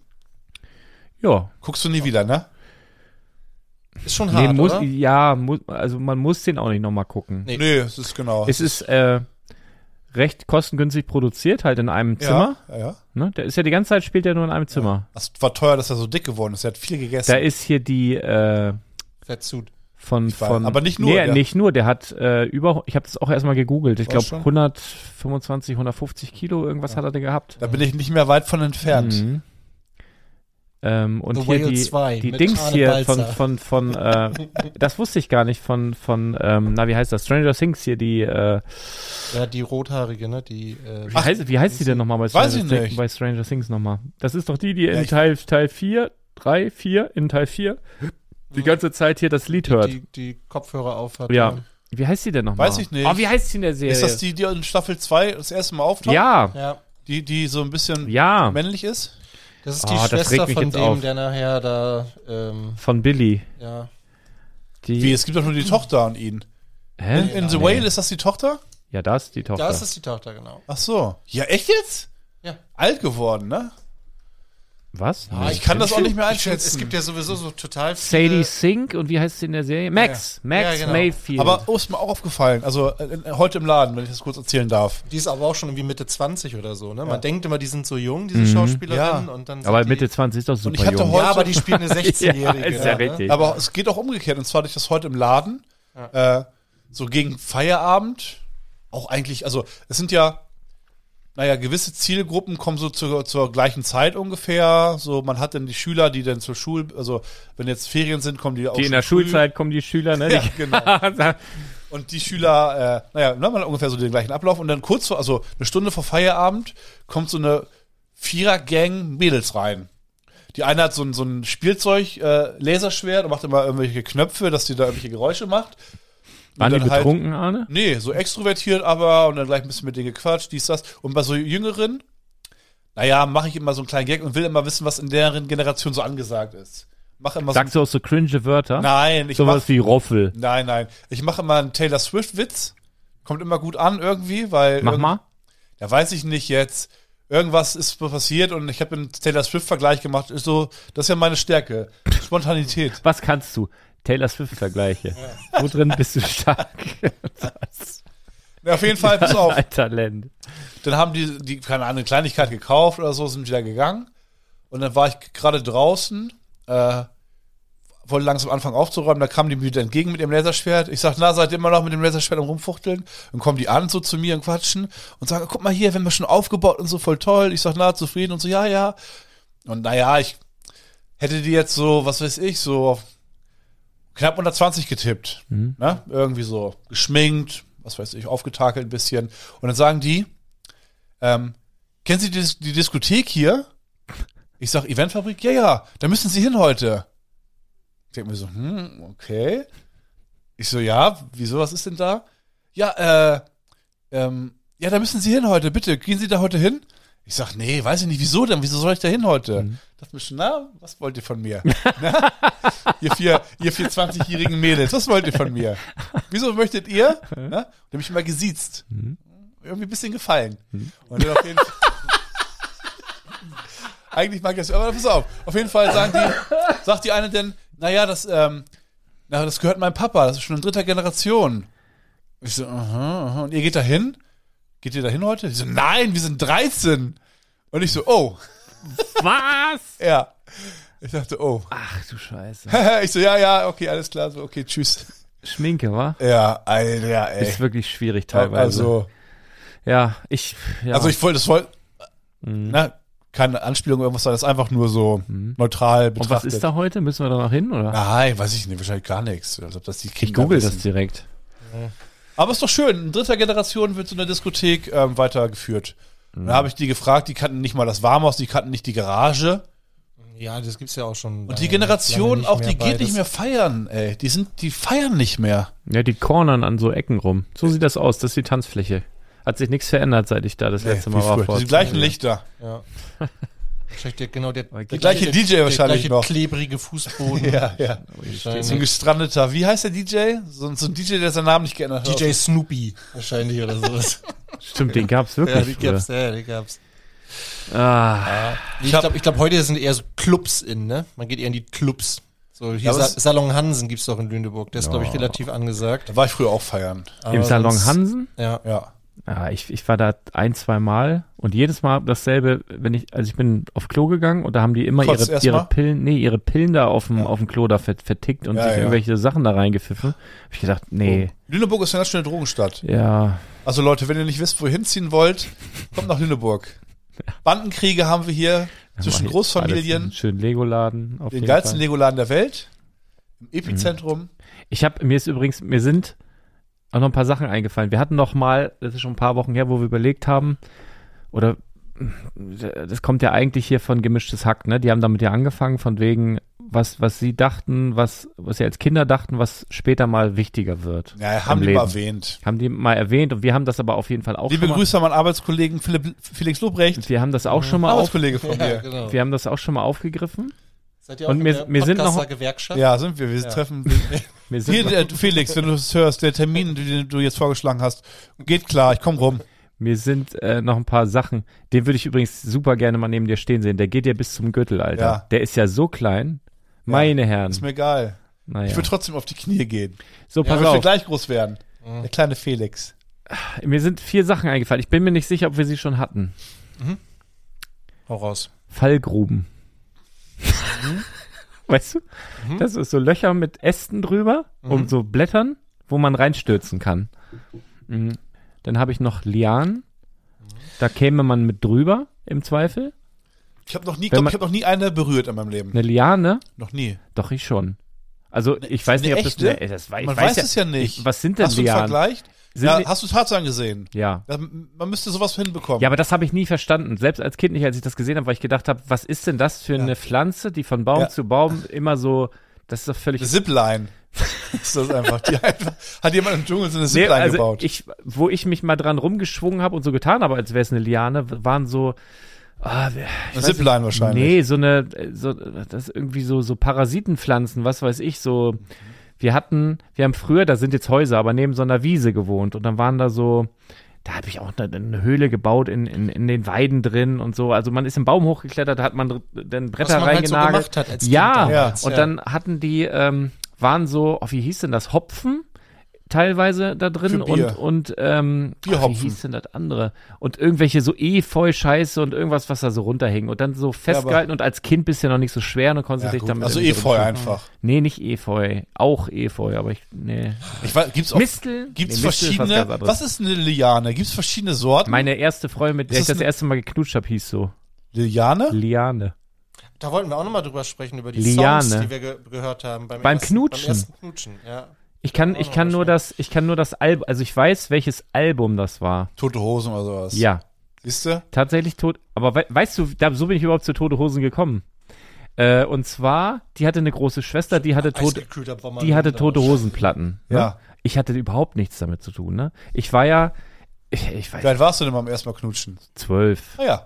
B: ja,
A: Guckst du nie wieder, ne?
D: Ist schon
B: nee,
D: hart,
B: muss,
D: oder?
B: ja, muss, also man muss den auch nicht nochmal gucken.
D: Nee.
A: Nee, es ist genau.
B: Es ist äh, recht kostengünstig produziert, halt in einem Zimmer.
A: Ja, ja.
B: Ne? Der ist ja die ganze Zeit spielt er nur in einem Zimmer.
A: Das war teuer, dass er so dick geworden ist. Er hat viel gegessen.
B: Da ist hier die äh,
D: Fettsuit.
B: von,
A: weiß,
B: von
A: aber nicht nur,
B: nee,
A: ja.
B: nicht nur, der hat äh, über ich habe das auch erstmal gegoogelt. Ich
A: Oh,
B: glaube
A: schon.
B: 125, 150 Kilo irgendwas hat er da gehabt.
A: Da bin ich nicht mehr weit von entfernt.
B: Mhm. Ähm, und
D: The
B: hier
D: Whale
B: die,
D: 2
B: die
D: mit
B: Dings
D: Arne
B: hier von,
D: Balzer.
B: von, von, äh, das wusste ich gar nicht, von, von, ähm, na, wie heißt das? Stranger Things hier, die, äh,
D: Ja, die rothaarige, ne? Die, äh,
B: wie, heißt, wie heißt die denn nochmal bei,
A: Weiß ich
B: Stranger Things-
A: nicht.
B: bei Stranger Things nochmal? Das ist doch die, die in
A: Ja, ich-
B: Teil, Teil 4, 3, 4, in Teil 4, die ganze Zeit hier das Lied hört.
D: die, die Kopfhörer auf hat. ne?
B: Ja. Wie heißt die denn nochmal?
A: Weiß ich nicht.
B: Oh, wie heißt sie in der Serie?
A: Ist das die, die in Staffel 2 das erste Mal auftaucht?
B: ja,
D: Ja.
A: Die, die so ein bisschen
B: ja,
A: männlich ist?
D: Das ist
B: Ah,
D: die
B: das
D: Schwester
B: regt mich
D: von
B: jetzt
D: dem,
B: auf.
D: der nachher da, ähm,
B: von Billy.
D: ja.
B: Die,
A: Wie, es gibt doch nur die Tochter an ihn.
B: hä?
A: In, in The Whale ist das die Tochter?
B: Ja, das ist die Tochter.
D: Das ist die Tochter, genau.
A: Ach so. Ja, echt jetzt?
D: Ja.
A: Alt geworden, ne?
B: Was?
D: Ah,
A: Ich kann das auch nicht mehr
D: Ich find,
A: einschätzen.
D: Es gibt ja sowieso so total
B: Sadie
D: viele.
B: Sink und wie heißt sie in der Serie? Max.
D: Ja.
B: Max
D: Ja, genau.
B: Mayfield.
A: aber oh, ist mir auch aufgefallen. Also äh, äh, heute im Laden, wenn ich das kurz erzählen darf.
D: Die ist aber auch schon irgendwie Mitte 20 oder so, ne? Man denkt immer, die sind so jung, diese Schauspielerinnen.
A: Ja.
D: Und dann sind
B: Mhm. Aber
D: die,
B: Mitte 20 ist doch super
A: ich hatte
B: jung.
A: heu-
D: Ja, aber die spielen eine 16-Jährige.
B: ja, ist ja
D: ne?
B: richtig.
A: Aber es geht auch umgekehrt. Und zwar durch das heute im Laden, äh, so gegen Feierabend, auch eigentlich, also es sind ja, naja, gewisse Zielgruppen kommen so zur, zur gleichen Zeit ungefähr. So, man hat dann die Schüler, die dann zur Schule, also wenn jetzt Ferien sind, kommen die auch
B: die in
A: schon
B: der
A: früh.
B: Schulzeit kommen die Schüler, ne?
A: Ja,
B: Die-
A: genau.
B: Da-
A: Und die Schüler, äh, naja, ne, man hat ungefähr so den gleichen Ablauf und dann kurz vor, also eine Stunde vor Feierabend kommt so eine Vierer-Gang Mädels rein. Die eine hat so ein, so ein Spielzeug, äh, Laserschwert und macht immer irgendwelche Knöpfe, dass die da irgendwelche Geräusche macht.
B: Waren die
A: dann halt-
B: betrunken, Arne?
A: Nee, so extrovertiert aber und dann gleich ein bisschen mit denen gequatscht, dies, das. Und bei so Jüngeren, naja, mache ich immer so einen kleinen Gag und will immer wissen, was in deren Generation so angesagt ist. Mach immer
B: Sagst
A: so.
B: du auch so cringe Wörter?
A: Nein, ich mach,
B: Sowas wie Roffel.
A: Nein, nein. Ich mache immer einen Taylor Swift-Witz. Kommt immer gut an irgendwie, weil.
B: Mach
A: irgend-
B: mal.
A: Ja, weiß ich nicht jetzt. Irgendwas ist passiert und ich habe einen Taylor Swift-Vergleich gemacht. Ist so, das ist ja meine Stärke. Spontanität.
B: Was kannst du? Taylor Swift-Vergleiche. Wo drin bist du stark?
A: Ja, auf jeden Fall, pass auf.
B: Ein Talent.
A: Dann haben die, die, keine Ahnung, eine Kleinigkeit gekauft oder so, sind wieder gegangen. Und dann war ich gerade draußen, äh, wollte langsam anfangen aufzuräumen, da kam die mir wieder entgegen mit ihrem Laserschwert. Ich sag, na, seid ihr immer noch mit dem Laserschwert am rumfuchteln? Dann kommen die an so zu mir und quatschen und sagen, guck mal hier, wir haben wir schon aufgebaut und so, voll toll. Ich sag, na, zufrieden und so, ja, ja. Und naja, ich hätte die jetzt so, was weiß ich, so auf knapp unter 20 getippt. Ne? Irgendwie so geschminkt, was weiß ich, aufgetakelt ein bisschen. Und dann sagen die, ähm, kennen Sie die, Dis die Diskothek hier? Ich sag, Eventfabrik? Ja, ja, da müssen Sie hin heute. Ich denk mir so, hm, okay. Ich so, ja, wieso, was ist denn da? Ja, äh, ähm, ja, da müssen Sie hin heute, bitte. Gehen Sie da heute hin? Ich sag, nee, weiß ich nicht, wieso denn? Wieso soll ich da hin heute? Dachte mir schon, na, was wollt ihr von mir? Na? ihr vier, ihr vier 20-jährigen Mädels, was wollt ihr von mir? Wieso möchtet ihr? Na? Und hab mich mal gesiezt. Irgendwie ein bisschen gefallen. Und dann auf jeden Fall. Eigentlich mag ich das, aber pass auf. Auf jeden Fall sagen die, sagt die eine denn, naja, das, ähm, na, das gehört meinem Papa, das ist schon in dritter Generation. Ich so, aha, aha. Und ihr geht da hin? Geht ihr da hin heute? Die so, nein, wir sind 13. Und ich so, oh,
B: Was?
A: ja. Ich dachte, oh.
B: Ach du Scheiße.
A: Ich so, ja, ja, okay, alles klar, so, okay, tschüss.
B: Schminke, wa?
A: Ja, Alter, ey.
B: Ist wirklich schwierig teilweise.
A: Also,
B: ja, ich. Ja. Mhm.
A: also ich wollte, das wollte, na, keine Anspielung, irgendwas, das ist einfach nur so neutral
B: Und was
A: betrachtet.
B: ist da heute? Müssen wir da noch hin? Oder?
A: Nein, weiß ich nicht, wahrscheinlich gar nichts. Als ob das die Kinder
B: ich google das
A: wissen.
B: direkt.
A: Aber ist doch schön. In dritter Generation wird so eine Diskothek ähm, weitergeführt.
B: Mhm.
A: Und Da habe ich die gefragt, die kannten nicht mal das Warmhaus, die kannten nicht die Garage.
D: Ja, das gibt's ja auch schon.
B: Äh,
A: Und die Generation, auch die geht nicht mehr feiern, ey. Die sind, die feiern nicht mehr.
B: Ja, die cornern an so Ecken rum. So sieht das aus. Das ist die Tanzfläche. Hat sich nichts verändert, seit ich da das letzte
A: Ey,
B: Mal
A: wie
B: war.
A: früher.
B: vor
A: Die gleichen
B: zwei Jahren.
A: Lichter.
D: Ja. Wahrscheinlich der, genau der, der,
B: gibt's-
A: gleiche DJ wahrscheinlich
D: der gleiche
A: noch.
D: klebrige Fußboden.
A: Ja, ja.
B: Mhm.
A: So ein
D: Wahrscheinlich.
A: gestrandeter, wie heißt der DJ? So, ein- so ein DJ, der seinen Namen nicht geändert hat.
D: DJ Snoopy wahrscheinlich oder sowas.
B: Stimmt, den gab's
D: ja,
B: wirklich.
D: die
B: früher.
D: gab's, ja, die gab's.
B: Ah,
D: Ich glaube, ich glaub, heute sind eher so Clubs in, ne? Man geht eher in die Clubs. So, hier
A: Ja, aber
D: Sa
A: es-
D: Salon Hansen gibt's doch in Lüneburg. Der ist, glaube ich,
B: Ja.
D: relativ angesagt.
A: Da war ich früher auch feiern.
B: Im
D: Aber
B: Salon
D: sonst-
B: Hansen?
D: Ja.
A: Ja.
B: Ja, ich, ich war da ein, zwei Mal und jedes Mal dasselbe, wenn ich, also ich bin auf Klo gegangen und da haben die immer
A: Kotzt
B: ihre,
A: erst mal?
B: ihre Pillen, nee, ihre Pillen da auf dem, auf dem Klo da vert, vertickt und
A: Ja,
B: sich
A: ja.
B: irgendwelche Sachen da reingepfiffen. Hab ich gedacht, nee,
A: Lüneburg ist eine ganz schöne Drogenstadt.
B: ja,
A: Also Leute, wenn ihr nicht wisst, wohin ziehen wollt, kommt nach Lüneburg. Bandenkriege haben wir hier zwischen
B: Alles
A: Großfamilien,
B: einen Schönen Legoladen. Auf
A: den
B: jeden
A: geilsten
B: Fall. Mhm.
A: Legoladen der Welt, im Epizentrum.
B: Ich habe mir ist übrigens, mir sind auch noch ein paar Sachen eingefallen. Wir hatten noch mal, das ist schon ein paar Wochen her, wo wir überlegt haben, oder das kommt ja eigentlich hier von gemischtes Hack, ne? Die haben damit ja angefangen, von wegen, was, was sie dachten, was, was sie als Kinder dachten, was später mal wichtiger wird.
A: Ja, haben
B: im
A: die mal
B: Leben.
A: erwähnt.
B: Haben die mal erwähnt und wir haben das aber auf jeden Fall auch
A: Liebe
B: schon
A: Grüße an meinen Arbeitskollegen Philipp, Felix
B: mal.
A: Lobrecht,
B: Wir haben das auch schon mal auf,
A: Arbeitskollege von
D: Ja,
A: mir.
D: genau.
B: wir haben das auch schon mal aufgegriffen.
D: Seid ihr
B: Und
D: in
B: mir-
D: der
B: mir sind noch-
D: Podcaster-Gewerkschaft?
A: Ja, sind wir. Wir treffen.
B: Wir sind
A: Hier, äh, Felix, wenn du es hörst, der Termin, den du jetzt vorgeschlagen hast, geht klar, ich komm rum.
B: Mir sind äh, noch ein paar Sachen. Den würde ich übrigens super gerne mal neben dir stehen sehen. Der geht ja bis zum Gürtel, Alter.
A: Ja.
B: Der ist ja so klein. Meine Herren.
A: Ist mir egal.
B: Naja.
A: Ich würde trotzdem auf die Knie gehen.
B: So,
A: Ich
B: pass
A: möchte
B: auf.
A: gleich groß werden.
D: Mhm.
A: Der kleine Felix.
B: Mir sind vier Sachen eingefallen. Ich bin mir nicht sicher, ob wir sie schon hatten.
D: Hau raus.
B: Fallgruben.
A: Mhm.
B: weißt du? Das ist so Löcher mit Ästen drüber
A: Mhm.
B: und so Blättern, wo man reinstürzen kann. Mhm. Dann habe ich noch
A: Mhm.
B: Lianen. Da käme man mit drüber, im Zweifel.
A: Ich habe noch nie,
B: Wenn
A: glaub,
B: man-
A: ich habe noch nie eine berührt in meinem Leben.
B: Eine Liane
A: Noch nie.
B: Doch, ich schon. Also, ich weiß
A: eine
B: nicht, ob das,
A: echte?
B: nee, das war, ich
A: ne? Man
B: weiß,
A: weiß es ja nicht.
B: Ich, was sind denn
A: Hast du einen
B: Lianen?
A: Vergleich?
B: Sind
A: ja,
B: die-
A: hast du Tatsachen gesehen?
B: Ja.
A: Da- Man müsste sowas hinbekommen.
B: Ja, aber das habe ich nie verstanden. Selbst als Kind nicht, als ich das gesehen habe, weil ich gedacht habe, was ist denn das für eine Pflanze, die von Baum
A: Ja.
B: zu Baum immer so, das ist doch
A: Eine
B: völlig.
A: Zipline. ist das einfach. Die einfach. Hat jemand im Dschungel so eine
B: Nee,
A: Zipline
B: also
A: gebaut?
B: ich, wo ich mich mal dran rumgeschwungen habe und so getan habe, als wäre es eine Liane, waren so, ah, wer-
A: Eine Zipline wahrscheinlich.
B: Nee, so eine, so, das ist irgendwie so, so Parasitenpflanzen, was weiß ich, so. Wir hatten, wir haben früher, da sind jetzt Häuser, aber neben so einer Wiese gewohnt und dann waren da so, da habe ich auch eine, eine Höhle gebaut in, in, in den Weiden drin und so. Also man ist im Baum hochgeklettert, da hat man dr- dann Bretter
D: man halt so
B: reingenagelt.
D: gemacht hat als Kind
B: ja,
A: damals,
B: und
D: ja.
B: dann hatten die, ähm, waren so, oh, wie hieß denn das, Hopfen? Teilweise da
A: Für
B: drin
A: Bier.
B: und, und ähm, ach, wie
A: Bierhopfen.
B: hieß denn das andere? Und irgendwelche so Efeu-Scheiße und irgendwas, was da so runterhing und dann so festgehalten und als Kind bist du ja noch nicht so schwer und dann konntest
A: Ja,
B: du dich
A: gut.
B: damit.
A: also
B: irgendwie
A: Efeu
B: so-
A: einfach.
B: Nee, nicht Efeu. Auch Efeu, aber ich, nee.
A: Ich weiß, gibt's auch,
B: Mistel?
A: gibt's
B: nee, Mistel ist was
A: verschiedene,
B: ganz anderes.
A: was ist eine Liane? Gibt's verschiedene Sorten?
B: Meine erste Freundin, mit der
A: Ist
B: ich
A: das
B: das
A: eine-
B: erste Mal geknutscht habe, hieß so
A: Liliane?
B: Liane.
D: Da wollten wir auch nochmal drüber sprechen, über die
B: Liane.
D: Songs, die wir ge gehört haben. Beim,
B: Beim
D: ersten,
B: Knutschen.
D: Beim ersten Knutschen, ja.
B: Ich kann,
A: Oh,
B: ich kann nur das, ich kann nur das Album, also ich weiß, welches Album das war.
A: Tote Hosen oder sowas.
B: Ja,
A: Siehst du?
B: tatsächlich tot. Aber we weißt du, da, so bin ich überhaupt zu Tote Hosen gekommen. Äh, und zwar, die hatte eine große Schwester, die hatte tote,
D: Eisgekühlter Bomber.
B: die hatte tote Hosenplatten. Ne?
A: Ja.
B: Ich hatte überhaupt nichts damit zu tun. Ne? Ich war ja, ich, ich
A: Wie
B: weiß,
A: alt warst du denn beim ersten Mal knutschen?
B: zwölf.
A: Naja.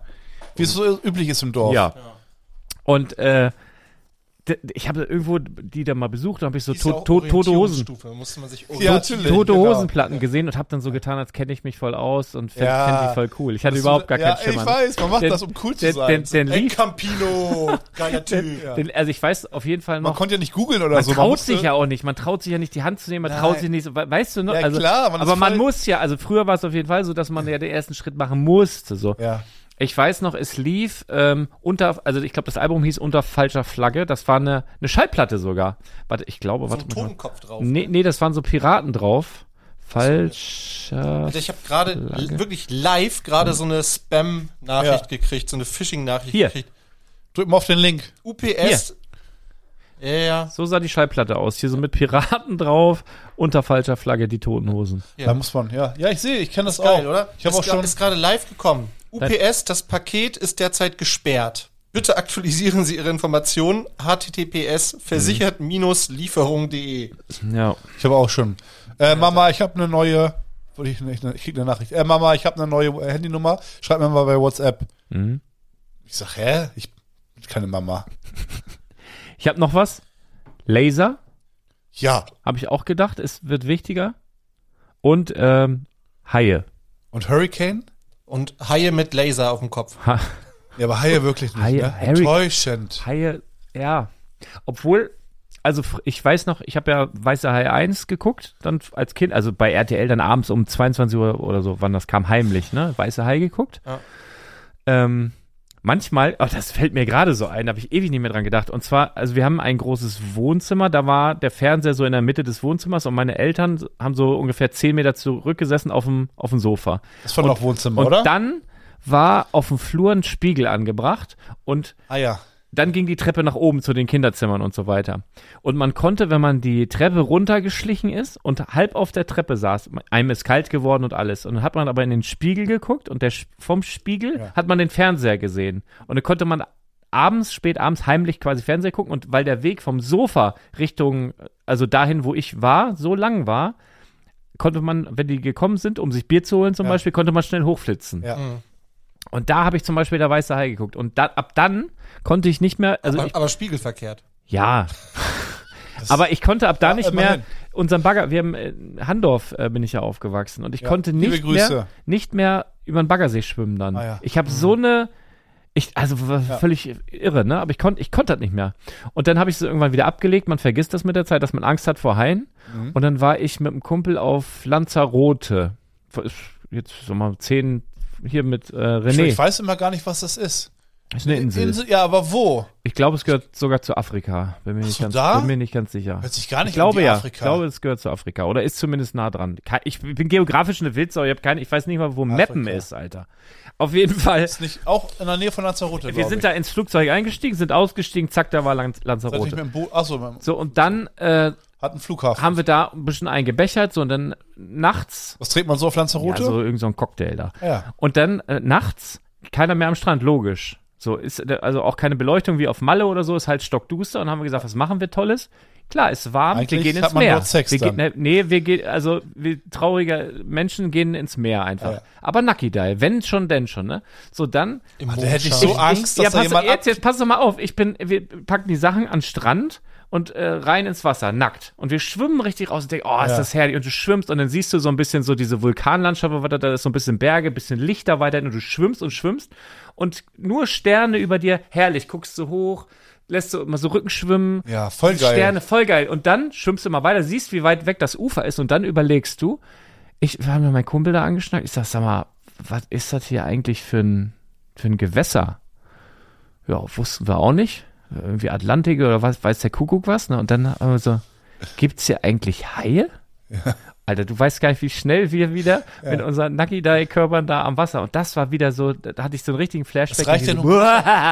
A: Wie es so üblich ist im Dorf.
B: Ja. Und äh, d- d- ich habe irgendwo die da mal besucht, da habe ich so
D: Die ist ja
B: to
D: auch
B: to tote Hosen.
D: Orientierungsstufe, musste man sich
A: Ja,
D: orientieren.
A: natürlich.
B: Tote
A: genau.
B: Hosenplatten gesehen und habe dann so getan, als kenne ich mich voll aus und fände
A: Ja.
B: fänd die voll cool. Ich hatte Also überhaupt gar
A: ja,
B: keinen Schimmer. ne?
A: Ich weiß, man macht
B: Den-
A: das, um cool zu
B: den-
A: sein.
B: den- den
A: Ey,
B: lief-
A: Campino, geiler Typ. Ja.
B: Den, also ich weiß auf jeden Fall
A: Man
B: noch,
A: konnte ja nicht googeln oder
B: man
A: Also so.
B: traut
A: musste-
B: sich ja auch nicht, man traut sich ja nicht die Hand zu nehmen, man traut sich nicht, so, we- weißt du noch?
A: Ja,
B: also,
A: klar, man ist
B: aber man
A: voll-
B: muss ja, also früher war es auf jeden Fall so, dass man ja den ersten Schritt machen musste, so.
A: Ja.
B: Ich weiß noch, es lief ähm, unter, also ich glaube, das Album hieß Unter falscher Flagge, das war eine, eine Schallplatte sogar. Warte, ich glaube,
D: So
B: warte
D: einen
B: mal.
D: Totenkopf drauf.
A: ne?
B: Nee, nee, das waren so Piraten drauf. Falscher
A: Also
D: Alter, ich habe gerade
B: Flagge.
D: l- wirklich live gerade so eine Spam-Nachricht
A: Ja.
D: gekriegt, so eine Phishing-Nachricht
B: Hier.
D: gekriegt.
A: Drück mal auf den Link.
D: UPS. Ja, ja.
B: So sah die Schallplatte aus. Hier so mit Piraten drauf, unter falscher Flagge die Toten Hosen.
D: ja.
A: Da muss man, ja. Ja, ich sehe, ich kenne das auch.
D: Geil, oder?
A: Ich habe
D: Ist
A: auch
D: gra-
A: schon.
D: Ist gerade live gekommen. UPS, das Paket ist derzeit gesperrt. Bitte aktualisieren Sie Ihre Informationen. HTTPS versichert-lieferung.de.
B: Ja.
A: Ich habe auch schon. Äh, Mama, ich habe eine neue. Wollte Ich, nicht, ich krieg eine Nachricht. Äh, Mama, ich habe eine neue Handynummer. Schreib mir mal bei WhatsApp.
B: Mhm.
A: Ich sag, hä? Ich keine Mama.
B: Ich habe noch was. Laser,
A: Ja.
B: habe ich auch gedacht, es wird wichtiger. Und ähm, Haie.
A: Und Hurricane?
D: Und Haie mit Laser auf dem Kopf.
B: Ha
A: Ja, aber Haie wirklich nicht.
B: Haie-
A: ne?
B: Harry-
A: Enttäuschend.
B: Haie, ja. Obwohl, also fr- ich weiß noch, ich habe ja Weiße Hai 1 geguckt, dann f- als Kind, also bei RTL dann abends um 22 Uhr oder so, wann das kam, heimlich, ne? Weiße Hai geguckt.
D: Ja.
B: Ähm, manchmal, oh, das fällt mir gerade so ein, da habe ich ewig nicht mehr dran gedacht. Und zwar, also wir haben ein großes Wohnzimmer, da war der Fernseher so in der Mitte des Wohnzimmers und meine Eltern haben so ungefähr 10 Meter zurückgesessen auf dem, auf dem Sofa.
A: Das war noch Wohnzimmer,
B: Und
A: oder?
B: dann war auf dem Flur ein Spiegel angebracht und
A: ah ja.
B: dann ging die Treppe nach oben zu den Kinderzimmern und so weiter. Und man konnte, wenn man die Treppe runtergeschlichen ist und halb auf der Treppe saß, einem ist kalt geworden und alles. Und dann hat man aber in den Spiegel geguckt und der, Sch- vom Spiegel
A: Ja.
B: hat man den Fernseher gesehen. Und dann konnte man abends, spät abends heimlich quasi Fernseher gucken und weil der Weg vom Sofa Richtung, also dahin, wo ich war, so lang war, konnte man, wenn die gekommen sind, um sich Bier zu holen zum
A: Ja.
B: Beispiel, konnte man schnell hochflitzen.
A: Ja.
B: Und da habe ich zum Beispiel der Weiße Hai geguckt. Und da, ab dann konnte ich nicht mehr, also
D: aber,
B: ich,
D: aber spiegelverkehrt.
B: ja. Aber ich konnte ab da nicht mehr
A: immerhin.
B: unseren Bagger, wir haben äh, in Handorf äh, bin ich ja aufgewachsen und ich
A: Ja,
B: konnte
A: liebe
B: nicht
A: Grüße.
B: mehr nicht mehr über den Baggersee schwimmen dann.
A: Ah, ja.
B: Ich habe so eine ich, also war
A: Ja.
B: völlig irre, ne? Aber ich konnte ich konnte das nicht mehr. Und dann habe ich es irgendwann wieder abgelegt. Man vergisst das mit der Zeit, dass man Angst hat vor Haien.
A: Mhm.
B: Und dann war ich mit einem Kumpel auf Lanzarote. Ist Jetzt so mal zehn hier mit äh, René.
A: Ich weiß immer gar nicht, was das ist.
B: ist eine Insel.
A: ja, aber wo?
B: Ich glaube, es gehört sogar zu Afrika. Bin mir nicht,
A: so,
B: ganz,
A: da?
B: bin mir nicht ganz sicher.
A: Hört sich gar nicht
B: Ich glaube
A: an um die
B: ja. Ich
A: Afrika.
B: glaube, es gehört zu Afrika oder ist zumindest nah dran. Ke- Ich bin geografisch eine Wildsau. Ich, hab keine, ich weiß nicht mal, wo Meppen ist, Alter. Auf jeden Fall.
A: ist nicht auch in der Nähe von Lanzarote.
B: Wir
A: glaub
B: sind
A: ich.
B: da ins Flugzeug eingestiegen, sind ausgestiegen. Zack, da war Lanz
A: Seid nicht
B: Lanzarote.
A: mit dem Boot. Achso, man
B: So und dann äh,
A: hat einen Flughafen.
B: haben wir da ein bisschen eingebechert. So und dann nachts.
A: was trägt man so auf Lanzarote?
B: Ja, so irgend so ein Cocktail da.
A: Ja.
B: Und dann äh, nachts keiner mehr am Strand, logisch. So ist äh, also auch keine Beleuchtung wie auf Malle oder so, ist halt stockduster und haben wir gesagt, was machen wir Tolles? Klar, ist warm,
A: Eigentlich
B: wir gehen
A: hat
B: ins
A: man
B: Meer.
A: dort Sex
B: wir
A: dann.
B: Gehen, ne, nee, wir gehen, also wir traurige Menschen gehen ins Meer einfach.
A: Ja.
B: Aber Nucky Dive, wenn schon, denn schon, ne? So dann
D: Im
A: da hätte ich
D: Mondschein.
A: so Angst, dass
B: Genau. ja,
A: da
B: pass,
A: jemand
B: jetzt,
A: ab-
B: jetzt pass doch mal auf. Ich bin, wir packen die Sachen an den Strand und äh, rein ins Wasser, nackt. Und wir schwimmen richtig raus und denken, oh, ist
A: Ja.
B: das herrlich. Und du schwimmst und dann siehst du so ein bisschen so diese Vulkanlandschaft, und weiter, da ist so ein bisschen Berge, bisschen Licht da weiterhin und du schwimmst und schwimmst und nur Sterne über dir, herrlich, guckst du hoch, lässt du immer so Rücken schwimmen.
A: Ja, voll geil.
B: Sterne, voll geil. Und dann schwimmst du mal weiter, siehst, wie weit weg das Ufer ist und dann überlegst du, ich wir haben mir meinen Kumpel da angeschnackt. Ich sag, sag mal, was ist das hier eigentlich für ein, für ein Gewässer? Ja, wussten wir auch nicht. Irgendwie Atlantik oder was, weiß der Kuckuck was. Ne? Und dann haben wir so, gibt's hier eigentlich Haie? Alter, du weißt gar nicht, wie schnell wir wieder mit unseren Nucky Dai Körpern da am Wasser. Und das war wieder so, da hatte ich so einen richtigen Flashback.
A: Das reicht ja
B: in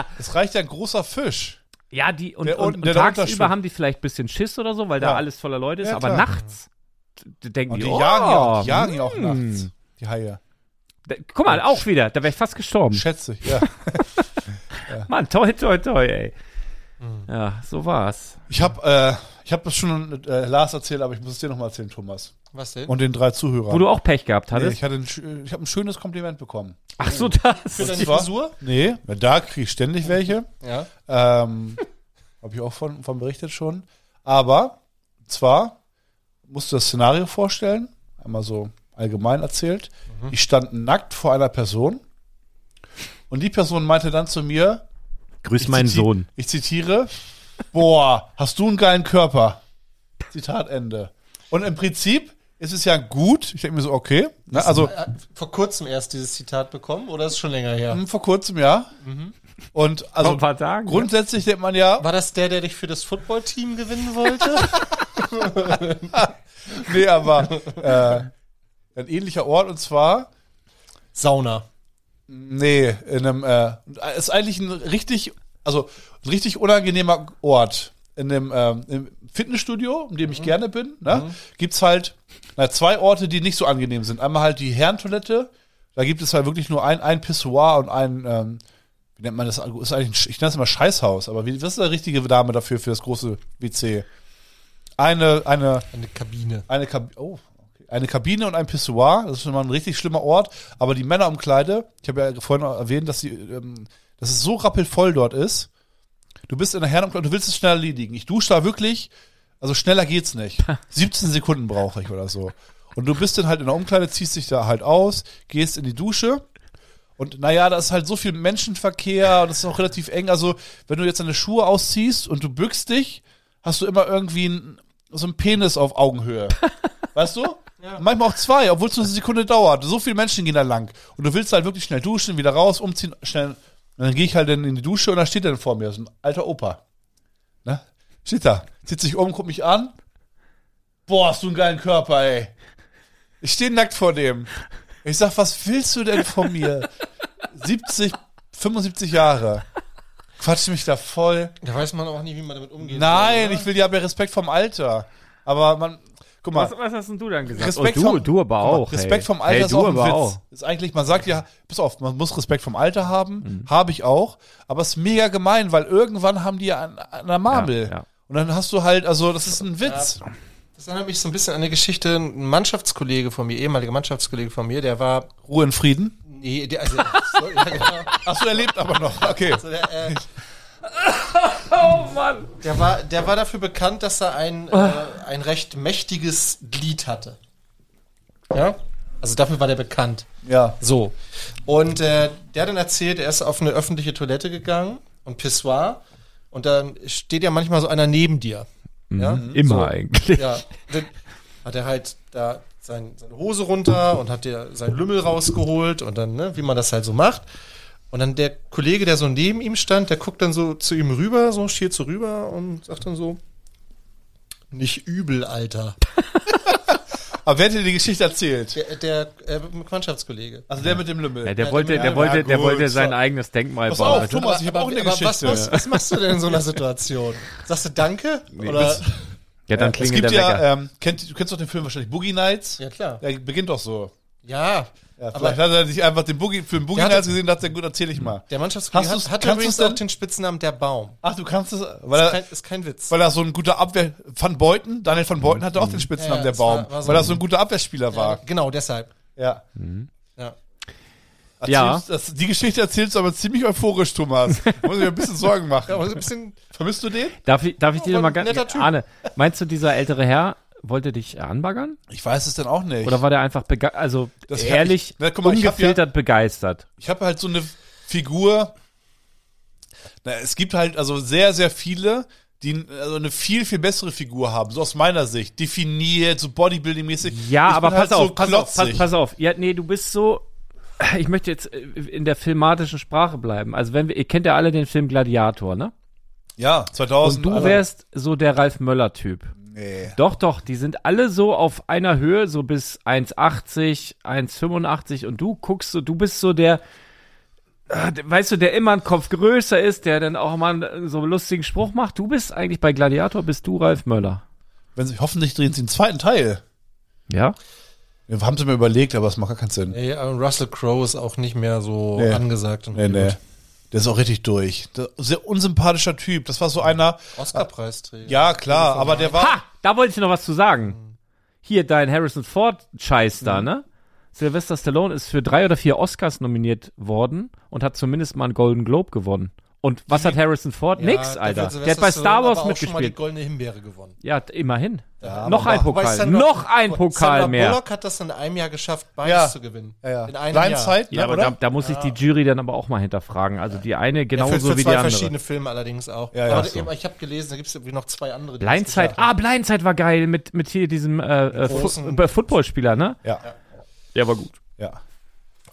B: diesem-
A: Es reicht ja ein großer Fisch.
B: Ja, die und,
A: Der
B: und,
A: unten,
B: und
A: der da
B: tagsüber
A: runterschwimmt.
B: haben die vielleicht ein bisschen Schiss oder so, weil da
A: Ja.
B: alles voller Leute ist,
A: Ja,
B: aber
A: klar.
B: nachts d- denken
A: Und
B: die,
A: die
B: oh,
A: jagen ja auch, die jagen ja auch
B: hm.
A: nachts. Die Haie.
B: Da, guck mal, auch wieder, da wäre ich fast gestorben.
A: Schätze ich, ja.
B: Mann, toi, toi, toi, ey. Ja, so war's.
A: Ich habe äh, ich hab das schon äh, Lars erzählt, aber ich muss es dir nochmal erzählen, Thomas.
D: Was denn?
A: Und den drei Zuhörern.
B: Wo du auch Pech gehabt
A: nee,
B: hattest.
A: ich hatte ein, sch- ich hab ein schönes Kompliment bekommen.
B: Ach so, das.
D: Für deine
A: zwar-
D: Frisur?
A: Nee, na, da kriege ich ständig welche.
D: Ja.
A: Ähm, Habe ich auch von, von berichtet schon. Aber zwar musst du das Szenario vorstellen, einmal so allgemein erzählt. Ich stand nackt vor einer Person und die Person meinte dann zu mir,
B: Grüß
A: ich ziti- Ich zitiere, boah, hast du einen geilen Körper. Zitat Ende. Und im Prinzip ist es ja gut. Ich denke mir so, okay. Ne? Also
D: Äh, Vor kurzem erst dieses Zitat bekommen oder ist es schon länger her?
A: hm, vor kurzem, ja. Und
B: Vor
A: also
B: ein paar Tagen.
A: grundsätzlich denkt man ja,
D: War das der, der dich für das Footballteam gewinnen wollte?
A: nee, aber äh, ein ähnlicher Ort und zwar,
D: Sauna.
A: nee, in einem, äh, ist eigentlich ein richtig, also ein richtig unangenehmer Ort. In dem ähm, im Fitnessstudio, in dem ich gerne bin, ne, gibt's halt na, zwei Orte, die nicht so angenehm sind. Einmal halt die Herrentoilette, da gibt es halt wirklich nur ein, ein Pissoir und ein, ähm, wie nennt man das? Also, Ist eigentlich ein, Sch- ich nenne es immer Scheißhaus, aber wie, was ist der richtige Name dafür, für das große WC? Eine, eine
D: Eine Kabine.
A: eine, Kab oh, okay. eine Kabine und ein Pissoir. Das ist schon mal ein richtig schlimmer Ort. Aber die Männerumkleide, ich habe ja vorhin auch erwähnt, dass, die, ähm, dass es so rappelvoll dort ist. Du bist in der Herrenumkleide, du willst es schnell erledigen. Ich dusche da wirklich, also schneller geht's nicht. 17 Sekunden brauche ich oder so. Und du bist dann halt in der Umkleide, ziehst dich da halt aus, gehst in die Dusche. Und naja, da ist halt so viel Menschenverkehr und es ist auch relativ eng. Also, wenn du jetzt deine Schuhe ausziehst und du bückst dich, hast du immer irgendwie einen, so einen Penis auf Augenhöhe. Weißt du? Manchmal auch zwei, obwohl es nur eine Sekunde dauert. So viele Menschen gehen da lang. Und du willst halt wirklich schnell duschen, wieder raus, umziehen, schnell. Und dann gehe ich halt dann in die Dusche und da steht dann vor mir so ein alter Opa. Ne? Steht da, zieht sich um, guckt mich an. Boah, hast du einen geilen Körper, ey. Ich stehe nackt vor dem. Ich sag, was willst du denn von mir? 70, 75 Jahre. Quatsch mich da voll.
D: Da weiß man auch nicht, wie man damit umgeht.
A: Nein, ich will, die haben ja Respekt vom Alter. Aber man, guck mal.
B: Was, was hast denn du dann gesagt?
A: Respekt
B: oh, du,
A: vom-
B: du aber
A: Guck mal,
B: auch.
A: Respekt
B: ey.
A: vom Alter
B: hey,
A: ist
B: du
A: auch ein
B: aber
A: Witz.
B: auch.
A: Ist eigentlich, man sagt ja, pass auf, man muss Respekt vom Alter haben,
B: Mhm.
A: habe ich auch, aber es ist mega gemein, weil irgendwann haben die ja an, an der Marmel.
B: Ja, ja.
A: Und dann hast du halt, also das ist ein Witz.
D: Das erinnert mich so ein bisschen an eine Geschichte. Ein Mannschaftskollege von mir, ehemaliger Mannschaftskollege von mir, der war.
A: Ruhe in Frieden.
D: Nee, der, also, ja, genau.
A: Achso, er lebt aber noch. Okay.
D: Also der, äh,
B: Oh Mann.
D: der, war, der war dafür bekannt, dass er ein, äh, ein recht mächtiges Glied hatte. Ja? Also dafür war der bekannt.
A: Ja.
D: So. Und äh, der hat dann erzählt, er ist auf eine öffentliche Toilette gegangen und Pissoir. Und dann steht ja manchmal so einer neben dir. Ja?
B: Immer
D: So.
B: eigentlich.
D: Ja. Dann hat er halt da sein, seine Hose runter und hat dir seinen Lümmel rausgeholt und dann, ne, wie man das halt so macht. Und dann der Kollege, der so neben ihm stand, der guckt dann so zu ihm rüber, so schielt so rüber und sagt dann so, nicht übel, Alter.
A: Aber wer hat dir die Geschichte erzählt?
D: Der, der äh, Mannschaftskollege.
A: Also der mit dem Lümmel.
B: Ja, der wollte, der wollte, der
A: gut,
B: wollte sein
A: so.
B: eigenes Denkmal
A: Pass
B: bauen.
A: auf,
B: Also,
A: Thomas, ich habe auch eine
D: was,
A: Geschichte.
D: was, was machst du denn in so einer Situation? Sagst du Danke? Oder?
B: ja, dann
A: es
B: klingelt
A: gibt
B: der Wecker.
A: ja, ähm, kennt, du kennst doch den Film wahrscheinlich, Boogie Nights.
D: Ja, klar.
A: Der beginnt doch so.
D: Ja.
A: Ja,
D: aber
A: vielleicht hat er sich einfach den Boogie, für den Boogie
D: Der Mhm. hatte-
A: Nights gesehen und dachte, gut, erzähl ich mal.
D: der Mannschaftskollege
A: Hast du's-
D: hat, hat
A: kannst
D: übrigens
A: du's denn-
D: auch den Spitznamen der Baum.
A: Ach, du kannst es, weil
D: Ist
A: er,
D: kein, ist kein Witz.
A: weil er so ein guter Abwehr, Van Beuten, Daniel Van Beuten hatte auch den Spitznamen
D: Mhm. Ja, ja,
A: der
D: das war-
A: Baum,
D: war so
A: weil er
D: ein-
A: so ein guter Abwehrspieler
D: Ja,
A: war.
D: genau, deshalb.
A: Ja.
D: Ja.
B: Ja.
A: Erzählst- Das, die Geschichte erzählst du aber ziemlich euphorisch, Thomas. Da muss ich mir ein bisschen Sorgen machen.
D: Aber so ein bisschen,
A: Vermisst du den?
B: Darf ich, darf ich dir
D: war
B: noch mal
D: ein
B: ganz,
D: netter Typ.
B: Arne, meinst du, dieser ältere Herr wollte dich anbaggern?
A: Ich weiß es denn auch nicht.
B: Oder war der einfach, bege also
A: Das hab
B: ehrlich,
A: ich- Na, guck mal, ich hab
B: ungefiltert begeistert?
A: ich habe halt so eine Figur. Na, es gibt halt also sehr, sehr viele, die n- also eine viel, viel bessere Figur haben, so aus meiner Sicht. Definiert, so bodybuilding-mäßig.
B: Ja,
A: Ich
B: aber
A: bin
B: pass
A: halt
B: auf,
A: so
B: pass auf, pass,
A: klotzig.
B: pass auf. Ja, nee, du bist so. Ich möchte jetzt äh, in der filmatischen Sprache bleiben. Also wenn wir, ihr kennt ja alle den Film Gladiator, ne?
A: Ja, 2000.
B: Und du
A: aber-
B: wärst so der Ralf Möller-Typ.
A: Nee.
B: Doch, doch, die sind alle so auf einer Höhe, so bis 1,80, 1,85 und du guckst so, du bist so der, äh, der- weißt du, der immer einen Kopf größer ist, der dann auch mal einen, äh, so einen lustigen Spruch macht. Du bist eigentlich bei Gladiator, bist du Ralf Möller.
A: Wenn sie, hoffentlich drehen sie den zweiten Teil.
B: Ja?
A: Wir haben es mir überlegt, aber es macht gar keinen Sinn.
D: Nee, aber Russell Crowe ist auch nicht mehr so
A: Nee.
D: angesagt. und
A: Nee,
D: gut.
A: nee. Der ist auch richtig durch. Der, sehr unsympathischer Typ. Das war so einer.
D: Oscar-Preisträger.
A: Ja, klar, aber der war.
B: Ha! Da wollte ich noch was zu sagen. Hier, dein Harrison Ford-Scheiß da,
D: Mhm.
B: ne? Sylvester Stallone ist für drei oder vier Oscars nominiert worden und hat zumindest mal einen Golden Globe gewonnen. Und was hat Harrison Ford?
D: Ja,
B: Nix,
D: dafür
B: Alter.
D: hat
B: Der hat
D: Sylvester
B: bei Star
D: Stallone
B: Wars
D: aber auch schon mal die
B: mitgespielt.
D: goldene Himbeere gewonnen.
B: Ja, t- immerhin.
A: Ja,
B: noch ein
A: aber-
B: Pokal.
D: Weil Sandra-
B: noch ein Pokal
D: Sandra
B: mehr.
D: Bullock hat das in einem Jahr geschafft, beides
A: Ja.
D: zu gewinnen.
A: Ja, ja.
D: In einem Jahr.
A: Blindzeit, ne,
B: Ja, aber
A: oder?
B: da, da muss sich die Jury dann aber auch mal hinterfragen. Also die eine
D: Ja, für,
B: genauso
D: für
B: wie die
D: zwei
B: andere.
D: verschiedene Filme allerdings auch.
A: Ja, ja.
D: aber
A: Ach so.
D: eben, ich habe gelesen, da gibt es irgendwie noch zwei andere. die das
B: Blindzeit.
D: geschafft haben.
B: Ah, Blindzeit war geil mit, mit hier diesem äh, äh,
D: großen-
B: Fu- äh, Footballspieler, ne?
A: Ja,
B: Der war gut.
A: ja.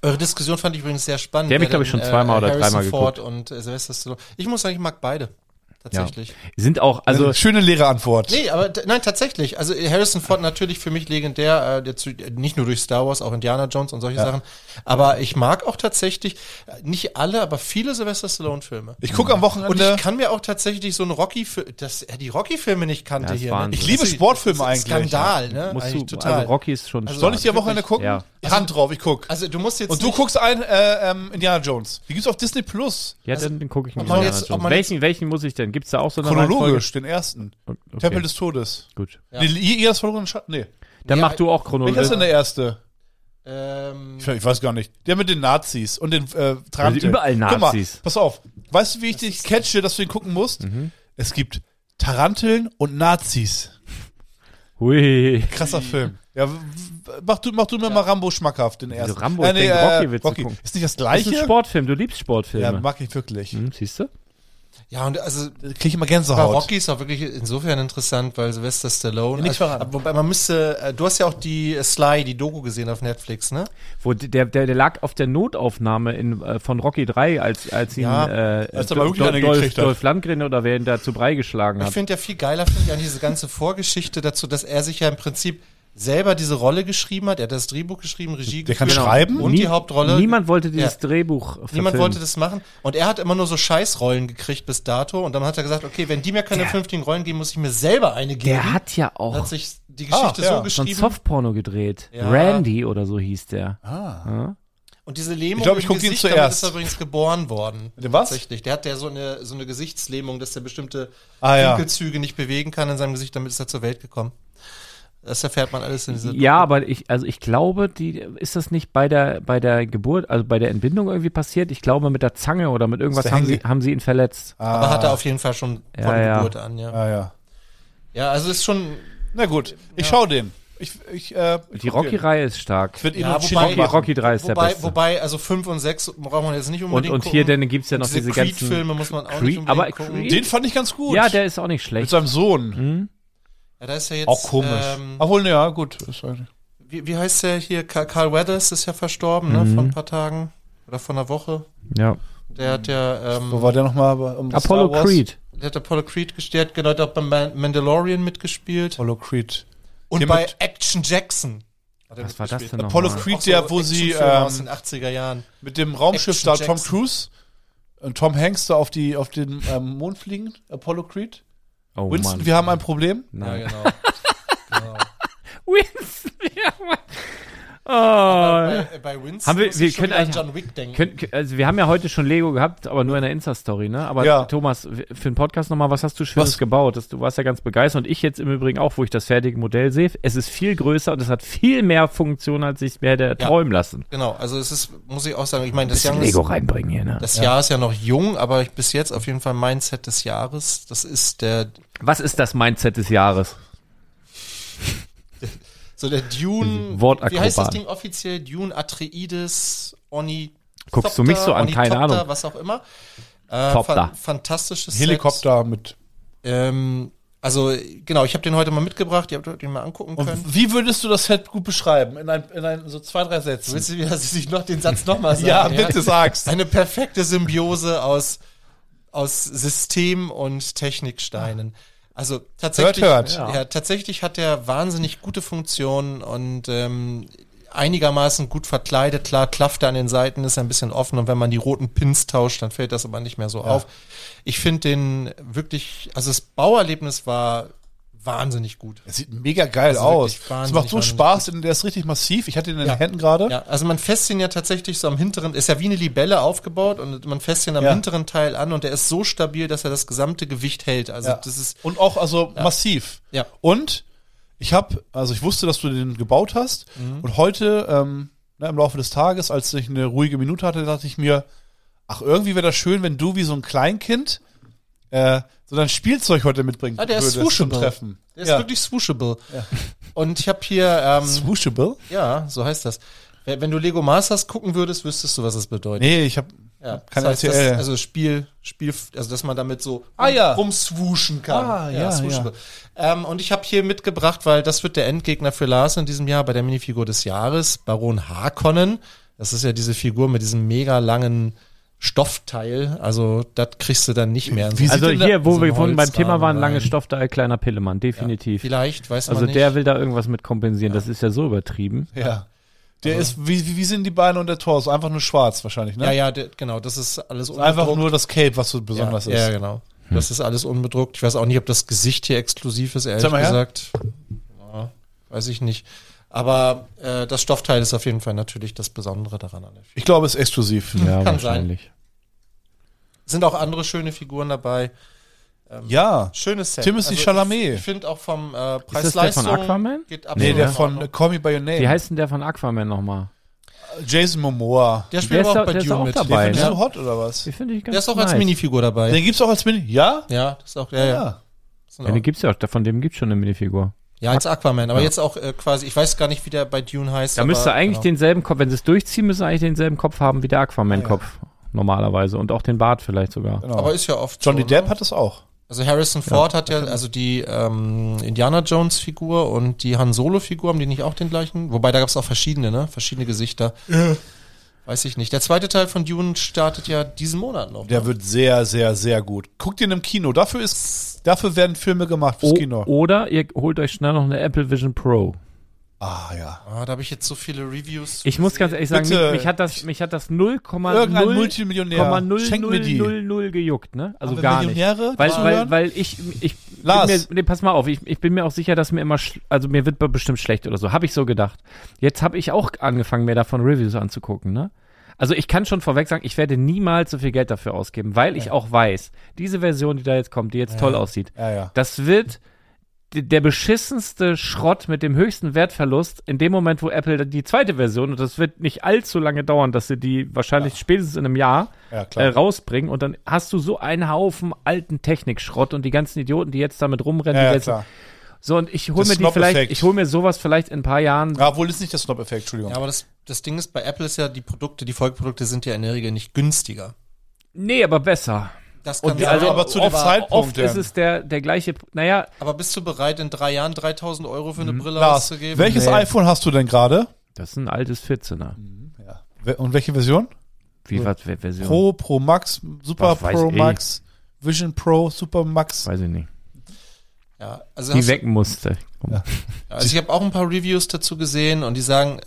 D: Eure Diskussion fand ich übrigens sehr spannend.
B: Die hab ich,
D: Wer
B: glaub ich,
D: denn, äh,
B: schon zweimal oder
D: Harrison
B: dreimal
D: Ford und äh, Sylvester Stallone. Ich muss sagen, ich mag beide. Tatsächlich.
B: Sind auch, also
A: Also, Schöne leere Antwort.
D: Nee, aber t- nein, tatsächlich. Also äh, Harrison Ford natürlich für mich legendär, äh, der zu, äh, nicht nur durch Star Wars, auch Indiana Jones und solche Sachen. Aber ich mag auch tatsächlich, äh, nicht alle, aber viele Sylvester Stallone-Filme.
A: Ich gucke am
D: Und
A: Wochenende.
D: ich kann mir auch tatsächlich so einen Rocky, das, äh, die Rocky-Filme nicht kannte
B: Ja, ist
D: hier. Ne?
B: Wahnsinn. Ich
A: liebe
D: Das ist-
A: Sportfilme
D: das ist ein
A: eigentlich.
D: Skandal, ne?
B: musst
D: Eigentlich
B: du, also Rocky ist schon
D: Also
A: Soll ich dir am Wochenende gucken?
B: Ja.
A: Hand drauf, ich guck.
D: also du musst jetzt
A: Und du
D: nicht-
A: guckst ein äh, ähm, Indiana Jones. Die gibt's auf Disney Plus.
B: Ja, dann, dann gucke ich mir
D: ob man
B: Indiana
D: jetzt- ob
B: Jones.
D: man jetzt-
B: Welchen, welchen muss ich denn? Gibt's da auch so eine
A: Chronologisch, den ersten.
B: Reihenfolge? Okay,
A: Tempel des Todes.
B: gut.
D: Ja.
A: Nee, jedes verlorene Schatz. Nee.
B: Dann
D: Ja,
B: mach du auch
A: Welcher ist denn
B: chronologisch.
A: der erste?
D: Ähm,
A: Ich, ich weiß gar nicht. Der mit den Nazis und den äh, Tranten.
B: Also überall Nazis. Mhm.
A: Guck mal, pass auf. Weißt du, wie ich dich catche, dass du ihn gucken musst? Es gibt Taranteln und Nazis.
B: Hui.
A: Krasser Film. Ja, w- w- mach du, mach du mir mal Rambo schmackhaft, den ersten. Äh,
B: Rambo, ich denk, Rocky willst du gucken.
A: Ist nicht das
B: Das ist
A: gleiche?
B: ein Sportfilm, du liebst
A: ja,
B: Sportfilme.
A: mag ich wirklich.
B: hm, siehst du?
D: ja, und also
A: Da Krieg ich immer
D: Bei
A: Gänsehaut.
D: Rocky ist auch wirklich insofern interessant, weil Sylvester Stallone.
A: Ja, nichts verraten.
D: also, wobei man müsste, äh, du hast ja auch die äh, Sly, die Doku gesehen auf Netflix, ne?
B: Wo d- der, der, der lag auf der Notaufnahme in, äh, von Rocky 3, als, als ihn
D: Ja,
B: äh,
A: als er
B: Do-
A: mal wirklich
B: Do-
A: eine
B: Dolph,
A: gekriegt hat.
B: Dolph Landgren oder wer ihn da zu Brei geschlagen
D: Ich
B: hat.
D: finde ja viel geiler, finde ich an diese ganze Vorgeschichte dazu, dass er sich ja im Prinzip selber diese Rolle geschrieben hat. Er hat das Drehbuch geschrieben, Regie
A: Der kann
D: geführt
A: schreiben?
D: und die Hauptrolle.
B: Niemand wollte dieses
D: Ja.
B: Drehbuch verfilmen.
D: Niemand wollte das machen. Und er hat immer nur so Scheißrollen gekriegt bis dato. Und dann hat er gesagt, okay, wenn die mir keine vernünftigen Rollen geben, muss ich mir selber eine geben.
B: Der hat ja
D: Und hat
B: auch
D: sich die Geschichte
A: Ah, ja.
D: so
B: so ein
D: geschrieben.
B: Softporno gedreht.
D: Ja. Ah,
B: Randy oder so hieß der.
D: Und diese Lähmung
A: Ich glaub, ich
D: im
A: guck ihn
D: Gesicht,
A: zuerst.
D: ist er übrigens geboren worden.
A: Mit dem was?
D: Tatsächlich. Der hat ja so eine, so eine Gesichtslähmung, dass er bestimmte
A: Ah, ja.
D: Winkelzüge nicht bewegen kann in seinem Gesicht, damit ist er zur Welt gekommen. Das erfährt man alles in dieser
B: Ja, aber ich, also ich glaube, die, ist das nicht bei der, bei der Geburt, also bei der Entbindung irgendwie passiert? Ich glaube, mit der Zange oder mit irgendwas
A: der
B: haben sie,
A: Hänge-
B: haben sie ihn verletzt.
D: Aber hat er auf jeden Fall schon von
B: Ja, ja.
D: Geburt an, ja.
A: Ah, ja.
D: Ja, also ist schon.
A: Na gut, ich schau den. Ich, ich, äh, ich
B: Die
A: guck den.
B: Rocky-Reihe ist stark.
A: Ich würde ihn
D: Ja,
A: noch
D: wobei-
A: Chili
B: Rocky,
A: machen.
B: Rocky 3 ist der
D: Wobei,
B: beste.
D: wobei, also 5 und 6 braucht man jetzt nicht
B: und,
D: unbedingt.
B: und hier
D: gucken.
B: dann gibt's ja noch
D: diese,
B: diese, ganzen.
D: Creed-Filme muss man auch
B: Creed-
D: nicht unbedingt
B: aber
D: gucken.
B: Creed-
A: Den fand ich ganz gut.
B: Ja, der Mhm. ist auch nicht
A: mit
B: schlecht.
A: seinem Sohn.
D: Ja, da ist ja jetzt.
A: Auch komisch.
D: Ähm,
A: Obwohl, ne, ja, gut. Ist eigentlich-
D: wie, wie heißt der hier? Ka- Carl Weathers ist ja verstorben,
B: Mhm.
D: ne? Vor ein paar Tagen. Oder vor einer Woche.
B: Ja.
D: Der hat ja. Ähm,
A: Wo war der nochmal? Bei- Um
B: Apollo
A: Star Wars?
B: Creed.
D: Der hat Apollo Creed gestellt, genau, der hat bei Man- Mandalorian mitgespielt.
A: Apollo Creed.
D: Und
A: Hier
D: bei
A: mit-
D: Action Jackson. hat er
B: Was war das
D: mitgespielt.
B: denn noch?
A: Apollo
B: mal?
A: Creed,
D: Auch
A: der, wo sie
D: Actionfilme aus
A: ähm,
D: den 80er Jahren.
A: mit dem Raumschiff
D: Action
A: da Tom
D: Jackson.
A: Cruise und Tom Hanks da auf, die, auf den ähm, Mond fliegen. Apollo Creed.
B: Oh,
A: Winston,
B: Mann.
A: wir haben ein Problem.
B: Nein.
D: genau.
B: Winston, wir haben. Oh.
D: bei, bei Winston
B: Haben wir-
D: muss ich
B: wir
D: schon
B: können
D: wieder
B: eigentlich-
D: an John Wick denken.
B: Könnt, also wir haben ja heute schon Lego gehabt, aber nur in der Insta-Story, ne? Aber
A: Ja.
B: Thomas, w- für den Podcast nochmal, was hast du Schönes
A: Was?
B: gebaut? Das, du warst ja ganz begeistert und ich jetzt im Übrigen auch, wo ich das fertige Modell sehe. Es ist viel größer und es hat viel mehr Funktion, als ich mir hätte träumen lassen.
D: genau, also es ist, muss ich auch sagen, ich meine, das, Jahr
B: Bisschen
D: ist,
B: Lego reinbringen hier, ne?
D: das Jahr ist ja noch jung, aber ich, bis jetzt auf jeden Fall mein Set des Jahres. Das ist der,
B: Was ist das Mindset des Jahres?
D: so der Dune.
B: Wortakrobat.
D: Wie heißt das Ding offiziell? Dune Atreides Oni.
B: Guckst du mich so an? Keine Ahnung.
D: Was auch immer. Äh,
B: Topter.
D: fan- fantastisches Set.
A: Helikopter mit.
D: Ähm, also genau, ich habe den heute mal mitgebracht, ihr habt ihn mal angucken können.
A: Und wie würdest du das Set gut beschreiben? In, ein, in ein, so zwei, drei Sätzen.
D: Willst du, dass ich noch den Satz nochmal sage?
A: Ja, bitte sag's.
D: Eine perfekte Symbiose aus, aus System und Techniksteinen. Also tatsächlich,
A: Hört,
B: hört.
D: Ja. tatsächlich hat der wahnsinnig gute Funktionen und ähm, einigermaßen gut verkleidet. Klar, Klafter an den Seiten ist ein bisschen offen und wenn man die roten Pins tauscht, dann fällt das aber nicht mehr so auf. Ich finde den wirklich, also das Bauerlebnis war wahnsinnig gut.
A: Es sieht mega geil
D: Also
A: aus.
D: wirklich
A: Es
D: wahnsinnig,
A: macht so
D: wahnsinnig
A: Spaß, denn der ist richtig massiv. Ich hatte ihn in
D: Ja.
A: den Händen gerade.
D: Ja, also man fässt ihn ja tatsächlich so am hinteren, ist ja wie eine Libelle aufgebaut und man fässt ihn am
A: Ja.
D: hinteren Teil an und der ist so stabil, dass er das gesamte Gewicht hält. Also
A: Ja.
D: das ist
A: Und auch also massiv.
D: Ja.
A: Und ich habe, also ich wusste, dass du den gebaut hast.
D: Mhm.
A: Und heute, ähm, ne, im Laufe des Tages, als ich eine ruhige Minute hatte, dachte ich mir, ach, irgendwie wäre das schön, wenn du wie so ein Kleinkind äh, so dein Spielzeug heute mitbringen
D: Ah, der ist
A: zum
D: swooshable.
A: Treffen.
D: Der ist
A: ja.
D: wirklich swooshable.
A: Ja.
D: Und ich habe hier, ähm,
A: swooshable?
D: ja, so heißt das. Wenn wenn du Lego Masters gucken würdest, wüsstest du, was das bedeutet.
A: Nee, ich habe
D: ja,
A: kein
D: das heißt,
A: RTL.
D: Das, also Spiel, Spiel, also dass man damit so
A: Ah, ja.
D: rumswooschen kann.
A: Ah, ja,
D: swooshable. Ähm, und ich habe hier mitgebracht, weil das wird der Endgegner für Lars in diesem Jahr bei der Minifigur des Jahres, Baron Harkonnen. Das ist ja diese Figur mit diesem mega langen Stoffteil. Also das kriegst du dann nicht mehr. in so
A: Wie
D: einem-
A: sieht
B: Also
A: denn da-
B: hier, wo
D: so
B: wir
D: ein
B: vorhin beim Thema
D: Holzrahmen
B: waren, langes
D: rein.
B: Stoffteil, kleiner Pillemann, definitiv.
D: Vielleicht, weiß man
B: also
D: nicht.
B: der will da irgendwas mit kompensieren, das ist ja so übertrieben.
A: Ja. Der ist, wie, wie- wie sind die Beine und der Torso? Einfach nur schwarz wahrscheinlich, ne?
D: Also- Ja, ja, der, genau, das ist alles
A: Einfach
D: unbedruckt.
A: nur das Cape, was so
D: ja,
A: besonders
D: Ja,
A: ist. Hm.
D: genau. Das ist alles unbedruckt. Ich weiß auch nicht, ob das Gesicht hier exklusiv ist, ehrlich
A: Sag mal her.
D: gesagt. Ja, weiß ich nicht. Aber äh, das Stoffteil ist auf jeden Fall natürlich das Besondere daran. An der Figur.
A: Ich glaube, es ist exklusiv.
B: Ja,
D: kann sein. Sind auch andere schöne Figuren dabei.
A: Ja.
D: Schönes Set. Also
A: Timothy Chalamet.
D: Ich, ich finde auch vom äh,
B: das der von
D: Preis-Leistung
B: Aquaman?
D: geht absolut
A: Nee, der
D: in
A: von
D: Ordnung.
A: äh, Call Me By Your Name.
B: Wie heißt denn der von Aquaman nochmal?
A: Jason Momoa.
D: der
B: der
D: spielt aber
B: ist
D: auch
B: da-
D: bei
B: der ist
D: Dune
B: auch
D: mit.
B: dabei,
D: Den
A: Bist
B: ne?
A: du
D: find ich-
A: hot oder was?
B: Die finde ich ganz
D: Der ist auch als
B: nice.
D: Minifigur dabei.
A: Den gibt's auch als Mini. Ja?
D: ja, das ist auch, ja, ja. Sind
B: Ja,
D: auch-
B: den gibt's ja auch, von dem gibt's schon eine Minifigur.
D: Ja, als Aquaman, aber jetzt auch äh, quasi, ich weiß gar nicht, wie der bei Dune heißt.
B: Da
D: aber-
B: müsste eigentlich
D: genau.
B: denselben Kopf, wenn sie es durchziehen, müsste eigentlich denselben Kopf haben wie der Aquaman-Kopf. Normalerweise. Und auch den Bart vielleicht sogar.
A: Genau.
D: Aber ist ja oft.
A: Johnny
D: so, ne?
A: Depp hat das auch.
D: Also Harrison Ford hat ja, also die ähm, Indiana Jones Figur und die Han Solo Figur, haben die nicht auch den gleichen? Wobei da gab es auch verschiedene, ne? Verschiedene Gesichter. Weiß ich nicht. Der zweite Teil von Dune startet ja diesen Monat noch.
A: Der wird sehr, sehr, sehr gut. Guckt ihn im Kino. Dafür ist, dafür werden Filme gemacht fürs
B: O-
A: Kino.
B: Oder ihr holt euch schnell noch eine Apple Vision Pro.
A: Ah, ja.
D: Ah, da habe ich jetzt so viele Reviews.
B: Ich muss ganz ehrlich sagen,
A: Bitte.
B: mich, mich hat das, mich hat das
A: Irgendein
B: 0,0
A: Multimillionär. Schenk mir die.
B: 0,0000 gejuckt, ne? Also
A: Haben wir
B: gar nicht.
A: Millionäre
B: Weil,
A: zuhören?
B: weil, weil ich, ich
A: Lars.
B: Bin mir, nee, pass mal auf, ich, ich bin mir auch sicher, dass mir immer, schl- also mir wird bestimmt schlecht oder so, habe ich so gedacht. Jetzt habe ich auch angefangen, mir davon Reviews anzugucken, ne? Also ich kann schon vorweg sagen, ich werde niemals so viel Geld dafür ausgeben, weil ich auch weiß, diese Version, die da jetzt kommt, die jetzt toll aussieht,
A: Ja, ja.
B: das wird d- der beschissenste Schrott mit dem höchsten Wertverlust in dem Moment, wo Apple die zweite Version, und das wird nicht allzu lange dauern, dass sie die wahrscheinlich spätestens in einem Jahr
A: Ja, klar.
B: äh, rausbringen und dann hast du so einen Haufen alten Technikschrott und die ganzen Idioten, die jetzt damit rumrennen.
A: Ja,
B: die
A: ja,
B: jetzt,
A: klar.
B: So, und ich hole
A: Das
B: mir die
A: Snob-Effekt.
B: vielleicht, ich hole mir sowas vielleicht in ein paar Jahren.
A: Ja, wohl ist nicht der Snob-Effekt, Entschuldigung.
D: ja, aber das, das Ding ist, bei Apple ist ja die Produkte, die Folgeprodukte sind ja in der Regel nicht günstiger.
B: Nee, aber besser.
D: Das kann
A: Und
D: sein,
A: also- aber zu dem
B: oft-
A: Zeitpunkt,
B: Oft ist
A: ähm.
B: es der, der gleiche, naja,
D: aber bist du bereit, in drei Jahren 3000 Euro für eine Brille
A: Hm. Lars,
D: auszugeben?
A: welches
B: Nee.
A: iPhone hast du denn gerade?
B: das ist ein altes 14er.
A: Ja. We- Und welche Version?
B: Wie was, wer- Version?
A: Pro, Pro Max, Super
B: Was weiß
A: Pro
B: ich.
A: Max, Vision Pro, Super Max.
B: Weiß ich nicht.
D: Ja, also
B: Die
D: hast du-
B: weg musste.
D: Also ich habe auch ein paar Reviews dazu gesehen und die sagen,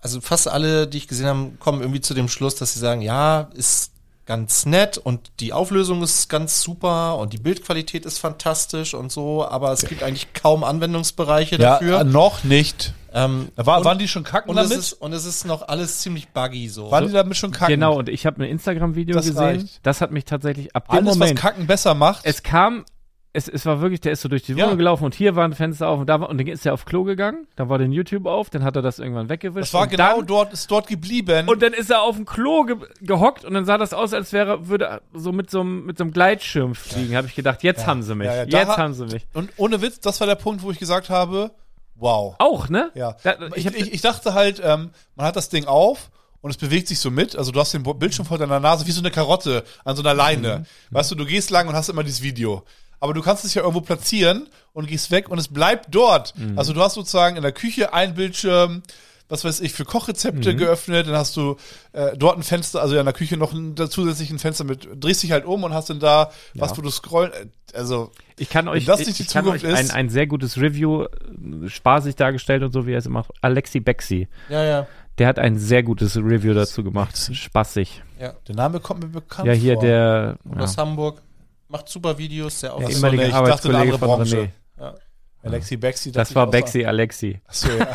D: also fast alle, die ich gesehen habe, kommen irgendwie zu dem Schluss, dass sie sagen, ja, ist ganz nett und die Auflösung ist ganz super und die Bildqualität ist fantastisch und so, aber es gibt eigentlich kaum Anwendungsbereiche
A: äh,
D: dafür.
A: noch nicht.
D: Ähm,
A: War,
D: und,
A: waren die schon kacken
D: und, es
A: damit?
D: ist, und es ist noch alles ziemlich buggy so.
A: waren die damit schon kacken?
B: Genau, und ich habe ein Instagram-Video
A: Das
B: gesehen.
A: reicht.
B: Das hat mich tatsächlich ab dem
A: Alles,
B: Moment.
A: was Kacken besser macht.
B: es kam, es, es war wirklich, der ist so durch die
A: Ja.
B: Wohnung gelaufen und hier war ein Fenster auf und da war, und dann ist er auf Klo gegangen, da war den YouTube auf, dann hat er das irgendwann weggewischt.
A: das war
B: und
A: genau
B: dann,
A: dort, ist dort geblieben.
B: Und dann ist er auf dem Klo ge gehockt und dann sah das aus, als wäre, würde er so mit so einem, mit so einem Gleitschirm fliegen. Habe ich gedacht, jetzt haben sie mich,
A: Ja, ja, da
B: jetzt
A: hat-
B: haben sie mich.
A: Und ohne Witz, das war der Punkt, wo ich gesagt habe, wow.
B: Auch, ne?
A: Ja.
B: Da,
A: ich,
B: ich
A: ich,
B: hab,
A: ich, dachte halt, ähm, man hat das Ding auf und es bewegt sich so mit. Also du hast den Bo- Bildschirm vor deiner Nase wie so eine Karotte an so einer
B: Mhm.
A: Leine. Weißt du, du gehst lang und hast immer dieses Video. Aber du kannst es ja irgendwo
B: Mhm.
A: platzieren und gehst weg und es bleibt dort. Also du hast sozusagen in der Küche einen Bildschirm, was weiß ich, für Kochrezepte
B: Mhm.
A: geöffnet. Dann hast du äh, dort ein Fenster, also ja in der Küche noch ein da- zusätzlichen Fenster mit, drehst dich halt um und hast dann da was, wo du scrollen. äh, Also,
B: Ich kann euch,
A: das nicht die
B: ich kann euch
A: Zukunft
B: ein,
A: ist-
B: ein sehr gutes Review, äh, spaßig dargestellt und so, wie er es immer Alexi Bexi.
D: Ja, ja.
B: Der hat ein sehr gutes Review dazu gemacht. Spaßig.
A: der Name kommt mir bekannt
B: Ja, hier
A: vor.
B: der ja,
D: Aus Hamburg. Macht super Videos, der auch.
A: Ach so,
B: ehemalige
A: nee, ich dachte, eine
B: Arbeitskollege
A: andere
B: von
A: Branche.
B: René.
A: Alexi Bexi.
B: Das war Bexi Alexi.
A: Achso, ja.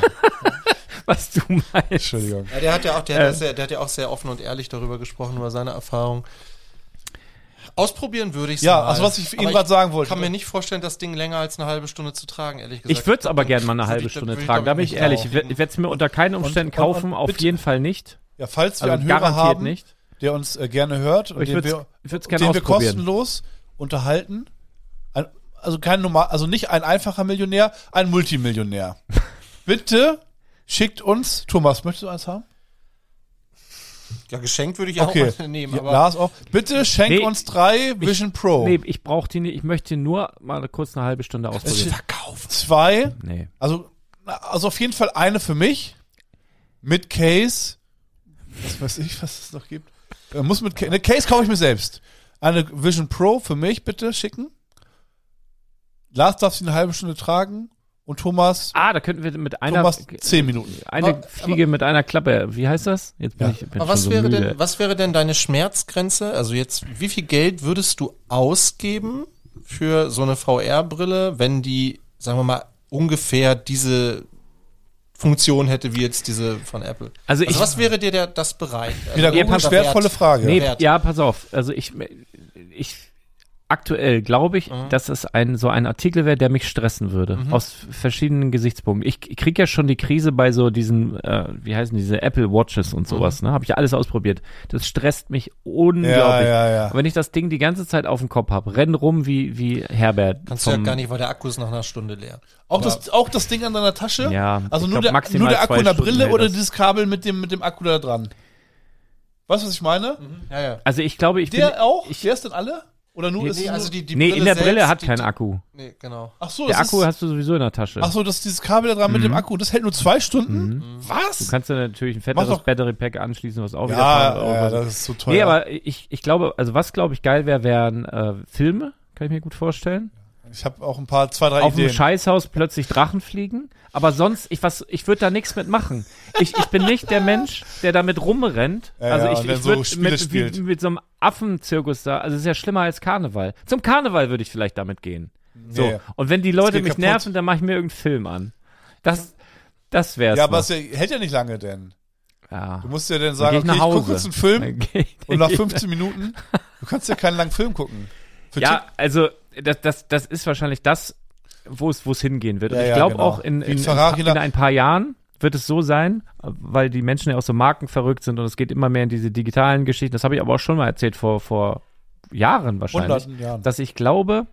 B: Was du meinst.
A: Entschuldigung.
D: Ja, der hat ja auch,
B: Äh.
D: der, hat ja sehr, der hat ja auch sehr offen und ehrlich darüber gesprochen, über seine Erfahrung. Ausprobieren würde ich es
A: Ja, also was ich
D: Aber
A: Ihnen gerade sagen wollte.
D: kann mir nicht vorstellen, das Ding länger als eine halbe Stunde zu tragen, ehrlich gesagt.
B: Ich würde es aber
D: glaub,
B: gerne mal eine
D: würd
B: halbe
D: ich-
B: Stunde
D: würd ich,
B: tragen, da
D: glaub
B: bin
D: ich,
B: ich ehrlich.
D: nicht
B: Ich werde es mir unter keinen Umständen
A: und- und-
B: kaufen,
A: und
B: auf
A: bitte.
B: jeden Fall nicht.
A: ja, falls wir
B: Also
A: einen Hörer
B: garantiert
A: haben,
B: nicht.
A: der uns äh, gerne hört
B: Aber
A: und
B: ich
A: den
B: würde
A: wir,
B: es gerne
A: den wir
B: ausprobieren.
A: kostenlos unterhalten. Ein, also kein normal, also nicht ein einfacher Millionär, ein Multimillionär. Bitte schickt uns, Thomas, möchtest du eins haben?
D: Ja, geschenkt würde ich auch
A: Okay.
D: mal nehmen,
A: Ja,
D: aber
A: Lars auch. Bitte schenkt
B: Nee.
A: uns drei Vision Pro.
B: Nee, ich brauche die nicht. Ich möchte die nur mal kurz eine halbe Stunde ausprobieren.
A: verkauft. Zwei,
B: Nee.
A: also, na, also auf jeden Fall eine für mich. Mit Case. Was weiß ich, was es noch gibt. Äh, Muss mit Case, eine Case kaufe ich mir selbst. Eine Vision Pro für mich bitte schicken. Lars darf sie eine halbe Stunde tragen. Und Thomas,
B: Ah, da könnten wir mit einer
A: Thomas zehn Minuten.
B: eine
D: Aber-
B: Fliege mit einer Klappe. Wie heißt das? Jetzt bin
A: Ja.
B: ich bin
D: Aber
B: schon
D: was
B: so
D: wäre
B: müde.
D: denn, was wäre denn deine Schmerzgrenze? Also jetzt, wie viel Geld würdest du ausgeben für so eine VR-Brille, wenn die, sagen wir mal, ungefähr diese Funktion hätte wie jetzt diese von Apple?
B: Also ich-
D: also was wäre dir der, das bereit? Also
A: Pädagogisch
D: der Wert?
A: wertvolle Frage.
B: Nee,
D: Wert.
B: ja, pass auf. Also ich, ich aktuell glaube ich, dass es ein so ein Artikel wäre, der mich stressen würde aus verschiedenen Gesichtspunkten. Ich, ich kriege ja schon die Krise bei so diesen, äh, wie heißen diese Apple Watches und sowas. Ne, habe ich ja alles ausprobiert. Das stresst mich unglaublich.
A: ja, ja.
B: Und wenn ich das Ding die ganze Zeit auf dem Kopf habe, renn rum wie wie Herbert.
D: Kannst du ja
B: vom-
D: gar nicht, weil der Akku ist nach einer Stunde leer.
A: Auch das, auch das Ding an deiner Tasche?
B: Ja,
A: Also
B: ich
A: nur,
B: glaub,
A: der,
B: maximal
A: nur der
B: zwei
A: Akku in der
B: Stunden
A: Brille
B: hält
A: oder
B: das.
A: dieses Kabel mit dem, mit dem Akku da dran? Weißt du, was ich meine?
D: Ja, ja.
B: Also ich glaube, ich bin,
A: Der auch?
B: Ich,
A: der ist denn alle? Oder nur
B: Nee,
A: ist
D: Nee,
A: es
D: also
A: also
D: die, die
B: nee, in der
D: selbst,
B: Brille hat
D: die-
B: keinen
D: die-
B: Akku.
D: Nee, genau.
A: Ach so,
B: Der
A: das
B: Akku
A: ist,
B: hast du sowieso in der Tasche.
A: Ach so, das ist dieses Kabel da dran mit dem Akku, das hält nur zwei Stunden?
B: Du
A: Was?
B: kannst ja natürlich ein fetteres
A: doch-
B: Battery Pack anschließen, was auch wieder
A: Ja,
B: fahren,
A: ja,
B: aber-
A: das ist so teuer.
B: Nee, aber ich, ich glaube, also was glaube ich geil wäre, wären äh, Filme, kann ich mir gut vorstellen.
A: ich habe auch ein paar, zwei, drei
B: Auf dem
A: Ideen.
B: Scheißhaus plötzlich Drachen fliegen, aber sonst, ich was, ich würde da nichts mit machen. Ich, ich bin nicht der Mensch, der damit rumrennt.
A: Ja,
B: also
A: ja,
B: ich,
A: und dann
B: ich
A: so
B: würde
A: Spiele
B: mit,
A: spielt.
B: wie, mit so einem Affenzirkus da, also es ist ja schlimmer als Karneval. Zum Karneval würde ich vielleicht damit gehen. So.
A: Nee.
B: Und wenn die Leute
A: geht
B: mich
A: kaputt.
B: nerven, dann mache ich mir irgendeinen Film an. Das, das wäre
A: Ja, aber es hält ja nicht lange denn.
B: ja.
A: Du musst ja dann
B: Dann
A: sagen,
B: geh ich
A: okay,
B: nach
A: ich gucke
B: Hause.
A: kurz einen Film
B: Dann geh ich-
A: und nach
B: geh ich-
A: 15 Minuten, du kannst ja keinen langen Film gucken. Für
B: Ja, also das, das, das ist wahrscheinlich das, wo es, wo es hingehen wird. Und
A: Ja,
B: ich
A: ja,
B: glaube
A: genau.
B: auch in,
A: Wie
B: in,
A: Ferrari
B: in,
A: da-
B: in ein paar Jahren wird es so sein, weil die Menschen ja auch so markenverrückt sind und es geht immer mehr in diese digitalen Geschichten. Das habe ich aber auch schon mal erzählt vor, vor Jahren wahrscheinlich.
A: Hunderten Jahren.
B: Dass ich glaube,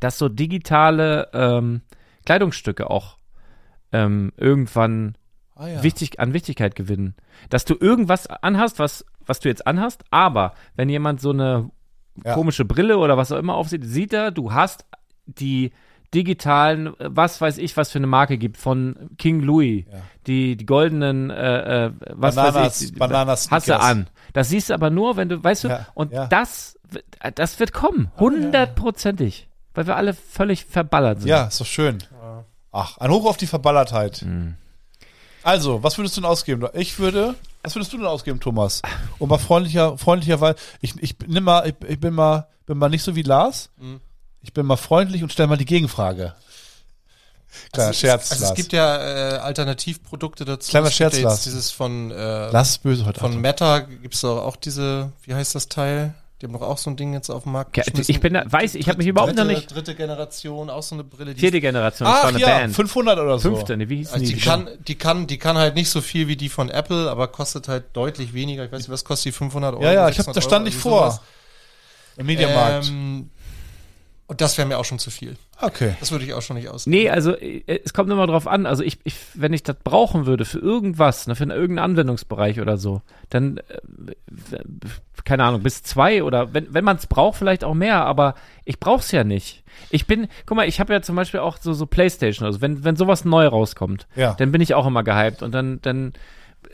B: dass so digitale ähm, Kleidungsstücke auch ähm, irgendwann
A: Ah, ja.
B: wichtig, an Wichtigkeit gewinnen. Dass du irgendwas anhast, was, was du jetzt anhast, aber wenn jemand so eine
A: Ja.
B: komische Brille oder was auch immer aufsieht, sieht er, du hast die digitalen, äh, was weiß ich, was für eine Marke gibt, von King Louis, die, die goldenen, äh, äh, was
A: Bananas-
B: weiß ich, die-
A: Bananas-
B: hast du
A: Sneakers.
B: an. Das siehst du aber nur, wenn du, weißt du,
A: Ja,
B: und
A: ja.
B: das, wird- äh, das wird kommen, hundertprozentig, weil wir alle völlig verballert sind.
A: Ja, ist doch schön. Ach, ein Hoch auf die Verballertheit. Also, was würdest du denn ausgeben? Ich würde, was würdest du denn ausgeben, Thomas? Und mal freundlicher, freundlicherweise, ich, ich, nimm mal, ich, ich bin, mal, bin mal nicht so wie Lars. Ich bin mal freundlich und stell mal die Gegenfrage. Kleiner
D: Also
A: Scherz,
D: es, also
A: Lars.
D: es gibt ja äh, Alternativprodukte dazu.
A: Kleiner
D: Es gibt
A: Scherz,
D: ja jetzt
A: Lars.
D: Dieses von, äh,
A: Lars ist böse heute.
D: von
A: Abend.
D: Meta gibt es auch diese, wie heißt das Teil? Die haben doch auch so ein Ding jetzt auf dem Markt.
B: Ja,
D: geschmissen.
B: ich bin da, weiß, ich habe mich überhaupt
D: dritte,
B: noch nicht,
D: Dritte Generation, auch so eine Brille. Die,
B: vierte Generation, das war
A: Ach
B: eine
A: ja,
B: Band.
A: 500 oder so.
B: Fünfte, ne, wie hieß
D: also die,
B: die?
D: kann, die, kann, die kann halt nicht so viel wie die von Apple, aber kostet halt deutlich weniger. Ich weiß nicht, was kostet die? 500 Euro? Ähm,
A: Ja, ja, ich hab, da
D: 600
A: stand
D: Euro,
A: ich
D: irgendwie sowas.
A: vor. Im Mediamarkt.
D: Ähm, Und das wäre mir auch schon zu viel.
A: Okay.
D: Das würde ich auch schon nicht aus.
B: Nee, also äh, es kommt immer drauf an. Also ich, ich wenn ich das brauchen würde für irgendwas, ne, für irgendeinen Anwendungsbereich oder so, dann äh, w- keine Ahnung, bis zwei oder wenn, wenn man es braucht, vielleicht auch mehr, aber ich brauch's ja nicht. Ich bin, guck mal, ich habe ja zum Beispiel auch so, so Playstation, also wenn, wenn sowas neu rauskommt,
A: Ja.
B: dann bin ich auch immer gehypt und dann, dann,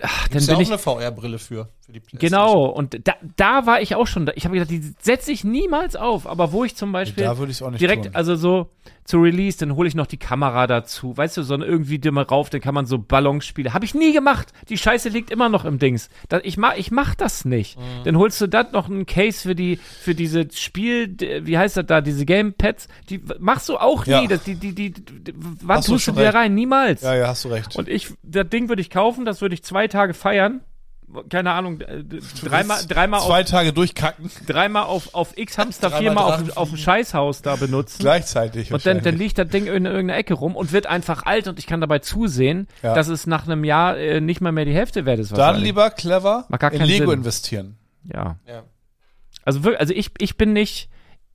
B: ach, dann
D: Ist ja
B: bin
D: auch
B: ich.
D: eine VR-Brille für, für die Playstation.
B: Genau, und da, da war ich auch schon. Da. Ich habe gedacht, die setze ich niemals auf. Aber wo ich zum Beispiel
A: Da würde ich es auch nicht
B: direkt,
A: tun.
B: also so zu Release, dann hole ich noch die Kamera dazu. Weißt du, so eine irgendwie Dimme rauf, dann kann man so Ballons spielen. Habe ich nie gemacht. Die Scheiße liegt immer noch im Dings. Da, ich, mach, ich mach das nicht.
A: Mhm.
B: Dann holst du das noch ein Case für die, für diese Spiel, d- wie heißt das da, diese Gamepads. Die machst du auch nie.
A: Ja.
B: Das, die, die, die, die, wann
A: Hast du
B: tust du
A: schon
B: dir
A: recht.
B: rein? Niemals.
A: Ja, ja, hast du recht.
B: Und ich, das Ding würde ich kaufen, das würde ich zwei Tage feiern. Keine Ahnung, äh, d- dreimal, dreimal, auf,
A: Zwei Tage durchkacken,
B: dreimal auf, auf X-Hamster,
D: Dreimal
B: viermal
D: Drachen
B: auf, auf ein Scheißhaus da benutzen.
A: gleichzeitig.
B: Und dann, dann
A: wahrscheinlich.
B: liegt das Ding in irgendeiner Ecke rum und wird einfach alt und ich kann dabei zusehen,
A: Ja.
B: dass es nach einem Jahr äh, nicht mal mehr die Hälfte wert ist.
A: dann
B: wahrscheinlich.
A: lieber clever
B: Macht gar
A: in
B: keinen
A: Lego
B: Sinn.
A: investieren.
B: Ja.
D: Ja.
B: Also wirklich, also ich, ich bin nicht,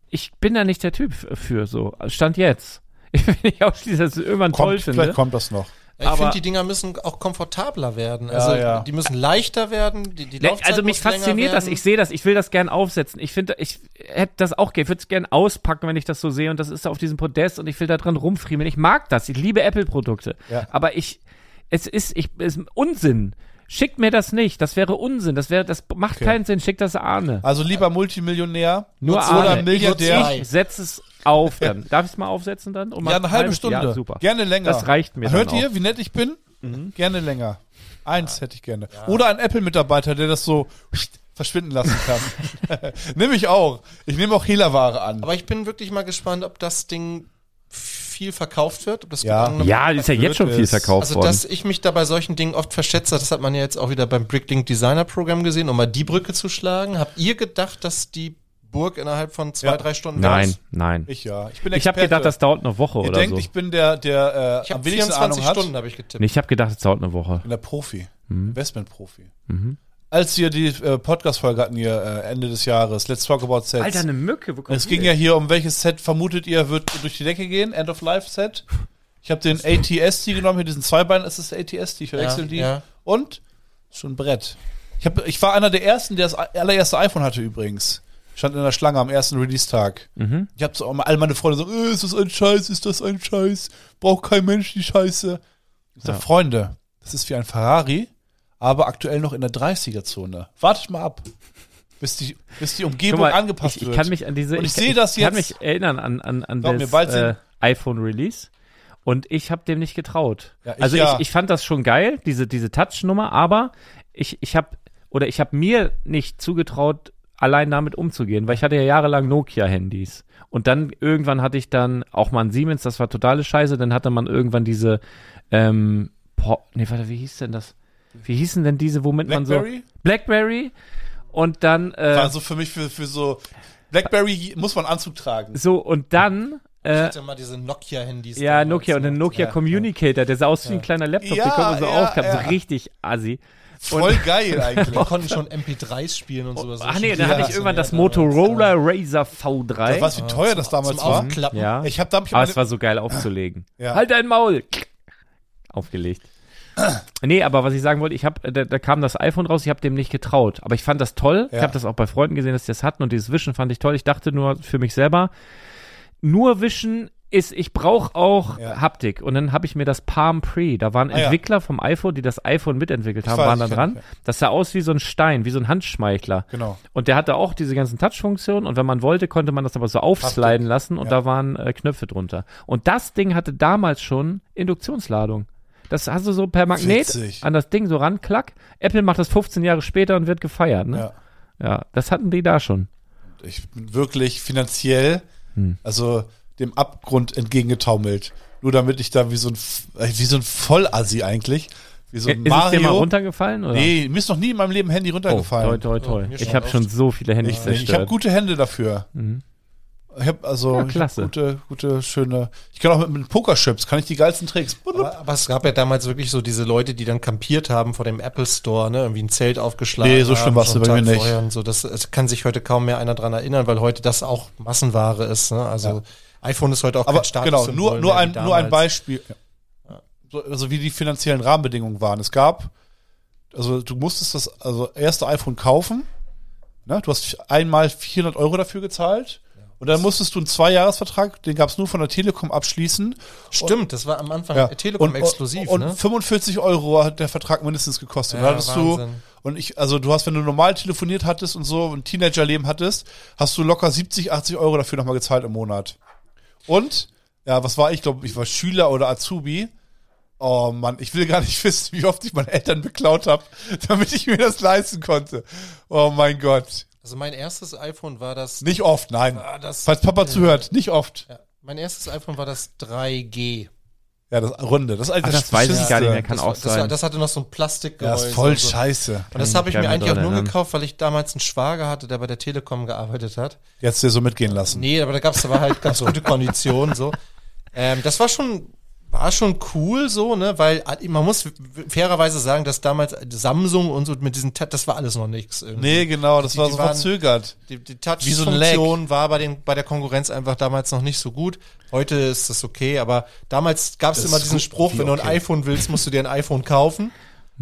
B: ich bin da nicht der Typ f- für so. Stand jetzt. Ich will nicht ausschließen, dass ich es irgendwann toll
A: Kommt,
B: finde.
A: vielleicht kommt das noch.
D: Ich
B: Aber-
D: finde, die Dinger müssen auch komfortabler werden. Also
A: ja.
D: die müssen leichter werden. Die, die
B: Ne,
D: Laufzeit
B: also mich
D: muss länger
B: fasziniert das.
D: werden.
B: Ich sehe das. Ich will das gern aufsetzen. Ich finde, ich hätte das auch gerne. Ich würde es gern auspacken, wenn ich das so sehe. Und das ist auf diesem Podest und ich will da dran rumfriemeln. Ich mag das. Ich liebe Apple-Produkte.
A: Ja.
B: Aber ich, es ist, ich, es ist Unsinn. Schickt mir das nicht. Das wäre Unsinn. Das wäre, das macht keinen Sinn. Schickt das Arne.
A: Also lieber Multimillionär
B: Nur
A: oder
B: Arne.
A: Milliardär.
D: Nur
B: Ich setze es auf dann. Darf ich es mal aufsetzen dann? Um
A: Ja, eine halbe Stunde.
B: Ja, super.
A: Gerne länger.
B: Das reicht mir
A: Hört
B: dann auch. Mhm.
A: ihr, wie nett ich bin? Gerne länger. Eins hätte ich gerne. Oder ein Apple-Mitarbeiter, der das so verschwinden lassen kann. nehme ich auch. Ich nehme auch Hehlerware an.
D: Aber ich bin wirklich mal gespannt, ob das Ding viel verkauft wird. Ob das
A: Ja.
D: gegangen wird.
B: Ja, ist ja jetzt schon viel
A: Blöd ist.
B: verkauft
D: Also,
B: worden.
D: dass ich mich da bei solchen Dingen oft verschätze, das hat man ja jetzt auch wieder beim Bricklink Designer Programm gesehen, um mal die Brücke zu schlagen. Habt ihr gedacht, dass die Burg innerhalb von zwei,
A: Ja.
D: drei Stunden da
B: nein,
D: ist?
B: nein. Ich,
A: Ich ja. Ich bin
B: habe gedacht, das dauert eine Woche
A: Ihr
B: oder
A: denkt,
B: so.
A: ich bin der, der äh,
D: Ich habe
A: am wenigsten Ahnung
D: 24
A: hat.
D: Stunden, habe ich getippt.
B: Nee, ich habe gedacht, es dauert eine Woche.
A: Ich bin der Profi. Investment-Profi. Als wir die äh, Podcast-Folge hatten hier äh, Ende des Jahres, Let's Talk About Sets.
B: Alter, eine Mücke. Wo kommt
A: es
B: die
A: ging
B: denn?
A: ja hier um welches Set vermutet ihr, wird durch die Decke gehen? End-of-Life-Set. Ich habe den ATST genommen, hier diesen Zweibein, ist das ATST, ich verwechsel
D: Ja,
A: die.
D: ja.
A: Und schon Brett. Ich, hab, ich war einer der ersten, der das allererste iPhone hatte übrigens. Stand in der Schlange am ersten Release-Tag.
B: Mhm.
A: Ich habe so auch mal alle meine Freunde so, äh, ist das ein Scheiß, ist das ein Scheiß? Braucht kein Mensch die Scheiße. Ich sag,
B: Ja.
A: Freunde, das ist wie ein Ferrari, aber aktuell noch in der 30er-Zone. Wartet mal ab, bis die, bis die Umgebung
B: Guck mal,
A: angepasst
B: ich,
A: wird.
B: Ich kann mich an diese.
A: Und ich sehe das
B: Ich kann
A: jetzt.
B: mich erinnern an, an, an
A: Glaub
B: das
A: mir, bald
B: äh,
A: sind-
B: iPhone Release. Und ich habe dem nicht getraut.
A: Ja, ich
B: also
A: ja.
B: ich, ich fand das schon geil, diese, diese Touch-Nummer, aber ich, ich habe oder ich habe mir nicht zugetraut, allein damit umzugehen, weil ich hatte ja jahrelang Nokia-Handys. Und dann irgendwann hatte ich dann auch mal ein Siemens, das war totale Scheiße, dann hatte man irgendwann diese, ähm, Po- nee, warte, wie hieß denn das? Wie hießen denn diese, womit man
A: Blackberry?
B: so. Blackberry? Und dann. Äh,
A: war so für mich für, für so Blackberry muss man Anzug tragen.
B: so, und dann.
D: Ich
B: Äh,
D: hatte mal diese Nokia-Handys.
B: ja,
D: damals
B: Nokia und
D: noch.
B: ein Nokia Communicator, der sah aus wie ein kleiner Laptop, der
A: Ja,
B: kommt so
A: ja,
B: aufkam,
A: ja.
B: so richtig assi.
A: Voll geil eigentlich.
D: Wir konnten schon MP3s spielen und sowas.
B: Oh, Ach nee, dann
A: Ja.
B: hatte ich irgendwann das Motorola Razer V3.
A: Was wie teuer das damals
D: Zum
A: war.
D: Aufklappen.
B: Ja.
A: Ich habe damals
B: Aber Ah, es war so geil aufzulegen.
A: Ja.
B: Halt dein Maul! Aufgelegt. Nee, aber was ich sagen wollte, ich habe, da, da kam das iPhone raus, ich habe dem nicht getraut. Aber ich fand das toll. Ich
A: Ja.
B: habe das auch bei Freunden gesehen, dass die das hatten und dieses Wischen fand ich toll. Ich dachte nur für mich selber, nur Wischen ist, ich brauche auch
A: Ja. Ah,
B: Haptik. Und dann habe ich mir das Palm Pre, da waren
A: ja.
B: Entwickler vom iPhone, die das iPhone mitentwickelt haben,
A: weiß,
B: waren da
A: ich kenn
B: dran.
A: ich, ja.
B: Das sah aus wie so ein Stein, wie so ein Handschmeichler.
A: Genau.
B: Und der hatte auch diese ganzen Touch-Funktionen und wenn man wollte, konnte man das aber so aufsliden lassen und da waren äh, Knöpfe drunter. Und das Ding hatte damals schon Induktionsladung. Das hast du so per Magnet
A: Witzig.
B: an das Ding so ran, klack. Apple macht das 15 Jahre später und wird gefeiert, ne?
A: Ja.
B: Ja. das hatten die da schon.
A: ich bin wirklich finanziell,
B: Hm.
A: also dem Abgrund entgegengetaumelt. Nur damit ich da wie so ein, F- äh, wie so ein Vollassi eigentlich, wie so ein
B: Ist es dir mal
A: Mario.
B: runtergefallen? Oder?
A: nee, mir ist noch nie in meinem Leben Handy
B: oh, toi,
A: runtergefallen.
B: toi, toi.
D: Oh, mir
B: ich
D: schon
B: habe
D: auch.
B: schon so viele Handys
A: ich ich habe
B: zerstört.
A: gute Hände dafür. Ich habe also
B: Mhm. Ja,
A: ich hab
B: klasse.
A: gute, gute, schöne. Ich kann auch mit, mit Pokerships, kann ich die geilsten Tricks.
D: Aber, aber es gab ja damals wirklich so diese Leute, die dann kampiert haben vor dem Apple Store, ne, irgendwie ein Zelt aufgeschlagen.
A: Nee, so schlimm
D: haben,
A: war's
D: schon
A: bei mir
D: einen Tag
A: nicht.
D: vorher Und so. das, es kann sich heute kaum mehr einer dran erinnern, weil heute das auch Massenware ist. Ne? Also iPhone ist heute auch
A: Aber
D: kein Statussymbol
A: genau, nur, nur,
D: mehr wie
A: ein, nur ein
D: damals.
A: Beispiel. So, also wie die finanziellen Rahmenbedingungen waren. Es gab, also du musstest das also erste iPhone kaufen. Ne? Du hast einmal 400 Euro dafür gezahlt. Und dann musstest du einen Zweijahresvertrag, den gab es nur von der Telekom abschließen.
D: Stimmt, das war am Anfang
A: Ja.
D: Telekom
A: Und-
D: exklusiv.
A: Und,
D: ne?
A: 45 Euro hat der Vertrag mindestens gekostet. Und
D: Ja,
A: dann hattest
D: Wahnsinn.
A: du, und ich, also du hast, wenn du normal telefoniert hattest und so ein Teenagerleben hattest, hast du locker 70, 80 Euro dafür nochmal gezahlt im Monat. Und, ja, was war ich? Ich glaube, ich war Schüler oder Azubi. Oh Mann, ich will gar nicht wissen, wie oft ich meine Eltern beklaut habe, damit ich mir das leisten konnte. Oh mein Gott.
D: Also mein erstes iPhone war das.
A: Nicht oft, nein.
D: Ah, das
A: Falls Papa zuhört, nicht oft.
D: ja, mein erstes iPhone war das 3G.
A: Ja, das Runde. Das, ist eigentlich
B: Ach, Ah, das weiß ich
A: Beschissenste.
B: gar nicht mehr. Kann
D: das,
B: auch
D: war- das, war-
B: sein.
D: das hatte noch so ein Plastikgehäuse.
A: Ja, ist voll
D: und so.
A: scheiße.
D: Und das
B: Kann
D: habe
B: ich
D: ich mir
B: gar nicht
D: eigentlich auch
B: dran
D: nur
B: erinnern.
D: gekauft, weil ich damals einen Schwager hatte, der bei der Telekom gearbeitet hat.
A: Jetzt dir so mitgehen lassen.
D: Nee, aber da gab's aber halt ganz gute Konditionen so. Ähm, das war schon war schon cool so, ne, weil äh, man muss fairerweise sagen, dass damals Samsung und so mit diesen Ta- das war alles noch nichts.
A: Nee, genau, das
D: Die-
A: war
D: die
A: so
D: waren-
A: verzögert.
D: Die, die
A: Wie so ein Lag.
D: Touch-Funktion war bei, den, bei der Konkurrenz einfach damals noch nicht so gut. Heute ist das okay, aber damals gab es
A: Das
D: immer
A: ist
D: diesen
A: gut.
D: Spruch,
A: Wie
D: wenn du ein
A: okay. Mhm.
D: iPhone willst, musst du dir ein iPhone kaufen.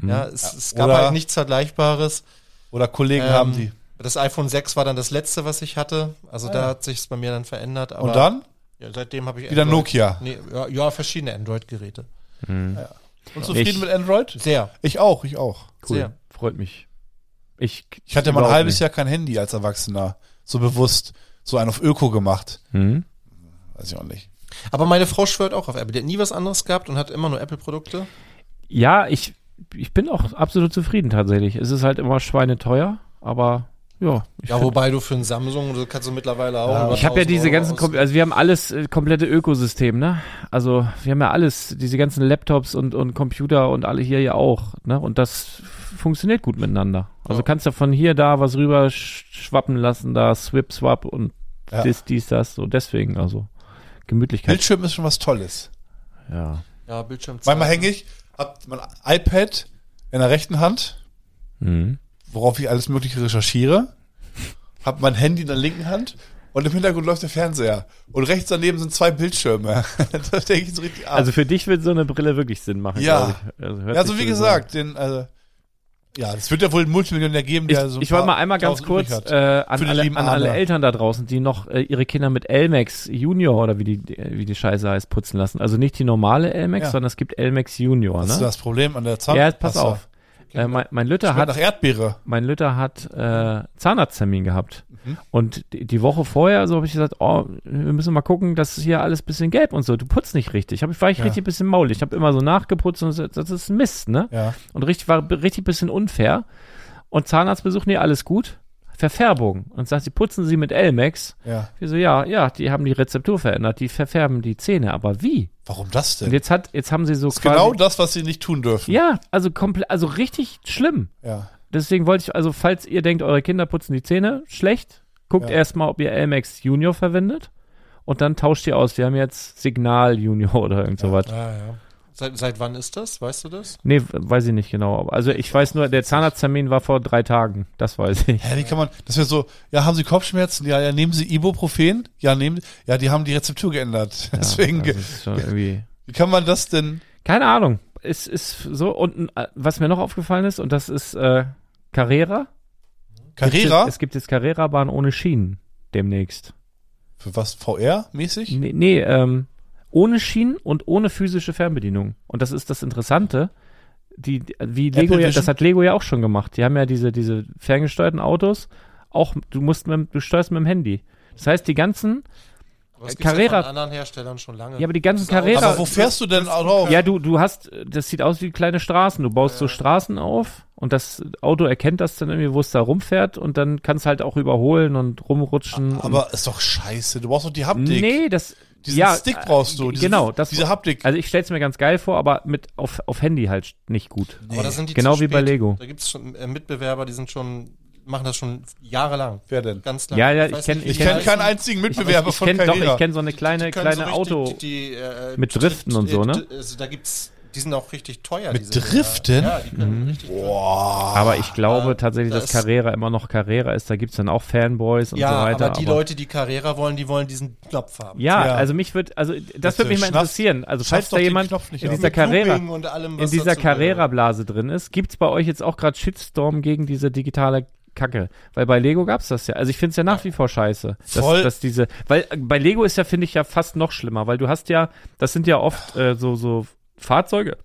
D: Ja, es, es gab
A: Oder-
D: halt nichts Vergleichbares.
A: Oder Kollegen
D: Ähm,
A: haben die. Ah
D: Das iPhone 6 war dann das letzte, was ich hatte. Also da hat sich's bei mir dann verändert. Aber
A: Und dann?
D: Ja, seitdem habe ich
A: Wieder Nokia.
D: Nee, ja, ja, verschiedene Android-Geräte.
A: Und
B: Ich-
A: zufrieden mit Android?
D: Sehr.
A: Ich auch, ich auch.
B: Cool.
D: Sehr.
B: Freut mich. Ich,
A: Ich hatte mal ein
B: überhaupt
A: halbes
B: nicht.
A: Jahr kein Handy als Erwachsener. So bewusst. So einen auf Öko gemacht.
B: Hm?
A: Weiß ich auch nicht.
D: Aber meine Frau schwört auch auf Apple. Die hat nie was anderes gehabt und hat immer nur Apple-Produkte.
B: Ja, ich, ich bin auch absolut zufrieden tatsächlich. Es ist halt immer schweineteuer, aber ja. Ich,
D: Ja, wobei du für ein Samsung, du kannst du mittlerweile auch.
A: Äh,
D: über
B: ich habe ja
D: 1000
B: diese
D: Euro
B: ganzen,
D: ausgeben.
B: kom- also wir haben alles äh, komplette Ökosystem, ne? Also wir haben ja alles, diese ganzen Laptops und, und Computer und alle hier ja auch, ne? Und das f- funktioniert gut miteinander. Also
D: Ja.
B: kannst du von hier da was rüber sch schwappen lassen, da swip swap und
A: Ja.
B: dies dies das so. Deswegen also Gemütlichkeit.
A: Bildschirm ist schon was Tolles.
B: Ja.
D: Ja, Bildschirm.
A: Manchmal hänge ich, hab mein iPad in der rechten Hand,
B: Hm.
A: worauf ich alles Mögliche recherchiere, hab mein Handy in der linken Hand und im Hintergrund läuft der Fernseher. Und rechts daneben sind zwei Bildschirme. da denke ich so richtig ab.
B: Also für dich wird so eine Brille wirklich Sinn machen.
A: Ja.
B: glaub ich. Also hört
A: Ja,
B: sich
A: so wie
B: an.
A: gesagt, den, also, ja, es wird ja wohl einen Multimillionär geben, der
B: ich,
A: so. ein
B: ich wollte
A: paar
B: mal einmal ganz
A: Tausend übrig
B: kurz
A: hat.
B: äh, an,
A: Für die
B: alle,
A: lieben
B: an alle
A: Arme.
B: Eltern da draußen, die noch äh, ihre Kinder mit Elmex Junior oder wie die, wie die Scheiße heißt, putzen lassen. Also nicht die normale Elmex,
A: Ja.
B: sondern es gibt Elmex Junior.
A: Das Genau. ist
B: Ne?
A: das Problem an der Zahnpasta.
B: Ja, pass auf. Äh, mein, mein Lütter
A: Schmeckt
B: hat
A: nach Erdbeere.
B: mein Lütter hat äh, Zahnarzttermin gehabt.
A: Mhm.
B: Und die, die Woche vorher, so habe ich gesagt, oh, wir müssen mal gucken, dass hier alles ein bisschen gelb und so. Du putzt nicht richtig. Hab, ich- war ich
A: Ja.
B: richtig ein bisschen maulig. Ich habe immer so nachgeputzt und so, das ist Mist, ne?
A: Ja.
B: Und richtig, war b- richtig ein bisschen unfair. Und Zahnarztbesuch, nee, alles gut. Verfärbung. Und sagt, sie putzen sie mit Elmex.
A: Ja.
B: Wir so, ja, ja, die haben die Rezeptur verändert, die verfärben die Zähne, aber wie?
A: Warum das denn?
B: Und jetzt hat, jetzt haben sie so
A: das ist genau das, was sie nicht tun dürfen.
B: ja, also komplett, also richtig schlimm.
A: Ja.
B: Deswegen wollte ich, also falls ihr denkt, eure Kinder putzen die Zähne, schlecht, guckt
A: Ja.
B: erstmal, ob ihr Elmex Junior verwendet und dann tauscht ihr aus. Wir haben jetzt Signal Junior oder irgend sowas.
D: Ja, ja. Seit, seit wann ist das? Weißt du das?
B: Nee, w- weiß ich nicht genau. Aber- Also ich weiß nur, der Zahnarzttermin war vor drei Tagen. Das weiß ich.
A: Hä, wie kann man, das wäre so, ja, haben Sie Kopfschmerzen? Ja, ja, nehmen Sie Ibuprofen? Ja, nehmen, ja, die haben die Rezeptur geändert. Deswegen,
B: Ja, also ist schon irgendwie.
A: wie kann man das denn?
B: Keine Ahnung. Es ist so. Und äh, was mir noch aufgefallen ist, und das ist äh, Carrera.
A: Carrera?
B: Es gibt jetzt Carrera-Bahn ohne Schienen demnächst.
A: Für was? VR-mäßig?
B: Nee, nee ähm, ohne Schienen und ohne physische Fernbedienung. Und das ist das Interessante. Die, die- wie
A: Apple
B: Lego ja,
A: Vision?
B: das hat Lego ja auch schon gemacht. Die haben ja diese, diese ferngesteuerten Autos. Auch du musst mit, dem- du steuerst mit dem Handy. Das heißt, die ganzen,
D: Aber das
B: Äh,
D: gibt's
B: Carrera-
D: Ja von anderen Herstellern schon lange.
B: ja, aber die ganzen
D: Das Auto-
B: Carrera.
A: Aber wo fährst du denn drauf?
B: Ja, du, du hast, das sieht aus wie kleine Straßen. Du baust so Straßen auf und das Auto erkennt das dann irgendwie, wo es da rumfährt und dann kannst halt auch überholen und rumrutschen.
A: Aber ist doch scheiße. Du brauchst doch die
B: und
A: Haptik.
B: nee, das,
A: Diesen
B: ja,
A: Stick brauchst du.
B: äh,
A: Diese,
B: genau, das,
A: diese Haptik.
B: also ich stell's mir ganz geil vor, aber mit auf, auf Handy halt nicht gut.
D: Aber da sind die
B: Genau
D: zu
B: wie bei
D: spät.
B: Lego.
D: Da gibt's schon äh, Mitbewerber, die sind schon machen das schon jahrelang.
A: Wer denn?
D: Ganz
B: Ja, ja, ich
D: weiß
B: kenn-
A: Ich
D: nicht, wie die
A: kenne
D: heißen.
A: keinen einzigen Mitbewerber
B: ich
A: von
B: kenne doch,
A: Carrera.
B: ich kenne so eine kleine,
D: Die können
B: kleine
D: so richtig
B: Auto.
D: die- die, äh,
B: mit Driften und so, ne?
D: äh, Also da gibt's, die sind auch richtig teuer.
A: Mit
D: diese,
A: Driften?
D: Ja, die können
B: Mhm.
D: richtig
A: Boah.
B: aber ich glaube tatsächlich, dass
D: das-
B: Carrera immer noch Carrera ist. Da gibt's dann auch Fanboys und
D: ja,
B: so weiter.
D: aber die Leute, die Carrera wollen, die wollen diesen Knopf haben.
B: ja,
A: Ja.
B: also mich wird, also das
A: Dass
B: würde
A: du
B: mich mal
A: schnappst-
B: interessieren. Also
A: schnappst
B: falls
A: doch
B: da
A: den
B: jemand
A: Knopf nicht
B: in
A: ab.
B: dieser
D: Mit
B: Carrera,
D: Looping Und allem,
B: in
D: was
B: dieser
D: dazu gehört.
B: Carrera-Blase drin ist, gibt's bei euch jetzt auch gerade Shitstorm gegen diese digitale Kacke. Weil bei Lego gab's das ja. Also ich find's ja nach wie vor scheiße. Dass,
A: Voll.
B: Dass diese, weil äh, bei Lego ist ja, finde ich, ja fast noch schlimmer, weil du hast ja, das sind ja oft äh, so, so Fahrzeuge,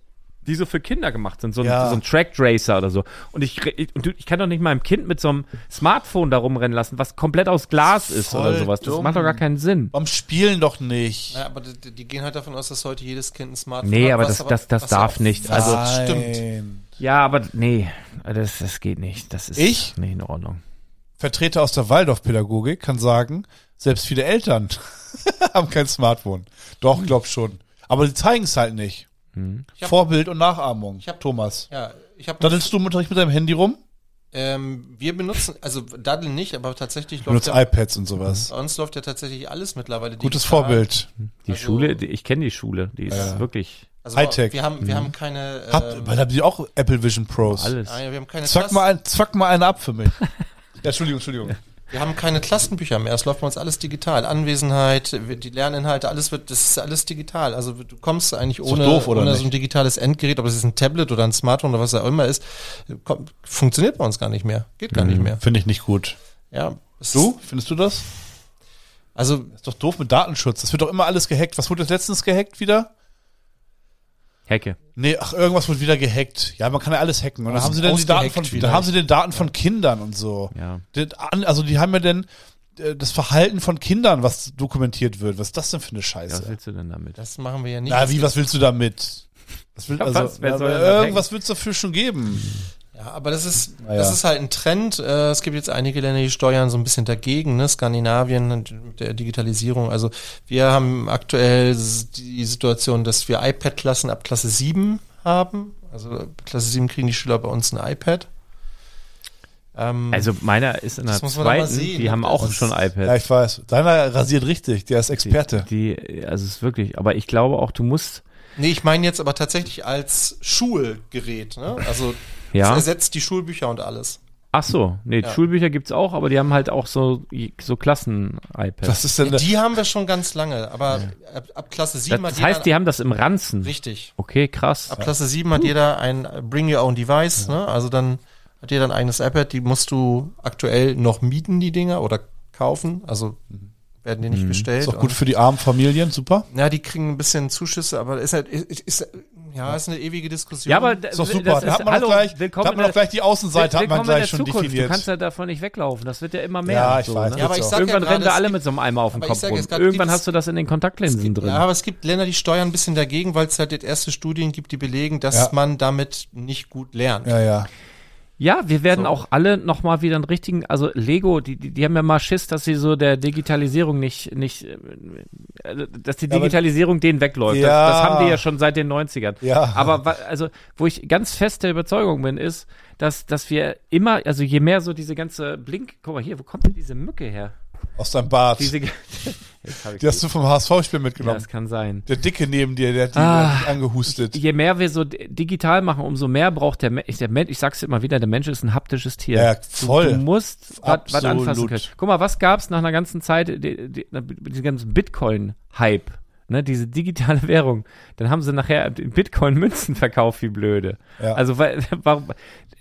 B: die so für Kinder gemacht sind, so ein,
A: Ja.
B: so ein Track Racer oder so. Und ich, re- ich, und du- ich kann doch nicht meinem Kind mit so einem Smartphone da rumrennen lassen, was komplett aus Glas ist oder
A: Voll
B: sowas. Das
A: dumm.
B: macht doch gar keinen Sinn.
A: Warum spielen doch nicht?
D: Ja, aber die, die gehen halt davon aus, dass heute jedes Kind ein Smartphone
B: Nee,
D: hat.
B: aber
D: was
B: das, das, das
D: was
B: darf
D: auch
B: nicht.
D: was
B: Also,
A: stimmt.
B: ja, aber nee, das, das geht nicht. Das ist
A: Ich?
B: nicht in Ordnung.
A: Vertreter aus der Waldorf-Pädagogik kann sagen, selbst viele Eltern haben kein Smartphone. Doch, glaub schon. Aber sie zeigen es halt nicht.
B: Hm.
D: hab-
A: Vorbild und Nachahmung.
D: hab-
A: Thomas.
D: Ja, ich habe
A: Daddelst du im Unterricht mit deinem Handy rum?
D: Ähm, wir benutzen, also Daddel nicht, aber tatsächlich
A: Du nutzt
D: läuft ja,
A: iPads und sowas.
D: bei uns läuft ja tatsächlich alles mittlerweile.
A: Gutes
D: digital.
A: Vorbild.
B: Die
D: Also-
B: Schule, die, ich kenne die Schule, die ist
A: Ja.
B: wirklich
D: Also,
A: Hightech. Mhm.
D: Wir haben, wir haben keine.
A: Habt,
D: ähm,
A: weil habt ihr auch Apple Vision Pros?
B: alles.
D: nein, wir haben keine
A: Zwack
D: Klassen-
A: mal, ein, zwack mal einen ab für mich. ja, Entschuldigung, Entschuldigung.
D: Wir haben keine Klassenbücher mehr. Es läuft bei uns alles digital. Anwesenheit, wir- die Lerninhalte, alles wird, das ist alles digital. Also du kommst eigentlich
A: doch
D: ohne,
A: doof, oder
D: ohne so
A: nicht?
D: ein digitales Endgerät, ob es ist ein Tablet oder ein Smartphone oder was auch immer ist, kommt, funktioniert bei uns gar nicht mehr. Geht gar nicht mehr.
A: Finde ich nicht gut.
D: Ja. es-
A: Mhm. Du? Findest du das?
D: Also
A: Ist doch doof mit Datenschutz. Das wird doch immer alles gehackt. Was wurde jetzt letztens gehackt wieder?
B: Hecke.
A: Nee, ach, irgendwas wurde wieder gehackt. Ja, man kann ja alles hacken. Und dann
D: Aus-
A: haben sie dann die Daten
D: ausgehackt
A: von, dann
D: vielleicht.
A: haben sie den Daten von Kindern und so.
B: Ja.
A: Den an- Also die haben ja dann äh, das Verhalten von Kindern, was dokumentiert wird. Was ist das denn für eine
B: Ja, was
A: Scheiße?
B: willst du denn damit?
D: das machen wir ja nicht.
A: Na, wie, was willst du damit? Was will,
B: Ja,
A: also,
B: was? Wer
A: ja,
B: soll denn da
A: irgendwas wird es dafür schon geben.
D: Ja, aber das ist,
A: Naja.
D: das ist halt ein Trend. Äh, Es gibt jetzt einige Länder, die steuern so ein bisschen dagegen, ne? Skandinavien mit der Digitalisierung. Also wir haben aktuell s- die Situation, dass wir iPad-Klassen ab Klasse 7 haben. Also ab Klasse 7 kriegen die Schüler bei uns ein iPad. Ähm,
B: Also meiner ist in der
D: Das muss man doch mal
B: zweiten,
D: sehen,
B: die
D: ob
B: haben
D: das-
B: auch schon
A: Ja,
B: iPad.
A: ich weiß. Deiner rasiert richtig. Der ist Experte.
B: Die, die, also es ist wirklich, aber ich glaube auch, du musst,
D: nee, ich meine jetzt aber tatsächlich als Schulgerät. Ne? Also
B: ja.
D: es ersetzt die Schulbücher und alles.
B: Ach so, nee,
D: Ja.
B: Schulbücher gibt's auch, aber die haben halt auch so, so Klassen-iPads.
A: Was ist denn da?
D: Die haben wir schon ganz lange, aber ab, ab Klasse 7
B: Das, das heißt, die haben das im Ranzen.
D: richtig.
B: Okay, krass.
D: Ab Klasse 7 hat jeder ein Bring Your Own Device, ne? Also dann hat jeder ein eigenes iPad, die musst du aktuell noch mieten, die Dinger, oder kaufen. Also werden die nicht bestellt.
A: Mhm. Ist auch gut für die armen Familien. Super.
D: Und, ja, die kriegen ein bisschen Zuschüsse, aber ist halt, ist, ist, ja, ist eine ewige Diskussion.
B: Ja, aber
A: Ist doch super. Da hat man doch gleich, da hat man
B: in
A: doch gleich die Außenseite, hat
B: willkommen
A: man
B: in der
A: gleich schon
B: Zukunft. Du
A: definiert.
B: kannst ja davon nicht weglaufen. Das wird ja immer mehr.
A: Ja, ich weiß.
B: Ne?
A: Ja, aber ich
D: sag ja
B: Irgendwann
D: gerade,
B: rennen da
D: es
B: alle
D: gibt-
B: mit so einem Eimer auf dem
D: aber ich
B: Kopf
D: sag
B: rum.
D: jetzt gerade,
B: Irgendwann
D: gibt es-
B: hast du das in den Kontaktlinsen drin.
D: Ja, aber es gibt Länder, die steuern ein bisschen dagegen, weil es halt jetzt erste Studien gibt, die belegen, dass
A: Ja.
D: man damit nicht gut lernt.
A: Ja, ja.
B: Ja, wir werden
D: So.
B: auch alle nochmal wieder einen richtigen, also Lego, die, die, die haben ja mal Schiss, dass sie so der Digitalisierung nicht, nicht, äh, also, dass die
A: Ja, aber-
B: Digitalisierung denen wegläuft.
A: Ja.
B: Das, das haben die ja schon seit den 90ern.
A: Ja.
B: Aber wa- also, wo ich ganz fest der Überzeugung bin, ist, dass, dass wir immer, also je mehr so diese ganze Blink, guck mal hier, wo kommt denn diese Mücke her?
A: Aus deinem Bart.
B: Diese, ge- Jetzt hab ich
A: Die hast du vom HSV-Spiel
B: ja,
A: mitgenommen.
B: das kann sein.
A: der Dicke neben dir, der hat die
B: Ah.
A: ah, angehustet.
B: Je mehr wir so d- digital machen, umso mehr braucht der Mensch. Der Mensch ich sag's dir immer wieder, der Mensch ist ein haptisches Tier.
A: Ja,
B: Du,
A: voll.
B: du musst was
A: Absolut.
B: anfassen können. Guck mal, was gab's nach einer ganzen Zeit, die, die, die ganzen Bitcoin-Hype, ne, diese digitale Währung. Dann haben sie nachher in Bitcoin Münzen verkauft, wie blöde.
A: Ja.
B: Also weil, warum,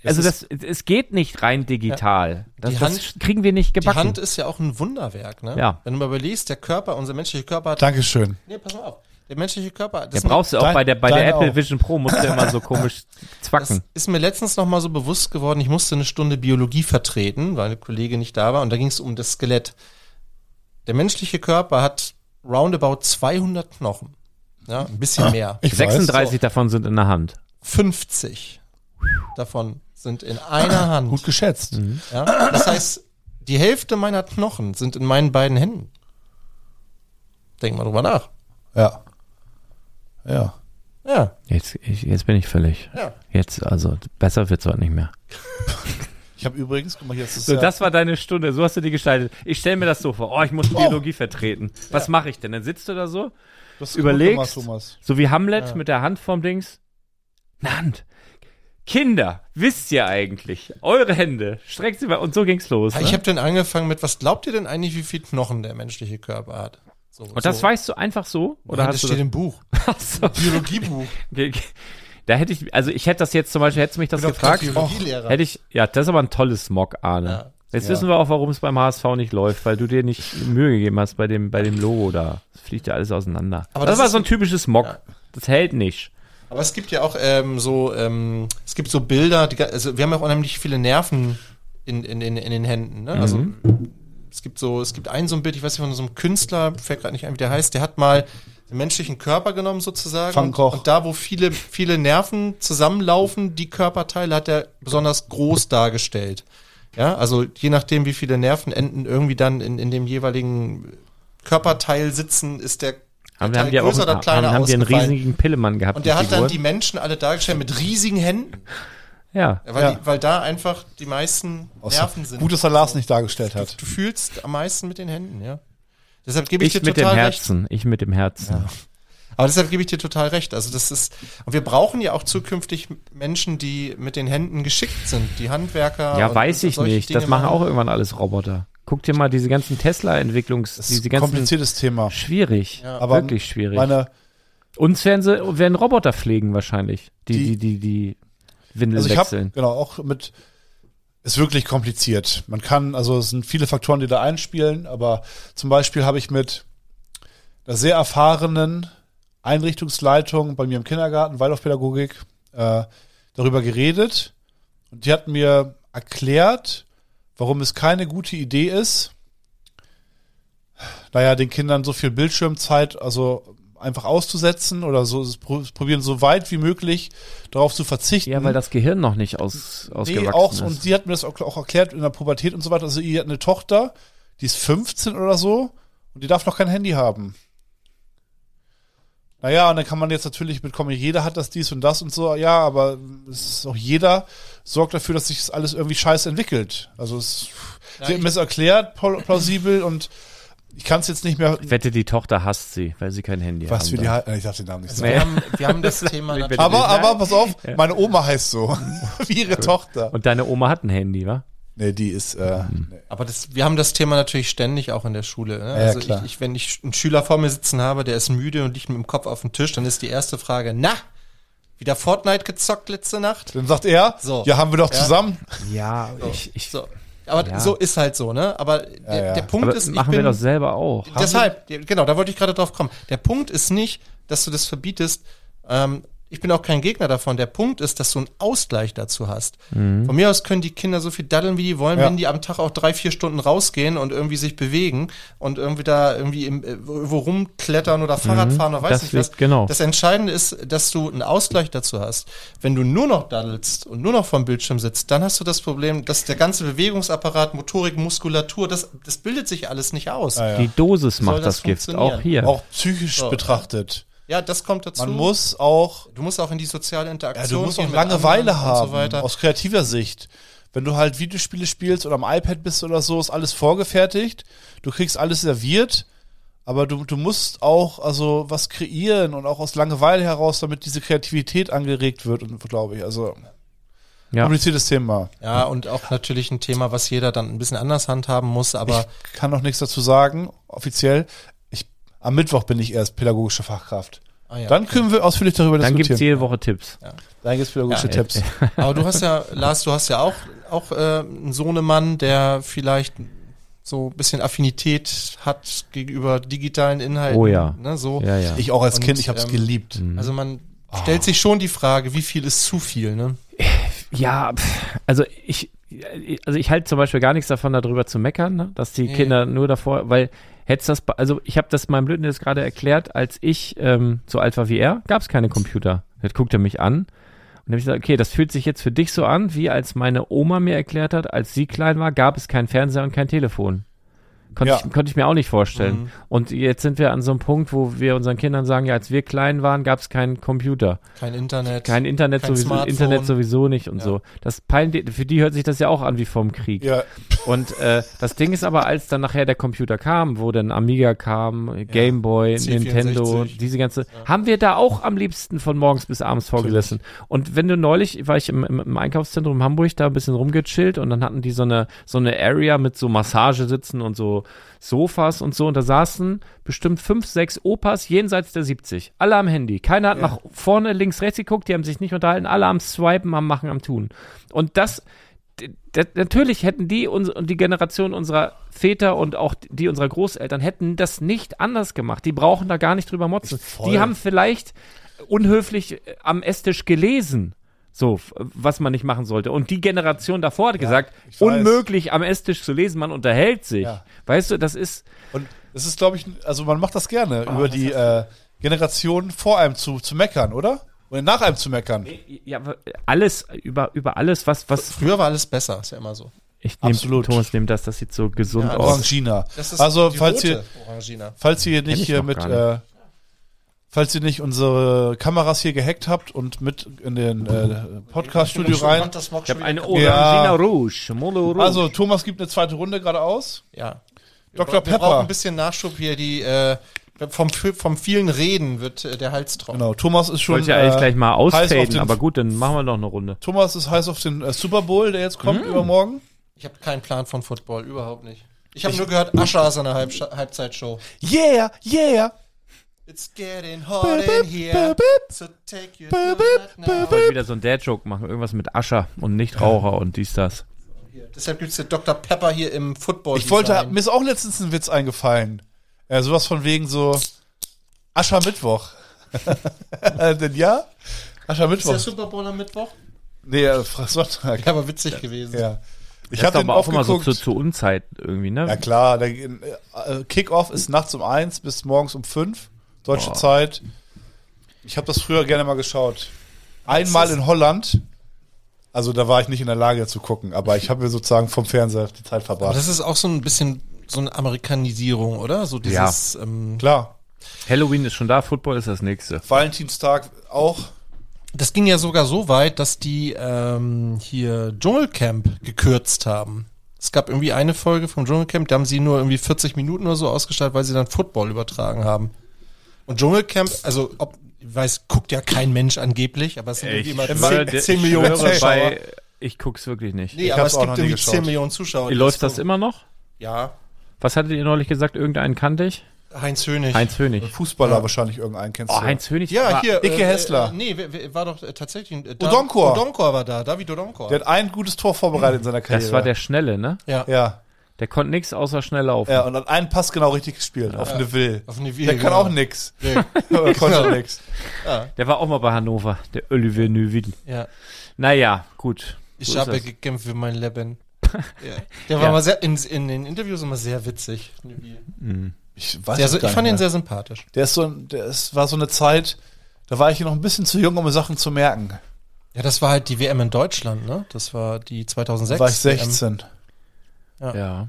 B: also das, es geht nicht rein digital. Das,
D: Die
B: das
D: Hand-
B: kriegen wir nicht
D: Die
B: gebacken.
D: Hand ist ja auch ein Wunderwerk, ne?
B: Ja.
D: Wenn du mal überlegst, der Körper, unser menschlicher Körper hat,
A: Dankeschön.
D: nee, pass mal auf, der menschliche Körper,
B: der
D: das sind-
B: brauchst du auch
A: Dein-
B: bei der bei der
A: deine
B: Apple
A: auch.
B: Vision Pro musst du immer so komisch zwacken.
D: Das ist mir letztens noch mal so bewusst geworden, ich musste eine Stunde Biologie vertreten, weil eine Kollegin nicht da war und da ging es um das Skelett. Der menschliche Körper hat roundabout 200 Knochen. Ja, ein bisschen mehr.
A: Ich
B: 36 davon sind in der Hand.
D: 50 davon sind in einer
A: Weiß. Gut
D: Hand.
A: geschätzt.
B: Mhm.
D: Ja? Das heißt, die Hälfte meiner Knochen sind in meinen beiden Händen. Denk mal drüber nach.
A: Ja. Ja.
D: Ja,
B: Jetzt, ich, jetzt bin ich völlig.
D: ja.
B: Jetzt, also, besser wird's heute nicht mehr.
A: Ich habe übrigens, guck mal hier, das ist
B: So,
A: ja-
B: das war deine Stunde, so hast du die gestaltet. Ich stelle mir das so vor, oh, ich muss Biologie vertreten. Was mache ich denn? Dann sitzt du da so,
A: das ist gut
B: überlegst,
A: gemacht, Thomas.
B: so wie Hamlet mit der Hand vorm Dings. Eine Hand. Kinder, wisst ihr eigentlich, eure Hände, streckt sie mal, und so ging's los. Ne?
D: Ich habe dann angefangen mit, was glaubt ihr denn eigentlich, wie viel Knochen der menschliche Körper hat? So,
B: und das
D: so.
B: weißt du einfach so? Oder
D: Nein, das
B: hast
D: steht
B: du
D: im Buch.
B: das? Ach so.
D: Biologiebuch.
B: Da hätte ich, also ich hätte das jetzt zum Beispiel, hättest du mich das gefragt, oh,
D: Biologielehrer.
B: hätte ich, ja, das ist aber ein tolles Mock, Arne. Jetzt wissen wir auch, warum es beim HSV nicht läuft, weil du dir nicht Mühe gegeben hast bei dem, bei dem Logo da. Das fliegt ja alles auseinander.
D: Aber
B: das,
D: das
B: war
D: ist-
B: so ein typisches Mock.
D: Ja.
B: Das hält nicht.
D: Aber es gibt ja auch ähm, so, ähm, es gibt so Bilder, die, ga- also wir haben ja auch unheimlich viele Nerven in, in, in, in den Händen. Ne? Also
A: Mhm.
D: es gibt so, es gibt ein so ein Bild, ich weiß nicht, von so einem Künstler, fällt gerade nicht ein, wie der heißt, der hat mal den menschlichen Körper genommen sozusagen.
A: Van
D: und,
A: Gogh.
D: und da, wo viele, viele Nerven zusammenlaufen, die Körperteile hat er besonders groß dargestellt. Ja, also je nachdem, wie viele Nervenenden irgendwie dann in, in dem jeweiligen Körperteil sitzen, ist der
B: Haben, wir-
D: Teil
B: haben die auch
D: größer oder
B: haben,
D: kleiner
B: haben die einen
D: ausgefallen.
B: riesigen Pillemann gehabt.
D: Und der
B: die
D: hat dann
B: Figur.
D: die Menschen alle dargestellt mit riesigen Händen,
B: Ja.
D: weil,
A: Ja.
D: die, weil da einfach die meisten
A: Außer,
D: Nerven sind.
A: gut, dass er Lars nicht dargestellt
D: du,
A: hat.
D: du fühlst am meisten mit den Händen, ja. Deshalb gebe ich,
B: Ich
D: dir
B: mit dem
D: total recht.
B: Herzen. Ich mit dem Herzen.
D: Aber deshalb gebe ich dir total recht. Also das ist und wir brauchen ja auch zukünftig Menschen, die mit den Händen geschickt sind, die Handwerker.
B: Ja,
D: und
B: weiß ich
D: solche
B: nicht.
D: Dinge
B: das machen auch irgendwann alles Roboter. Guck dir mal diese ganzen Tesla-Entwicklungs,
A: Das ist ein
B: diese ganzen.
A: kompliziertes Thema.
B: Schwierig.
D: Ja.
A: Aber
B: wirklich schwierig.
A: Meine,
B: Uns werden, sie, werden Roboter pflegen wahrscheinlich. Die,
A: Die-
B: die, die, die Windeln
A: also ich habe
B: wechseln.
A: genau auch mit ist wirklich kompliziert. Man kann also es sind viele Faktoren, die da einspielen, aber zum Beispiel habe ich mit einer sehr erfahrenen Einrichtungsleitung bei mir im Kindergarten Waldorfpädagogik äh, darüber geredet und die hat mir erklärt, warum es keine gute Idee ist, naja, den Kindern so viel Bildschirmzeit also einfach auszusetzen oder so pro- probieren so weit wie möglich darauf zu verzichten.
B: Ja, weil das Gehirn noch nicht aus, ausgewachsen
A: Hm? Nee, auch,
B: ist.
A: und sie hat mir das auch, auch erklärt in der Pubertät und so weiter. Also, ihr hat eine Tochter, die ist 15 oder so und die darf noch kein Handy haben. Naja, und dann kann man jetzt natürlich mitkommen, jeder hat das, dies und das und so. Ja, aber es ist auch jeder sorgt dafür, dass sich das alles irgendwie scheiße entwickelt. Also, es, sie hat mir das erklärt, pol- plausibel und ich kann es jetzt nicht mehr.
B: Ich wette, die Tochter hasst sie, weil sie kein Handy
A: Was
B: haben
A: für die
B: darf.
A: He- Ich darf den Namen nicht
D: Also
A: sagen.
B: Nee.
D: wir, haben, wir haben das Thema
B: Ich bin-
D: natürlich.
A: Aber, aber, pass auf, meine Oma heißt so. wie ihre Tochter.
B: Und Hm. deine Oma hat ein Handy, wa?
A: Nee, die ist, äh, nee.
D: Aber das, wir haben das Thema natürlich ständig auch in der Schule. Ne? also
A: klar.
D: Ich, ich, wenn ich einen Schüler vor mir sitzen habe, der ist müde und liegt mit dem Kopf auf dem Tisch, dann ist die erste Frage, na, wieder Fortnite gezockt letzte Nacht?
A: Dann sagt er,
D: So.
A: ja, haben wir doch zusammen.
B: Ja, ich, ich
D: So. Aber
B: Ja.
D: so ist halt so, ne? Aber der,
A: ja.
D: der Punkt
B: aber
D: ist, ich
B: machen wir
D: bin,
B: doch selber auch.
D: deshalb, genau, da wollte ich gerade drauf kommen. Der Punkt ist nicht, dass du das verbietest. Ähm, ich bin auch kein Gegner davon. Der Punkt ist, dass du einen Ausgleich dazu hast. Von mir aus können die Kinder so viel daddeln, wie die wollen,
A: Ja.
D: wenn die am Tag auch drei, vier Stunden rausgehen und irgendwie sich bewegen und irgendwie da irgendwie im, äh, wo rumklettern oder Fahrrad fahren oder weiß
B: Das
D: nicht was.
B: liegt- genau.
D: Das Entscheidende ist, dass du einen Ausgleich dazu hast. Wenn du nur noch daddelst und nur noch vom Bildschirm sitzt, dann hast du das Problem, dass der ganze Bewegungsapparat, Motorik, Muskulatur, das, das bildet sich alles nicht aus.
A: Ah, ja.
B: Die Dosis macht
D: das
B: das, Gift.
D: funktionieren?
B: Auch hier.
A: Auch psychisch
D: So.
A: betrachtet.
D: Ja, das kommt dazu.
A: Man muss auch,
D: du musst auch in die soziale
A: ja,
D: Interaktion.
A: du musst
D: gehen
A: auch
D: mit anderen
A: Langeweile
D: Und
A: haben,
D: so weiter.
A: aus kreativer Sicht. Wenn du halt Videospiele spielst oder am iPad bist oder so, ist alles vorgefertigt. Du kriegst alles serviert. Aber du, du musst auch also was kreieren und auch aus Langeweile heraus, damit diese Kreativität angeregt wird, und glaube ich. Also
B: ja.
A: kompliziertes Thema.
D: ja, und auch natürlich ein Thema, was jeder dann ein bisschen anders handhaben muss, aber
A: Ich kann noch nichts dazu sagen, offiziell. Ich, am Mittwoch bin ich erst pädagogische Fachkraft.
D: ah, ja.
A: Dann können wir ausführlich darüber
B: Dann gibt's
A: diskutieren.
B: jede Woche Tipps.
A: Dann gibt's pädagogische
D: Ja,
A: Tipps.
D: aber du hast ja, Lars, du hast ja auch, auch äh, einen Sohnemann, der vielleicht so ein bisschen Affinität hat gegenüber digitalen Inhalten.
B: Oh ja.
D: Ne, so.
B: Ja, ja. Mhm.
A: Ich auch als
D: Und,
A: Kind, ich hab's
D: ähm,
A: geliebt.
D: Also man
A: Ah.
D: stellt sich schon die Frage, wie viel ist zu viel, ne?
B: Ja, pff, also ich, also ich halte zum Beispiel gar nichts davon, darüber zu meckern, ne? dass die
D: Nee.
B: Kinder nur davor, weil hättest das, be- also ich habe das meinem Blöden jetzt gerade erklärt, als ich ähm, so alt war wie er, gab es keine Computer. Jetzt guckt er mich an und habe ich gesagt, okay, das fühlt sich jetzt für dich so an, wie als meine Oma mir erklärt hat, als sie klein war, gab es keinen Fernseher und kein Telefon. Konnte,
A: Ja.
B: ich, konnte ich mir auch nicht vorstellen. Und jetzt sind wir an so einem Punkt, wo wir unseren Kindern sagen, ja, als wir klein waren, gab es keinen Computer.
D: Kein Internet.
B: Kein Internet
D: Kein
B: sowieso,
D: Smartphone.
B: Internet sowieso nicht und
D: Ja.
B: so. Das peilen die, für die hört sich das ja auch an wie vom Krieg.
A: Ja,
B: Und äh, das Ding ist aber, als dann nachher der Computer kam, wo dann Amiga kam, Gameboy,
D: C64.
B: Nintendo, diese ganze, haben wir da auch am liebsten von morgens bis abends vorgesessen. Und wenn du neulich, war ich im, im, im Einkaufszentrum in Hamburg da ein bisschen rumgechillt und dann hatten die so eine, so eine Area mit so Massagesitzen und so Sofas und so und da saßen bestimmt fünf, sechs Opas jenseits der 70. Alle am Handy. Keiner hat nach vorne, links, rechts geguckt, die haben sich nicht unterhalten, alle am Swipen, am Machen, am Tun. Und das D- d- natürlich hätten die uns, und die Generation unserer Väter und auch die unserer Großeltern hätten das nicht anders gemacht. Die brauchen da gar nicht drüber motzen. Die haben vielleicht unhöflich äh, am Esstisch gelesen. So, f- was man nicht machen sollte. Und die Generation davor hat gesagt,
A: ich weiß.
B: unmöglich am Esstisch zu lesen, man unterhält sich.
A: Ja.
B: Weißt du, das ist,
A: und es ist, glaube ich, also man macht das gerne, über die äh, Generation vor einem zu, zu meckern, oder? Oder nach einem zu meckern.
B: ja, w- alles, über, über alles, was, was,
D: Früher war alles besser, ist ja immer so.
B: ich nehme,
A: Absolut.
B: Thomas nimmt das, das sieht so gesund
D: Ja,
B: aus.
A: Orangina. Oh, Also, falls ihr,
D: Orangina.
A: falls ihr
B: Kenn
A: nicht
B: ich
A: hier
B: noch
A: mit,
B: gar
A: äh, falls ihr nicht unsere Kameras hier gehackt habt und mit in den äh, Podcast-Studio rein.
B: Ich habe eine
A: Ja.
B: Orangina Rouge, Molo Rouge.
A: Also, Thomas gibt eine zweite Runde geradeaus.
D: Ja.
A: Dr.
D: Wir brauchen
A: Pepper.
D: ein bisschen Nachschub hier. Die, äh, vom, vom vielen Reden wird äh, der Hals trocken.
A: Genau, Thomas ist schon.
B: Wollte ja eigentlich
A: äh,
B: gleich mal
A: heiß auf
B: ausfaden,
A: den-
B: aber gut, dann machen wir noch eine Runde.
A: Thomas ist heiß auf den äh, Super Bowl, der jetzt
B: Mhm.
A: kommt übermorgen.
D: Ich habe keinen Plan von Football, überhaupt nicht. Ich habe nur gehört, Ascha ist an der Halbscha- Halbzeitshow.
A: Yeah, yeah.
D: It's getting hot in here, so take your helmet now.
B: Ich wollte wieder so einen Dad-Joke machen, irgendwas mit Ascher und Nichtraucher und dies, das.
D: Deshalb gibt's hier Dr. Pepper hier im Football.
A: Ich wollte, mir ist auch letztens ein Witz eingefallen. Äh, sowas von wegen so Aschermittwoch. Denn ja?
D: Ist der
A: Aschermittwoch.
D: Super Bowl am Mittwoch?
A: Nee, äh, Fra- Sonntag.
D: Ja, aber witzig gewesen.
A: Ja. Ich
B: Das
A: habe
B: ist
A: den
B: aber auch immer so
A: aufgeguckt.
B: zu, zu Unzeit irgendwie, ne?
A: ja klar, der äh, Kickoff ist nachts um eins bis morgens um fünf deutsche
B: Boah.
A: Zeit. Ich habe das früher gerne mal geschaut. Einmal in Holland. Also da war ich nicht in der Lage zu gucken, aber ich habe mir sozusagen vom Fernseher die Zeit
D: Aber
A: verbracht.
D: das ist auch so ein bisschen so eine Amerikanisierung, oder? So dieses, ähm,
A: Klar,
B: Halloween ist schon da, Football ist das nächste.
A: Valentinstag auch.
D: das ging ja sogar so weit, dass die ähm, hier Dschungelcamp gekürzt haben. Es gab irgendwie eine Folge vom Dschungelcamp, da haben sie nur irgendwie 40 Minuten oder so ausgestattet, weil sie dann Football übertragen haben. Und Dschungelcamp, also ob, ich weiß, guckt ja kein Mensch angeblich, aber es sind irgendwie immer
B: schwöre
D: 10,
B: dir-
D: 10
B: ich
D: Millionen
B: schwöre
D: Zuschauer.
B: bei, ich guck's wirklich nicht.
D: nee,
A: ich
D: aber
A: hab's
D: es
A: auch
D: gibt
A: noch nie
D: irgendwie
A: geschaut.
D: 10 Millionen Zuschauer.
B: Wie läuft das immer noch?
D: Ja,
B: Was hattet ihr neulich gesagt? Irgendeinen kannte ich?
D: Heinz Hönig.
B: Heinz Hönig.
A: Fußballer wahrscheinlich irgendeinen kennst
B: Oh,
A: du.
B: Heinz Hönig.
D: Ja,
B: war-
D: hier.
A: Ah, Icke Hessler.
D: Äh, nee, wer, wer, war doch äh, tatsächlich. Äh,
A: Odonkor.
D: Odonkor war da, David Odonkor.
A: Der hat ein gutes Tor vorbereitet in seiner Karriere.
B: Das war der Schnelle, ne?
D: ja.
A: Ja,
B: Der konnte nichts außer schnell laufen.
A: ja, und hat einen Pass genau richtig gespielt. Auf Neville.
D: Auf Neville,
A: Der kann
D: genau.
A: auch nix.
D: Nee. Ah,
A: Aber konnte auch nix.
B: Der war auch mal bei Hannover, der Olivier Neuville.
D: ja.
B: Naja, gut.
D: Ich
B: So ist
D: habe
B: das.
D: gekämpft für mein Leben. ja. Der war
B: Ja.
D: mal sehr, in, in den Interviews immer sehr witzig. Neville.
A: Ich, weiß
D: Sehr,
A: es
D: ich
A: gar
D: fand
A: nicht
D: ihn
A: mehr.
D: sehr sympathisch.
A: Der ist so, ein- der ist, war so eine Zeit, da war ich noch ein bisschen zu jung, um Sachen zu merken.
D: Ja, das war halt die WM in Deutschland, ne? Das war die 2006.
A: Da war ich 16.
B: Ja.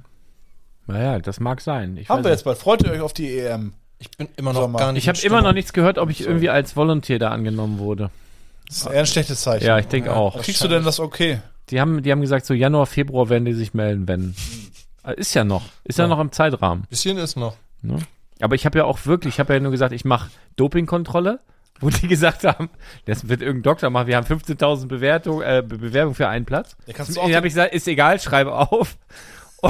B: Naja, das mag sein. Ich
A: Haben
B: weiß
A: wir
B: nicht.
A: jetzt bald. Freut ihr euch auf die E EM?
D: Ich bin immer noch
A: Sommer.
D: gar nicht.
B: Ich habe
D: in
B: immer
D: Stimmung.
B: noch nichts gehört, ob ich irgendwie als Volunteer da angenommen wurde.
A: Das ist eher ein schlechtes Zeichen.
B: Ja, ich denke auch.
A: Kriegst du denn das okay?
B: Die haben, die haben gesagt, so Januar, Februar werden die sich melden, wenn. Äh, Ist ja noch. Ist ja, noch im Zeitrahmen.
D: Bisschen ist noch.
B: Ne? Aber ich habe ja auch wirklich, ich habe ja nur gesagt, ich mache Dopingkontrolle, wo die gesagt haben, das wird irgendein Doktor machen, wir haben 15.000 Bewertung, äh, Be- Bewerbungen für einen Platz.
A: Ja, kannst du auch
B: Dann habe ich gesagt, ist egal, schreibe auf.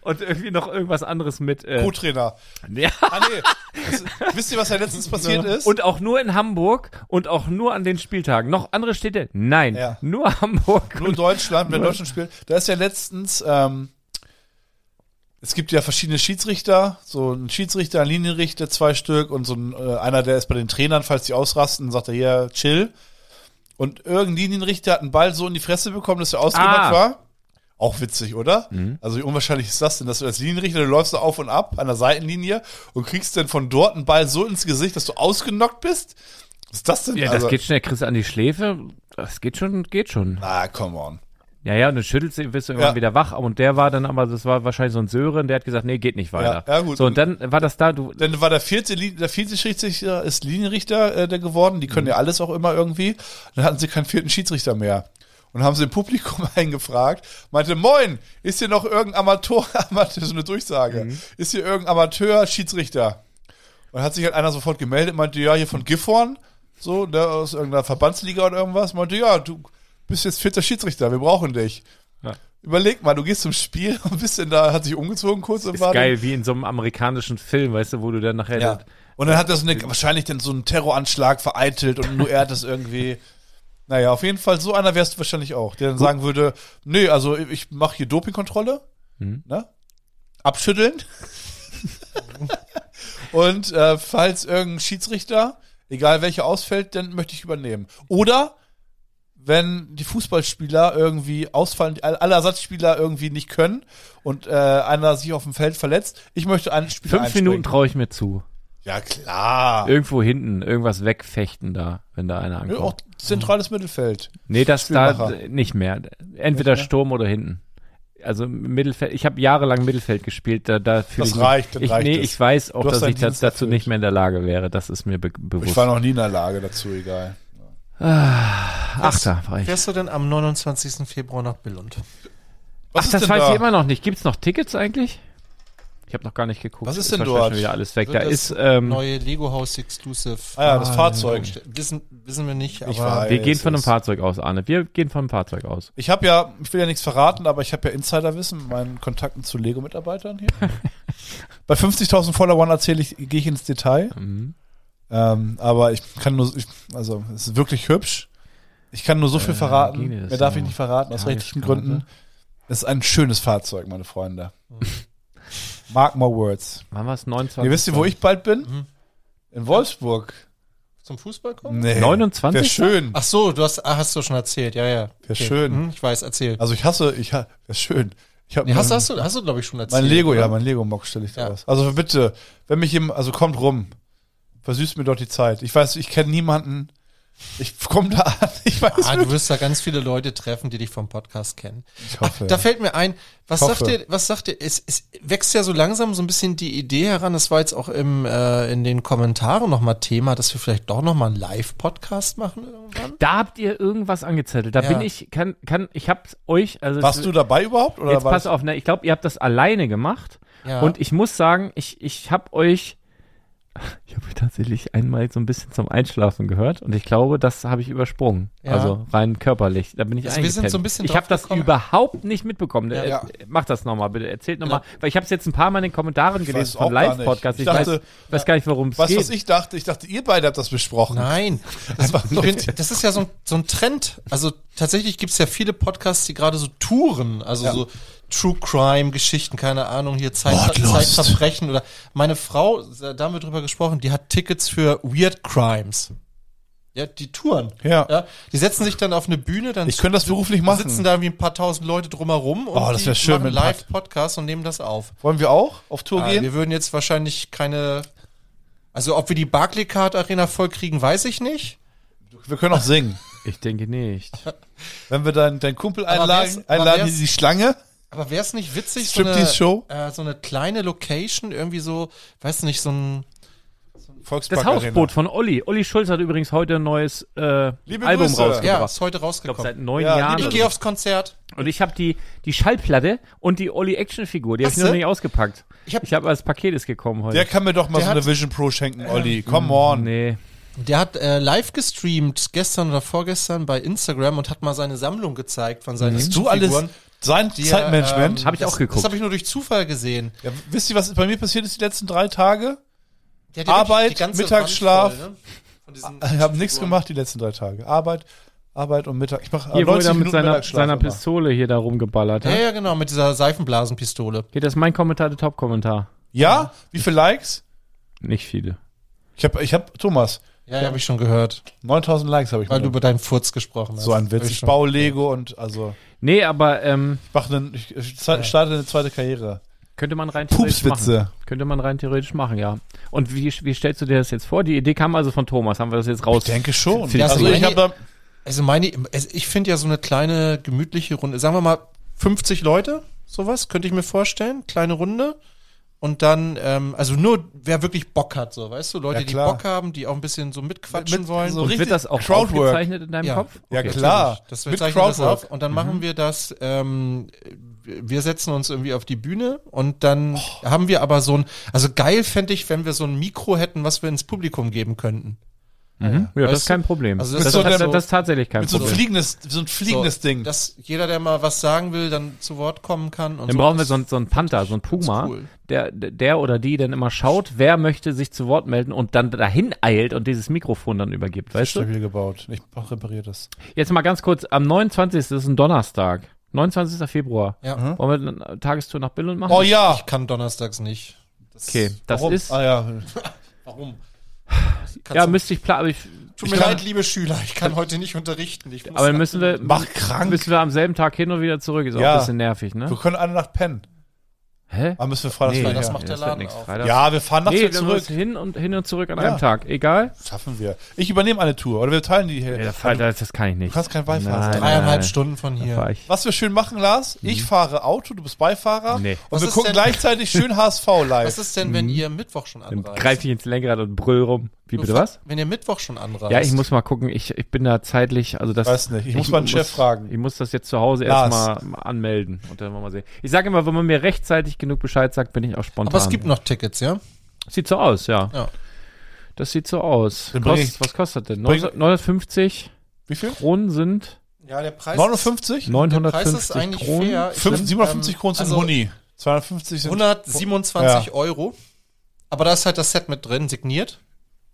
B: Und, und irgendwie noch irgendwas anderes mit. Äh,
A: Co-Trainer.
B: Ja.
A: Ah, nee. Das, wisst ihr, was da letztens passiert ist?
B: Und auch nur in Hamburg und auch nur an den Spieltagen. Noch andere Städte? Nein.
A: Ja.
B: Nur Hamburg.
A: nur Deutschland, wenn Deutschland spielt. Da ist ja letztens, ähm, es gibt ja verschiedene Schiedsrichter, so ein Schiedsrichter, ein Linienrichter, zwei Stück und so ein, äh, einer, der ist bei den Trainern, falls die ausrasten, sagt er hier, chill. Und irgendein Linienrichter hat einen Ball so in die Fresse bekommen, dass er ausgenockt
B: Ah.
A: war. Auch witzig, oder? Also wie unwahrscheinlich ist das denn, dass du als Linienrichter, du läufst da auf und ab an der Seitenlinie und kriegst dann von dort einen Ball so ins Gesicht, dass du ausgenockt bist? Was ist das denn? Also,
B: Ja, das geht schnell, kriegst du an die Schläfe. Das geht schon, geht schon.
A: Na, come on.
B: Ja, ja, und dann schüttelst du, wirst du irgendwann
A: Ja.
B: wieder wach. Und der war dann aber, das war wahrscheinlich so ein Sören, der hat gesagt, nee, geht nicht weiter.
A: Ja, ja, gut.
B: So, und dann war das da, du,
A: Dann war der vierte, Lin- der vierte Schiedsrichter ist Linienrichter äh, der geworden. Die können
B: Mhm.
A: ja alles auch immer irgendwie. Dann hatten sie keinen vierten Schiedsrichter mehr. Und haben sie im Publikum eingefragt, meinte, moin, ist hier noch irgendein Amateur, Amateur so eine Durchsage,
B: Mhm.
A: ist hier irgendein Amateur Schiedsrichter? Und hat sich halt einer sofort gemeldet, meinte, ja, hier von Gifhorn, so, ne, aus irgendeiner Verbandsliga oder irgendwas, meinte, ja, du bist jetzt vierter Schiedsrichter, wir brauchen dich.
B: Ja.
A: Überleg mal, du gehst zum Spiel und bist denn da, hat sich umgezogen kurz und
B: ist
A: war dann-
B: geil, wie in so einem amerikanischen Film, weißt du, wo du dann nachher,
A: ja. Und dann hat er so eine, wahrscheinlich dann so einen Terroranschlag vereitelt und nur er hat das irgendwie. Naja, auf jeden Fall, so einer wärst du wahrscheinlich auch, der dann sagen würde, nee, also ich mache hier Dopingkontrolle,
B: Mhm.
A: ne? Abschütteln. und äh, falls irgendein Schiedsrichter, egal welcher ausfällt, dann möchte ich übernehmen. Oder wenn die Fußballspieler irgendwie ausfallen, all- alle Ersatzspieler irgendwie nicht können und äh, einer sich auf dem Feld verletzt, ich möchte einen Spieler
B: fünf
A: einspringen.
B: Minuten traue ich mir zu.
A: Ja, klar.
B: Irgendwo hinten, irgendwas wegfechten da, wenn da einer
A: Ja,
B: ankommt.
A: auch zentrales Mittelfeld.
B: Nee, das da
A: Spielmacher.
B: nicht mehr. Entweder Sturm oder hinten. Also im Mittelfeld. Ich habe jahrelang Mittelfeld gespielt. Da, da fühl
A: Das
B: ich mich-
A: reicht, dann
B: ich,
A: reicht
B: Nee,
A: es.
B: ich weiß auch,
A: Du hast
B: dass
A: deinen
B: ich das,
A: Dienst
B: dazu
A: erfüllt.
B: nicht mehr in der Lage wäre. Das ist mir be bewusst.
A: Ich war noch nie in der Lage dazu, egal.
B: Achter war ich.
D: Fährst du denn am 29. Februar nach Billund?
A: Was
B: Ach, das weiß ich immer noch nicht. Gibt's noch Tickets eigentlich? Ich habe noch gar nicht geguckt.
A: Was ist denn
B: wahrscheinlich
A: dort?
B: schon wieder alles weg.
D: Wird
B: Da
D: das
B: ist. Ähm,
D: Neue Lego House Exclusive.
A: Ah ja, das Fahrzeug.
D: Wissen, wissen wir nicht, aber
A: weiß.
B: wir gehen
A: es
B: von einem
A: ist-
B: Fahrzeug aus, Arne. Wir gehen von einem Fahrzeug aus.
A: Ich habe ja, ich will ja nichts verraten, aber ich habe ja Insiderwissen mit meinen Kontakten zu Lego-Mitarbeitern hier. Bei 50.000 Followern erzähle ich, gehe ich ins Detail. Ähm, aber ich kann nur, ich, also es ist wirklich hübsch. Ich kann nur so viel verraten.
B: ging dir das
A: Mehr darf
B: noch?
A: ich nicht verraten, aus rechtlichen
B: Tagesgrade.
A: Gründen. Es ist ein schönes Fahrzeug, meine Freunde. Mark my words.
B: Wann war's? 29.
A: Ihr wisst ihr, wo ich bald bin? In Wolfsburg.
D: zum Fußball kommen?
A: Nee.
B: 29?
A: Wär schön.
D: Ach so, du hast, ah, hast du schon erzählt, ja, ja.
A: Wär schön.
D: Hm, ich weiß, erzähl.
A: Also ich hasse, ich ha- wär schön. Ich hab
D: nee, hast, du-
A: mein,
D: hast du, hast du glaube ich, schon erzählt.
A: mein Lego, ja,
D: oder?
A: mein Lego-Mock stelle ich da
D: Ja.
A: aus. Also bitte, wenn mich jemand, also kommt rum, versüßt mir doch die Zeit. Ich weiß, ich kenne niemanden. Ich komme da an. Ich weiß
D: Ah, du
A: wirklich.
D: wirst da ganz viele Leute treffen, die dich vom Podcast kennen.
A: Ich hoffe.
D: Da fällt mir ein, was
A: Hoffe.
D: sagt ihr, was sagt ihr, es, es wächst ja so langsam so ein bisschen die Idee heran, das war jetzt auch im, äh, in den Kommentaren nochmal Thema, dass wir vielleicht doch nochmal einen Live-Podcast machen irgendwann.
B: Da habt ihr irgendwas angezettelt. Da
D: Ja.
B: bin ich, kann, kann, ich hab's euch, also.
A: Warst du dabei überhaupt? Oder
B: Jetzt
A: war
B: pass
A: das-
B: auf, ne? Ich glaube, ihr habt das alleine gemacht.
D: Ja.
B: Und ich muss sagen, ich, ich habe euch. Ich habe euch tatsächlich einmal so ein bisschen zum Einschlafen gehört und ich glaube, das habe ich übersprungen.
D: Ja.
B: Also rein körperlich. Da bin ich
D: Also wir sind
B: eingepennt.
D: so ein bisschen
B: Ich habe
D: drauf
B: das
D: gekommen.
B: überhaupt nicht mitbekommen.
D: Ja.
B: Äh,
A: Ja.
B: Mach das nochmal, bitte. Erzählt nochmal. Weil ich habe es jetzt ein paar Mal in den Kommentaren
A: weiß
B: gelesen
A: auch
B: vom
A: gar nicht.
B: Live-Podcast.
A: Ich
B: Ich,
A: dachte-
B: weiß, weiß gar nicht, worum es
A: Weißt
B: geht.
A: du, was ich dachte? Ich dachte, ihr beide habt das besprochen.
D: Nein, das,
A: Einfach
D: ich bin, das ist ja so ein, so ein Trend. Also tatsächlich gibt's ja viele Podcasts, die gerade so touren, also so True Crime Geschichten, keine Ahnung, hier Zeit,
A: Mordlust.
D: Zeitverbrechen oder meine Frau, da haben wir drüber gesprochen, die hat Tickets für Weird Crimes. Ja, die touren.
A: Ja.
D: Die setzen sich dann auf eine Bühne, dann
A: Ich könnte das beruflich machen.
D: sitzen da wie ein paar tausend Leute drumherum und
A: Oh, das
D: die
A: wär schön,
D: machen
A: wenn-
D: Live-Podcast und nehmen das auf.
A: Wollen wir auch auf Tour
D: Ah,
A: gehen?
D: wir würden jetzt wahrscheinlich keine. Also ob wir die Barclaycard Arena voll kriegen, weiß ich nicht.
A: Wir können auch singen.
B: ich denke nicht.
A: Wenn wir dann deinen Kumpel
D: Aber
A: einladen,
D: wär's- aber
A: einladen
D: wär's-
A: die Schlange.
D: Aber wäre es nicht witzig,
A: Striptease-Show?
D: Äh, so eine kleine Location, irgendwie so, weiß nicht, so ein.
A: Volkspark
B: Das Hausboot von Olli. Olli Schulz hat übrigens heute ein neues äh,
A: Liebe
B: Album
A: Grüße.
B: rausgebracht.
D: Ja, ist heute
B: Ich glaube, seit
D: rausgekommen.
B: neun
A: Ja,
B: Jahren.
A: liebe
D: Ich
B: oder
D: gehe aufs Konzert.
B: Und ich habe die, die Schallplatte und die Olli Action Figur, die habe ich
D: Hast
B: noch
D: du?
B: nicht ausgepackt.
D: Ich hab-
B: Ich habe als Paket ist gekommen heute.
A: Der kann mir doch mal
D: Der
A: so eine
D: hat-
A: Vision Pro schenken, Olli. Come on.
B: nee.
D: Der hat äh, live gestreamt gestern oder vorgestern bei Instagram und hat mal seine Sammlung gezeigt von seinen
A: Mhm. Du alles, sein
D: die er,
A: Zeitmanagement.
D: Mhm. ähm,
B: Hab ich
D: das,
B: auch geguckt.
D: Das habe ich nur durch Zufall gesehen.
A: ja, wisst ihr, was bei mir passiert ist die letzten drei Tage?
D: Der hat ja wirklich
A: Arbeit,
D: ganze
A: Mittagsschlaf. Ah,
D: Wand voll, ne? Von diesen
A: Ich habe nichts
D: Figuren.
A: gemacht die letzten drei Tage. Arbeit, Arbeit und Mittag. Ich mache
B: Hier, wo er da mit seiner,
A: Mittagsschlaf
B: seiner
A: immer.
B: Pistole hier da rumgeballert
A: ne?
D: Ja,
B: hat.
D: ja, genau, mit dieser Seifenblasenpistole.
B: Geht das ist mein Kommentar, der Top-Kommentar?
A: Ja? Wie viele Likes?
B: Nicht viele.
A: Ich habe, ich hab, Thomas,
D: Ja, ja habe ich schon gehört.
A: 9000 Likes habe ich.
D: Weil Ah, du
A: mit.
D: über deinen Furz gesprochen hast.
A: so ein
D: Hab
A: Witz.
D: ich
A: Ich
D: schon-
A: baue Lego und also
B: Nee, aber ähm,
A: ich, mach einen, ich, ich sta- starte eine zweite Karriere.
B: könnte man rein theoretisch
A: Pupswitze.
B: machen. Könnte man rein theoretisch machen, ja. Und wie, wie stellst du dir das jetzt vor? Die Idee kam also von Thomas, haben wir das jetzt raus.
A: Ich denke schon.
B: Viel-
A: also
D: Also
A: ich
D: meine-
A: habe
D: Also meine, also ich finde ja so eine kleine, gemütliche Runde, sagen wir mal 50 Leute, sowas, könnte ich mir vorstellen, kleine Runde. Und dann, ähm, also nur, wer wirklich Bock hat, so, weißt du, Leute,
A: Ja,
D: die
A: klar.
D: Bock haben, die auch ein bisschen so mitquatschen
A: Mit-
D: wollen.
A: so
B: Und
A: richtig
B: wird das auch
A: Crowdwork.
B: aufgezeichnet in deinem
D: Ja.
B: Kopf?
A: Ja,
B: Okay.
A: klar.
D: Das wir
A: Mit
D: zeichnen das
A: Crowdwork. Mhm.
D: auf und dann machen wir das, ähm, wir setzen uns irgendwie auf die Bühne und dann
A: Oh.
D: haben wir aber so ein, also geil fände ich, wenn wir so ein Mikro hätten, was wir ins Publikum geben könnten.
B: Ja, das
D: Weißt
B: ist
D: du?
B: kein Problem.
D: Also das
B: das,
D: ist
B: das,
A: so
B: das,
A: der-
B: das ist tatsächlich kein
A: Mit so ein
B: Problem.
A: fliegendes, so ein fliegendes
D: so,
A: Ding.
D: Dass jeder, der mal was sagen will, dann zu Wort kommen kann. Und
B: Dann
D: so.
B: brauchen wir
D: Das-
B: so einen, so einen Panther, so einen Puma,
D: cool.
B: der, der oder die dann immer schaut, wer möchte sich zu Wort melden und dann dahin eilt und dieses Mikrofon dann übergibt, weißt du?
A: stabil gebaut. Ich repariere das.
B: Jetzt mal ganz kurz, am 29. ist ein Donnerstag. 29. Februar.
D: Ja.
A: Mhm.
B: Wollen wir eine Tagestour nach Billund machen?
A: Oh ja.
D: Ich kann donnerstags nicht. Das-
B: Ah. okay, das
A: Warum?
B: ist.
A: Ah ja.
D: Warum? Kannst
B: Ja,
D: du-
B: müsste ich planen, aber, ich,
D: Tut
A: ich
D: mir
A: kann-
D: leid, liebe Schüler, ich kann heute nicht unterrichten. Ich muss
B: aber dann müssen wir,
A: Mach krank.
B: müssen wir am selben Tag hin und wieder zurück. Ist auch
A: Ja.
B: ein bisschen nervig,
A: Wir
B: ne?
A: können eine Nacht pennen.
B: Hä?
A: Aber Ah, müssen wir Freitags
B: Nee,
A: nee,
D: Ah, das
A: ja.
D: macht der
B: wird
D: Laden
B: nix.
D: auf.
B: Freitag-
A: ja, wir fahren nachts
B: Nee,
A: wieder
B: dann muss
A: zurück.
B: hin und hin und zurück an
A: Ja.
B: einem Tag. Egal.
A: Schaffen wir. Ich übernehme eine Tour. Oder wir teilen die hier.
B: Ja, das, das, das kann ich
A: du
B: nicht.
A: kannst kein Beifahrer
B: Nein.
A: sein.
D: dreieinhalb Stunden von
B: Äh, Da
D: hier.
B: fahr ich.
A: Was wir schön machen, Lars, ich fahre Auto, du bist Beifahrer
B: Mhm. Nee.
A: und
D: Was
A: wir
D: ist
A: gucken
D: denn-
A: gleichzeitig schön HSV live.
D: Was ist denn,
B: Mhm.
D: wenn ihr Mittwoch schon
B: Dann
D: anreist?
B: greife ich ins Lenkrad und brüll rum. Wie
D: Du
B: bitte
D: fa-
B: was?
D: Wenn ihr Mittwoch schon anreist.
B: Ja, ich muss mal gucken. Ich, ich bin da zeitlich, also das.
A: Weiß nicht. Ich muss meinen Chef fragen.
B: Ich muss das jetzt zu Hause
A: Lars.
B: erstmal anmelden und dann wollen wir mal sehen. Ich sage immer, wenn man mir rechtzeitig genug Bescheid sagt, bin ich auch spontan.
D: Aber es gibt noch Tickets, ja?
B: Sieht so aus, ja.
D: Ja.
B: Das sieht so aus.
A: Dann bring
B: Kost-
A: ich-
B: was kostet denn?
A: bring-
B: 950
A: Wie viel?
B: Kronen sind
D: Ja, der Preis
A: 59?
D: Der Preis ist
B: 950
D: eigentlich
B: Kronen.
D: fair. Ich
A: Fünf-
D: find,
A: 57
D: ähm,
A: Kronen sind
D: also
A: Huni. 250 sind
D: 127
A: Ja.
D: Euro. Aber da ist halt das Set mit drin, signiert.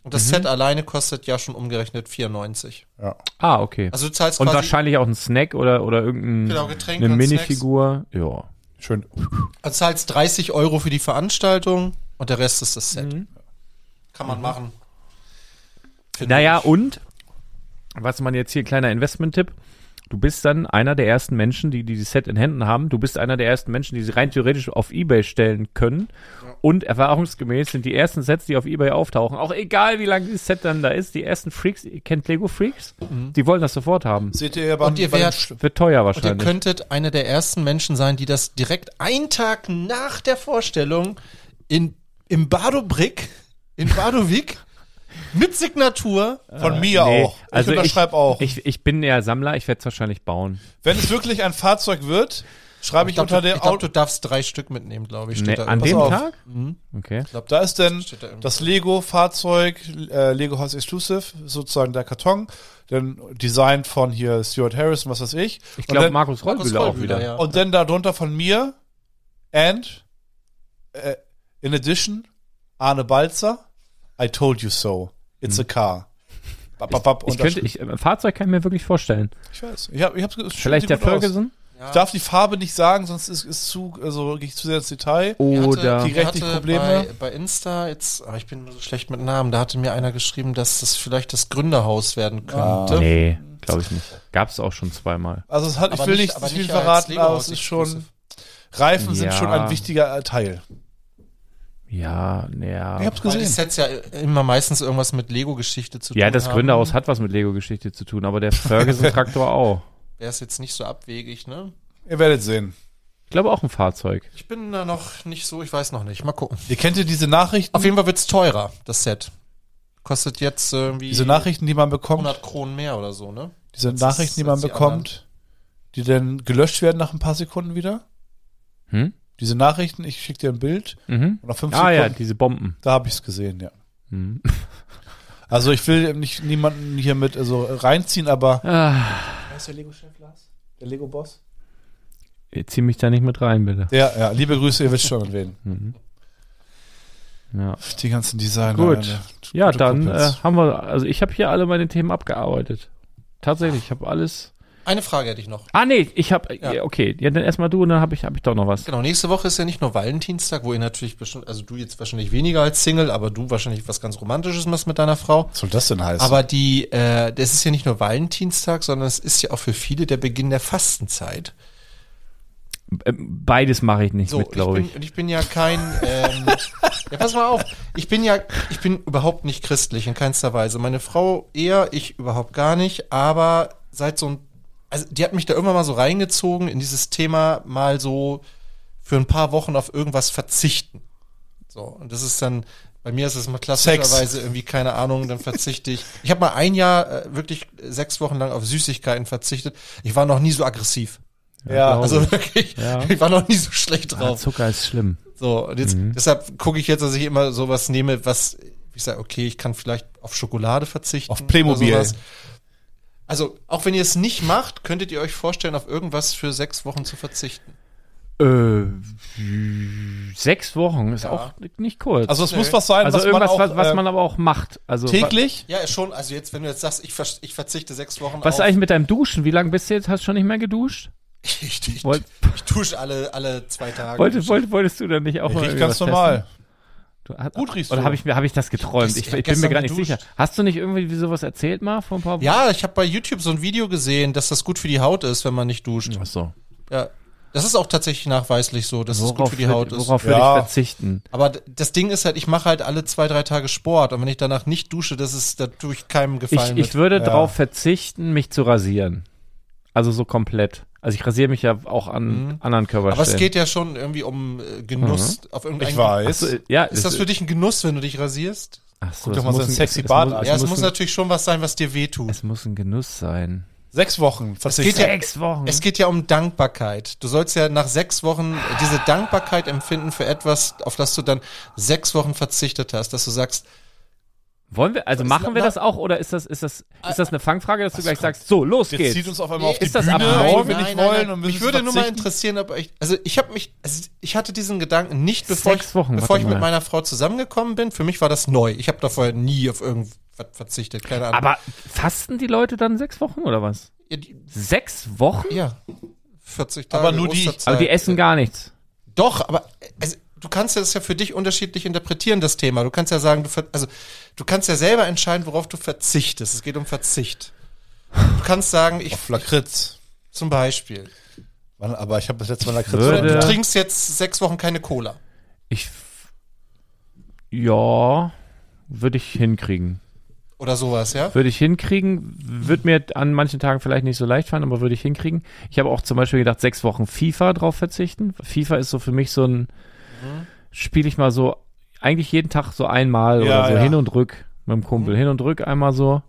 D: Und das Set alleine kostet ja schon umgerechnet 94.
A: Ja.
B: Ah, okay.
D: Also du zahlst
B: und
D: quasi,
B: wahrscheinlich auch ein Snack oder, oder
D: Genau,
B: irgendeine
D: Getränke
B: eine
D: und Snacks.
B: Minifigur. Ja.
A: Schön.
D: also zahlst 30 Euro für die Veranstaltung und der Rest ist das Set.
B: Mhm.
D: Kann man machen. Finde
B: Naja,
D: ich.
B: und was man jetzt hier, kleiner Investment-Tipp, du bist dann einer der ersten Menschen, die die, die Set in Händen haben. Du bist einer der ersten Menschen, die sie rein theoretisch auf Ebay stellen können. Und erfahrungsgemäß sind die ersten Sets, die auf Ebay auftauchen, auch egal wie lange dieses Set dann da ist, die ersten Freaks, ihr kennt Lego Freaks,
A: Mhm.
B: die wollen das sofort haben.
A: Seht ihr ja beim,
D: Und ihr
A: bei dem
D: wärt-
A: Sch-
B: Wird teuer
D: Und ihr
B: wahrscheinlich.
D: könntet einer der ersten Menschen sein, die das direkt einen Tag nach der Vorstellung in, im Badobrick, in Badowik, mit Signatur
A: von mir
B: Nee,
A: auch. Ich
B: also ich-
A: unterschreibe auch.
B: ich, ich bin ja Sammler, ich werde es wahrscheinlich bauen.
A: Wenn es wirklich ein Fahrzeug wird, schreibe ich,
D: glaub,
A: unter
D: du,
A: dem
D: ich glaub,
A: Auto.
D: du darfst drei Stück mitnehmen, glaube ich.
B: Nee,
D: steht da
B: an
D: irgendwas.
B: dem
A: auf. Mhm.
B: Tag? Okay.
A: Da ist denn
D: Steht da irgendwo.
A: das Lego-Fahrzeug, äh, Lego House Exclusive, sozusagen der Karton, dann designt von hier Stuart Harris und was weiß ich.
B: Ich
A: und
B: glaube,
A: dann,
B: Markus
D: Markus
B: Rollbühler auch
D: Rollbühler,
B: wieder.
D: ja.
A: und dann darunter von mir and äh, in addition Arne Balzer, I told you so. It's a car. Bap, bap, bap,
B: Hm. Ich könnte, ich, ein Fahrzeug kann ich mir wirklich vorstellen.
A: Ich weiß. Ich hab, ich hab's, es sieht
B: Vielleicht der
A: gut aus.
B: Ferguson?
A: Ich darf die Farbe nicht sagen, sonst ist, ist zu, also gehe ich zu sehr ins Detail.
D: Er
B: Oder.
D: hatte,
A: Die
D: er
A: rechtlichen
D: hatte
A: Probleme.
D: Bei, bei Insta, jetzt, ah, ich bin so schlecht mit Namen, da hatte mir einer geschrieben, dass das vielleicht das Gründerhaus werden könnte.
B: Ah, Nee, glaube ich nicht. Gab es auch schon zweimal.
A: Also es hat,
D: Aber
A: ich will
D: nicht-
A: nicht,
D: aber
A: zu viel
D: nicht als
A: verraten, aber
D: Lego-Haus
A: es ist schon.
D: Exclusive.
A: Reifen
B: Ja.
A: sind schon ein wichtiger äh, Teil.
B: Ja,
A: Ich
B: ja.
A: hab's
D: Weil die
A: gesehen.
D: Sets ja immer meistens irgendwas mit Lego-Geschichte zu
B: Ja,
D: tun
B: das
D: haben.
B: Gründerhaus hat was mit Lego-Geschichte zu tun, aber der Ferguson-Traktor auch.
D: Wäre es jetzt nicht so abwegig, ne?
A: Ihr werdet sehen.
B: Ich glaube auch ein Fahrzeug.
D: Ich bin da noch nicht so, ich weiß noch nicht. Mal gucken.
A: Ihr kennt ja diese Nachrichten,
D: Auf jeden Fall wird's teurer, das Set. Kostet jetzt äh, irgendwie
A: diese Nachrichten, die man bekommt,
D: 100 Kronen mehr oder so, ne?
A: diese
D: ist-
A: Nachrichten, die
D: das
A: man
D: ist die
A: bekommt, die dann gelöscht werden nach ein paar Sekunden wieder.
B: Hm?
A: Diese Nachrichten, ich schicke dir ein Bild
B: Mhm.
A: und nach fünf
B: Ah ja,
A: Sekunden,
B: diese Bomben.
A: da habe ich es gesehen, ja.
B: Hm.
A: Also ich will nicht niemanden hier mit also reinziehen, aber
B: Ah,
A: Wer ist der Lego-Chef, Lars? Der Lego-Boss?
B: ich Äh, zieh mich da nicht mit rein, bitte.
A: Ja, ja, liebe Grüße, ihr wisst schon an wen.
B: Mhm. Ja,
A: Die ganzen Designer.
B: Gut.
A: alle.
B: ja
A: Gute
B: dann äh,
A: Kumpels.
B: haben wir, also ich habe hier alle meine Themen abgearbeitet. Tatsächlich, ich habe alles.
D: Eine Frage hätte ich noch.
B: Ah nee, ich habe,
D: Ja.
B: okay, ja, dann erstmal du und dann habe ich, hab ich doch noch was.
D: Genau, nächste Woche ist ja nicht nur Valentinstag, wo ihr natürlich bestimmt, also du jetzt wahrscheinlich weniger als Single, aber du wahrscheinlich was ganz Romantisches machst mit deiner Frau.
A: Was soll das denn heißen?
D: Aber die, äh, das ist ja nicht nur Valentinstag, sondern es ist ja auch für viele der Beginn der Fastenzeit.
B: Ähm, Beides mache ich nicht mit, glaube
D: bin,
B: ich.
D: Und ich bin ja kein. Ähm, ja, pass mal auf. Ich bin ja, ich bin überhaupt nicht christlich in keinster Weise. Meine Frau eher, ich überhaupt gar nicht. Aber seit so ein, also die hat mich da irgendwann mal so reingezogen in dieses Thema mal so für ein paar Wochen auf irgendwas verzichten. So, und das ist dann, bei mir ist es mal klassischerweise irgendwie, keine Ahnung, dann verzichte ich. Ich habe mal ein Jahr äh, wirklich sechs Wochen lang auf Süßigkeiten verzichtet. Ich war noch nie so aggressiv.
A: Ja,
B: glaub
D: Also
B: ich.
D: wirklich,
B: Oh. Ja.
D: ich war noch nie so schlecht
B: Ah,
D: drauf.
B: Zucker ist schlimm.
D: So, und jetzt,
B: Mhm.
D: deshalb gucke ich jetzt, dass ich immer sowas nehme, was ich sage, okay, ich kann vielleicht auf Schokolade verzichten.
A: Auf Playmobil.
D: oder sowas. Also, auch wenn ihr es nicht macht, könntet ihr euch vorstellen, auf irgendwas für sechs Wochen zu verzichten.
B: Äh, sechs Wochen ist auch nicht kurz.
A: Also es
D: Nee.
A: muss was sein,
B: Also irgendwas,
A: auch,
B: was, was
A: äh,
B: man aber auch macht. Also,
A: täglich.
D: Ja, schon. Also jetzt, wenn du jetzt sagst, ich, vers- ich verzichte sechs Wochen
B: Was ist
D: auf,
B: eigentlich mit deinem Duschen? Wie lange bist du jetzt? Hast du schon nicht mehr geduscht?
D: ich, ich, ich,
B: Wollt-
D: ich dusche alle, alle zwei Tage.
B: Wollte, wollt, wolltest du dann nicht auch
A: Ich riech
B: irgendwie
A: ganz
B: was testen?
A: normal.
B: Du, hat,
A: Gut riechst
B: Oder
A: du.
B: habe ich, mir- hab ich das geträumt?
D: Du
B: Ich,
D: bist
B: ich bin mir
D: gestern
B: gar nicht
D: geduscht.
B: sicher. Hast du nicht irgendwie sowas erzählt mal vor ein paar Wochen?
D: Ja, ich habe bei YouTube so ein Video gesehen, dass das gut für die Haut ist, wenn man nicht duscht.
B: Ach so.
D: Ja. Das ist auch tatsächlich nachweislich so, dass es gut
B: Worauf,
D: für die Haut
B: würd-
D: ist.
B: worauf würde
A: Ja.
B: ich verzichten?
D: Aber d- das Ding ist halt, ich mache halt alle zwei, drei Tage Sport und wenn ich danach nicht dusche, das ist, da tue ich keinem
B: Ich,
D: gefallen.
B: ich
D: mit.
B: würde darauf verzichten, mich zu rasieren. Also so komplett. Also ich rasiere mich ja auch an anderen Körperstellen.
D: Aber es geht ja schon irgendwie um äh, Genuss
B: Mhm.
D: auf irgendein.
A: Ich weiß.
B: Achso, ja,
D: Ist das für dich ein Genuss, wenn du dich rasierst?
B: Achso,
A: Guck doch mal so einen sexy Bart an.
B: Bart muss,
A: Es
D: ja, es muss,
B: muss ein, Mhm.
D: natürlich schon was sein, was dir wehtut.
B: es muss ein Genuss sein.
A: Sechs Wochen
D: geht
A: verzichtet.
D: ja-
B: Sechs Wochen.
D: Es geht ja um Dankbarkeit. Du sollst ja nach sechs Wochen diese Dankbarkeit empfinden für etwas, auf das du dann sechs Wochen verzichtet hast, dass du sagst,
B: Wollen wir, also machen wir
D: na-
B: das auch, oder ist das, ist das, ist das eine Fangfrage, dass du gleich sagst, so, los
A: Jetzt
B: geht's.
A: zieht uns auf einmal auf die
B: ist das
A: Bühne,
B: ab-
A: wollen wir nicht wollen und müssen
D: Mich würde nur mal
A: verzichten.
D: interessieren, ob ich, also ich habe mich, also ich hatte diesen Gedanken nicht, bevor
B: Sechs
D: ich,
B: Wochen,
D: bevor
B: warte
D: ich mit
B: mal.
D: meiner Frau zusammengekommen bin. Für mich war das neu. Ich habe da vorher nie auf irgendwas verzichtet, keine Ahnung.
B: Aber fasten die Leute dann sechs Wochen oder was?
D: ja, die-
B: Sechs Wochen?
D: ja, 40 Tage.
A: Aber nur die-
B: Aber die
A: äh,
B: essen gar nichts.
D: Doch, aber also, du kannst ja das ja für dich unterschiedlich interpretieren, das Thema. Du kannst ja sagen, du ver also du kannst ja selber entscheiden, worauf du verzichtest. Es geht um Verzicht. Du kannst sagen,
B: Oh,
D: ich
A: Flakritz.
D: zum Beispiel,
A: Wann- Aber ich habe das letzte Mal
B: Würde-
A: Lakritz.
D: du
B: Ja.
D: trinkst jetzt sechs Wochen keine Cola.
B: Ich, f- ja, würde ich hinkriegen.
D: Oder sowas, ja?
B: Würde ich hinkriegen, wird mir an manchen Tagen vielleicht nicht so leicht fallen, aber würde ich hinkriegen. Ich habe auch zum Beispiel gedacht, sechs Wochen FIFA drauf verzichten. FIFA ist so für mich so ein,
A: Mhm.
B: spiele ich mal so, eigentlich jeden Tag so
A: Ja,
B: einmal oder so
A: ja. Mhm.
B: hin und rück mit dem Kumpel, hin und rück einmal so.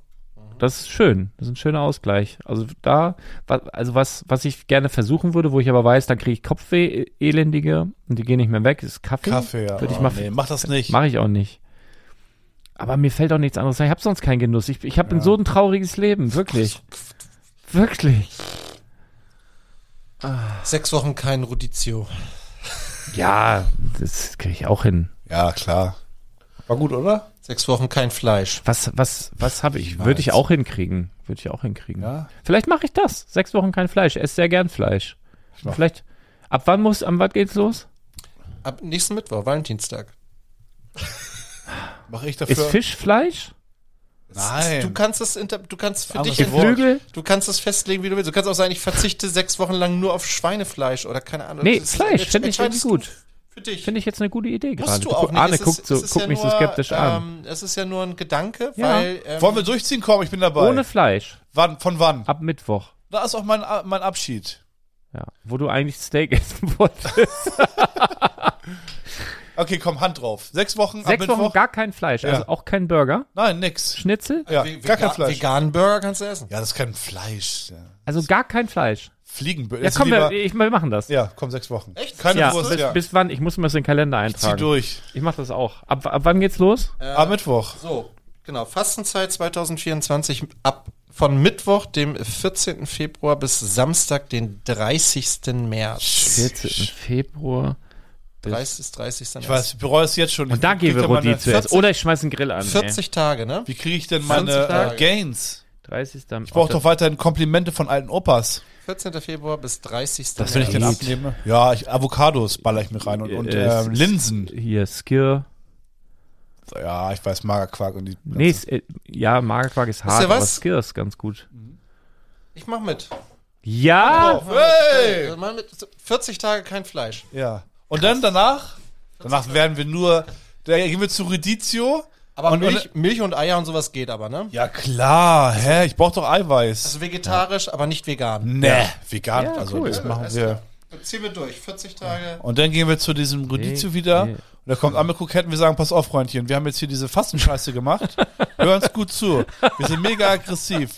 B: Das ist schön, das ist ein schöner Ausgleich. Also da, wa- also was, was ich gerne versuchen würde, wo ich aber weiß, dann kriege ich Kopfweh, äh, elendige, und die gehen nicht mehr weg, ist Kaffee.
A: Kaffee, ja.
B: Würde ich
A: Oh,
B: mal
A: nee, mach das nicht.
B: Mache ich auch nicht. Aber mir fällt auch nichts anderes ein. Ich habe sonst keinen Genuss. Ich, ich habe so ein trauriges Leben, wirklich. Wirklich.
D: Sechs Wochen kein Rodizio.
B: Ja, das kriege ich auch hin.
A: Ja, klar. War gut, oder?
D: Sechs Wochen kein Fleisch.
B: Was, was, was habe ich? Würde ich
A: weiß.
B: auch hinkriegen. Würde ich auch hinkriegen.
A: Ja.
B: Vielleicht mache ich das. Sechs Wochen kein Fleisch. Esse sehr gern Fleisch. Und Vielleicht. Ab wann muss, am wann geht's los?
D: Ab nächsten Mittwoch, Valentinstag.
A: Mache
D: Äh,
A: ich dafür.
B: Ist Fisch Fleisch?
A: Nein.
D: Du kannst es inter du kannst für
A: Anderes
D: dich
A: Wort.
B: Geflügel?
D: Du kannst es festlegen, wie du willst. Du kannst auch sagen, ich verzichte sechs Wochen lang nur auf Schweinefleisch oder keine Ahnung.
B: Nee,
D: Das ist-
B: Fleisch
D: das
B: finde ich
D: entscheidest
B: irgendwie gut.
D: du Für dich.
B: Finde ich jetzt eine gute Idee gerade.
D: Musst du
B: Guck-
D: auch nicht.
B: Arne
D: Es ist-
B: guckt, so,
D: es ist
B: guckt
D: ja
B: mich so
D: nur,
B: skeptisch an.
D: Ähm, es ist ja nur ein Gedanke,
B: Ja.
D: weil. Ähm,
A: Wollen wir durchziehen? Komm, ich bin dabei.
B: Ohne Fleisch.
A: wann, von wann?
B: Ab Mittwoch.
A: Da ist auch mein, mein Abschied.
B: Ja, wo du eigentlich Steak essen wolltest.
A: Okay, komm, Hand drauf. Sechs Wochen ab
B: Sechs
A: Mittwoch.
B: Wochen gar kein Fleisch, also
A: Ja.
B: auch kein Burger,
A: Nein, nix.
B: Schnitzel,
A: Ja,
D: Ve-
A: gar
D: Vega-
A: kein Fleisch.
D: Veganen Burger kannst du essen.
A: Ja, das ist kein Fleisch. Ja.
B: also gar kein Fleisch.
A: Fliegenbö-
B: Ja,
A: ist
B: komm, wir,
A: lieber-
B: ich, wir machen das.
A: ja, komm, sechs Wochen.
D: Echt?
A: Keine
B: Ja,
A: Wurst,
B: bis,
A: ja.
B: bis wann? Ich muss mir das in den Kalender
A: Zieh
B: eintragen.
A: durch. Äh,
B: Ich mache das auch. Ab, ab wann geht's los?
A: Am Mittwoch.
D: So, genau. Fastenzeit 2024 ab von Mittwoch, dem 14. Februar bis Samstag, den 30. März.
B: 14. Februar.
D: 30. 30.
A: Ich weiß, ich bereue es jetzt schon.
B: Und da
A: Wie
B: gehen
A: krieg
B: wir
A: ich denn meine-
B: Rodi zuerst. Oh.
D: 40
B: Oder ich schmeiß einen Grill an.
D: 40 Tage, ne?
A: Wie kriege ich denn
D: 20
A: meine
D: Tage.
A: äh, Gains?
B: Ey. 30.
A: Ich brauche doch weiterhin Komplimente von alten Opas.
D: 14. Februar bis 30.
A: Das will ich denn
D: März.
A: abnehmen. Ja, ich, Avocados baller ich mir rein und, und
B: Äh,
A: äh, Linsen.
B: Hier, Skir.
A: Ja, ich weiß, Magerquark und die.
B: Nee, ist, äh, ja, Magerquark ist hart,
D: ihr
B: aber
D: was?
B: Skir ist ganz gut.
D: Ich mach mit.
B: Ja!
A: Hey!
D: Also mal mit 40 Tage kein Fleisch.
A: Ja. Und dann danach? Danach werden wir nur. Da gehen wir zu Redizio,
D: Aber
A: Und-
D: Milch, Milch und Eier und sowas geht aber, ne?
A: Ja klar, hä? Ich brauch doch Eiweiß.
D: Also vegetarisch, aber nicht vegan.
A: nee, vegan.
B: Ja,
A: also
B: cool.
A: das machen
D: Alles
A: wir.
D: klar. Dann Ziehen wir durch, 40 Tage.
A: Und dann gehen wir zu diesem Rodizio wieder.
B: nee.
A: Und da kommt Amel Kroketten, wir sagen, pass auf, Freundchen, wir haben jetzt hier diese Fastenscheiße gemacht. Hör uns gut zu. Wir sind mega aggressiv.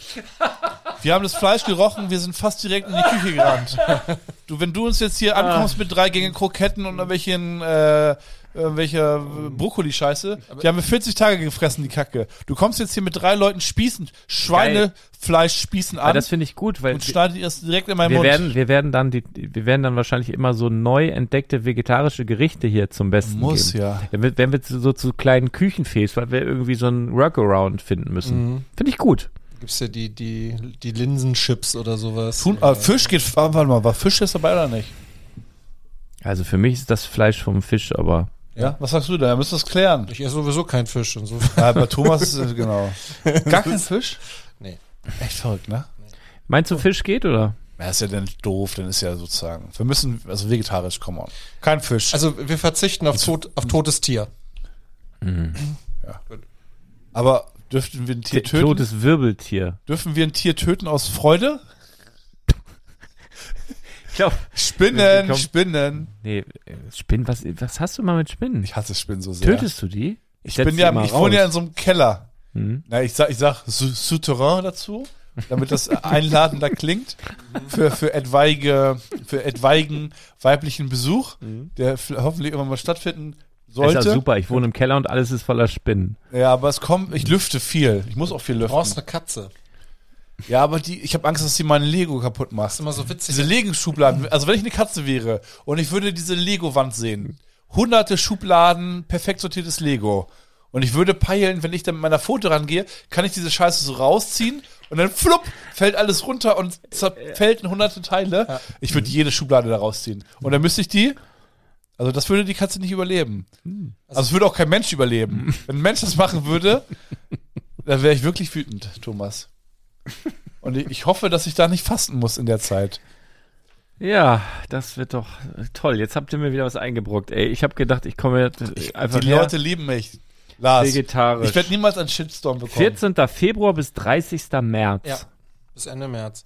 A: Wir haben das Fleisch gerochen, wir sind fast direkt in die Küche gerannt. Du, wenn du uns jetzt hier ankommst mit drei Gänge Kroketten und irgendwelchen, äh, irgendwelcher Brokkoli-Scheiße, die haben wir 40 Tage gefressen, die Kacke. Du kommst jetzt hier mit drei Leuten Spießen, Schweinefleisch-Spießen
B: Aber
A: an
B: Ah, das finde ich gut, weil
A: und schneidet ihr das direkt in meinen
B: wir
A: Mund.
B: werden, wir werden dann die, wir werden dann wahrscheinlich immer so neu entdeckte vegetarische Gerichte hier zum Besten
A: Muss
B: geben.
A: ja.
B: Dann wird- werden wir zu- so zu kleinen Küchenfees, weil wir irgendwie so einen Workaround finden müssen. Finde ich gut.
D: Gibt's ja die, die, die Linsenchips oder sowas.
A: Thun, äh, Fisch geht, warte mal, war Fisch jetzt dabei oder nicht?
B: Also für mich ist das Fleisch vom Fisch, aber
A: Ja, was sagst du da? Wir müssen das klären.
D: Ich esse sowieso keinen Fisch und so.
A: Ja, bei Thomas ist es genau. Gar kein Fisch?
D: Nee.
A: Echt verrückt, ne?
B: meinst du Fisch geht oder?
A: Ja, ist ja dann doof, dann ist ja sozusagen. Wir müssen, also vegetarisch, come on. Kein Fisch.
D: Also wir verzichten auf, tot, auf totes Tier.
A: Aber dürften wir ein Tier töten?
B: Totes Wirbeltier.
A: Dürfen wir ein Tier töten aus Freude?
B: Ich glaube,
A: Spinnen,
B: Komm.
A: Spinnen.
B: nee, Spinnen, was, was hast du mal mit Spinnen?
A: Ich hasse Spinnen so sehr.
B: Tötest du die?
A: Ich
B: setz
A: bin
B: die
A: ja,
B: immer
A: ich wohne ja in
B: raus.
A: so einem Keller.
B: Mhm.
A: Na, ich sag, ich sag Sou- Souterrain dazu, damit das einladender klingt für, für etwaige, für etwaigen weiblichen Besuch, der f- hoffentlich irgendwann mal stattfinden
B: Mhm. Ist ja
A: sollte.
B: super, ich wohne im Keller und alles ist voller Spinnen.
A: Ja, aber es kommt, ich lüfte viel. Ich muss auch viel
D: Du brauchst
A: lüften.
D: eine Katze.
A: Ja, aber die, ich habe Angst, dass sie meine Lego kaputt macht.
D: ist immer so witzig.
A: Diese Lego-Schubladen, also wenn ich eine Katze wäre und ich würde diese Lego-Wand sehen, hunderte Schubladen, perfekt sortiertes Lego. Und ich würde peilen, wenn ich dann mit meiner Foto rangehe, kann ich diese Scheiße so rausziehen und dann flupp, fällt alles runter und zerfällt in hunderte Teile. Ich würde jede Schublade da rausziehen. Und dann müsste ich die, also das würde die Katze nicht überleben.
D: Hm.
A: Also es würde auch kein Mensch überleben. Wenn ein Mensch das machen würde, dann wäre ich wirklich wütend, Thomas. Und ich- ich hoffe, dass ich da nicht fasten muss in der Zeit.
B: Ja, das wird doch äh, toll. Jetzt habt ihr mir wieder was eingebrockt. Ey, ich habe gedacht, ich komme jetzt einfach
A: Die
B: leer
A: Leute lieben mich. Lars,
B: vegetarisch.
A: ich werde niemals einen Shitstorm bekommen.
B: 14. Februar bis 30. März.
D: Ja, bis Ende März.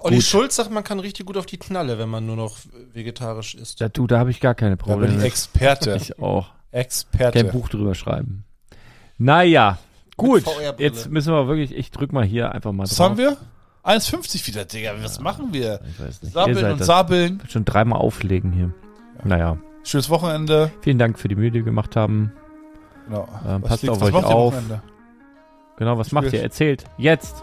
D: Olli
B: Gut.
D: Schulz sagt, man kann richtig gut auf die Knalle, wenn man nur noch vegetarisch isst.
B: Da, du, da habe ich gar keine
A: Da bin
B: Probleme.
A: ich
B: Ich,
A: Experte.
B: auch. Kein
A: Experte.
B: Buch drüber schreiben. Naja, gut.
D: VR-Brille.
B: Jetzt müssen wir wirklich, ich drück mal hier einfach mal
A: Was
B: drauf.
A: haben wir? 1,50 wieder, Digga. Was machen wir?
B: Ich weiß nicht. Ihr
A: Sabbeln
B: seid
A: und
B: das.
A: sabbeln.
B: Schon dreimal auflegen hier. Naja,
A: Schönes Wochenende.
B: vielen Dank für die Mühe, die wir gemacht haben.
A: Genau.
B: Ähm,
A: Was
B: passt
A: liegt-
B: auf
A: was
B: euch
A: macht ihr am
B: auf.
A: Wochenende?
B: Genau, was macht
A: Tschüss.
B: ihr? Erzählt. Jetzt.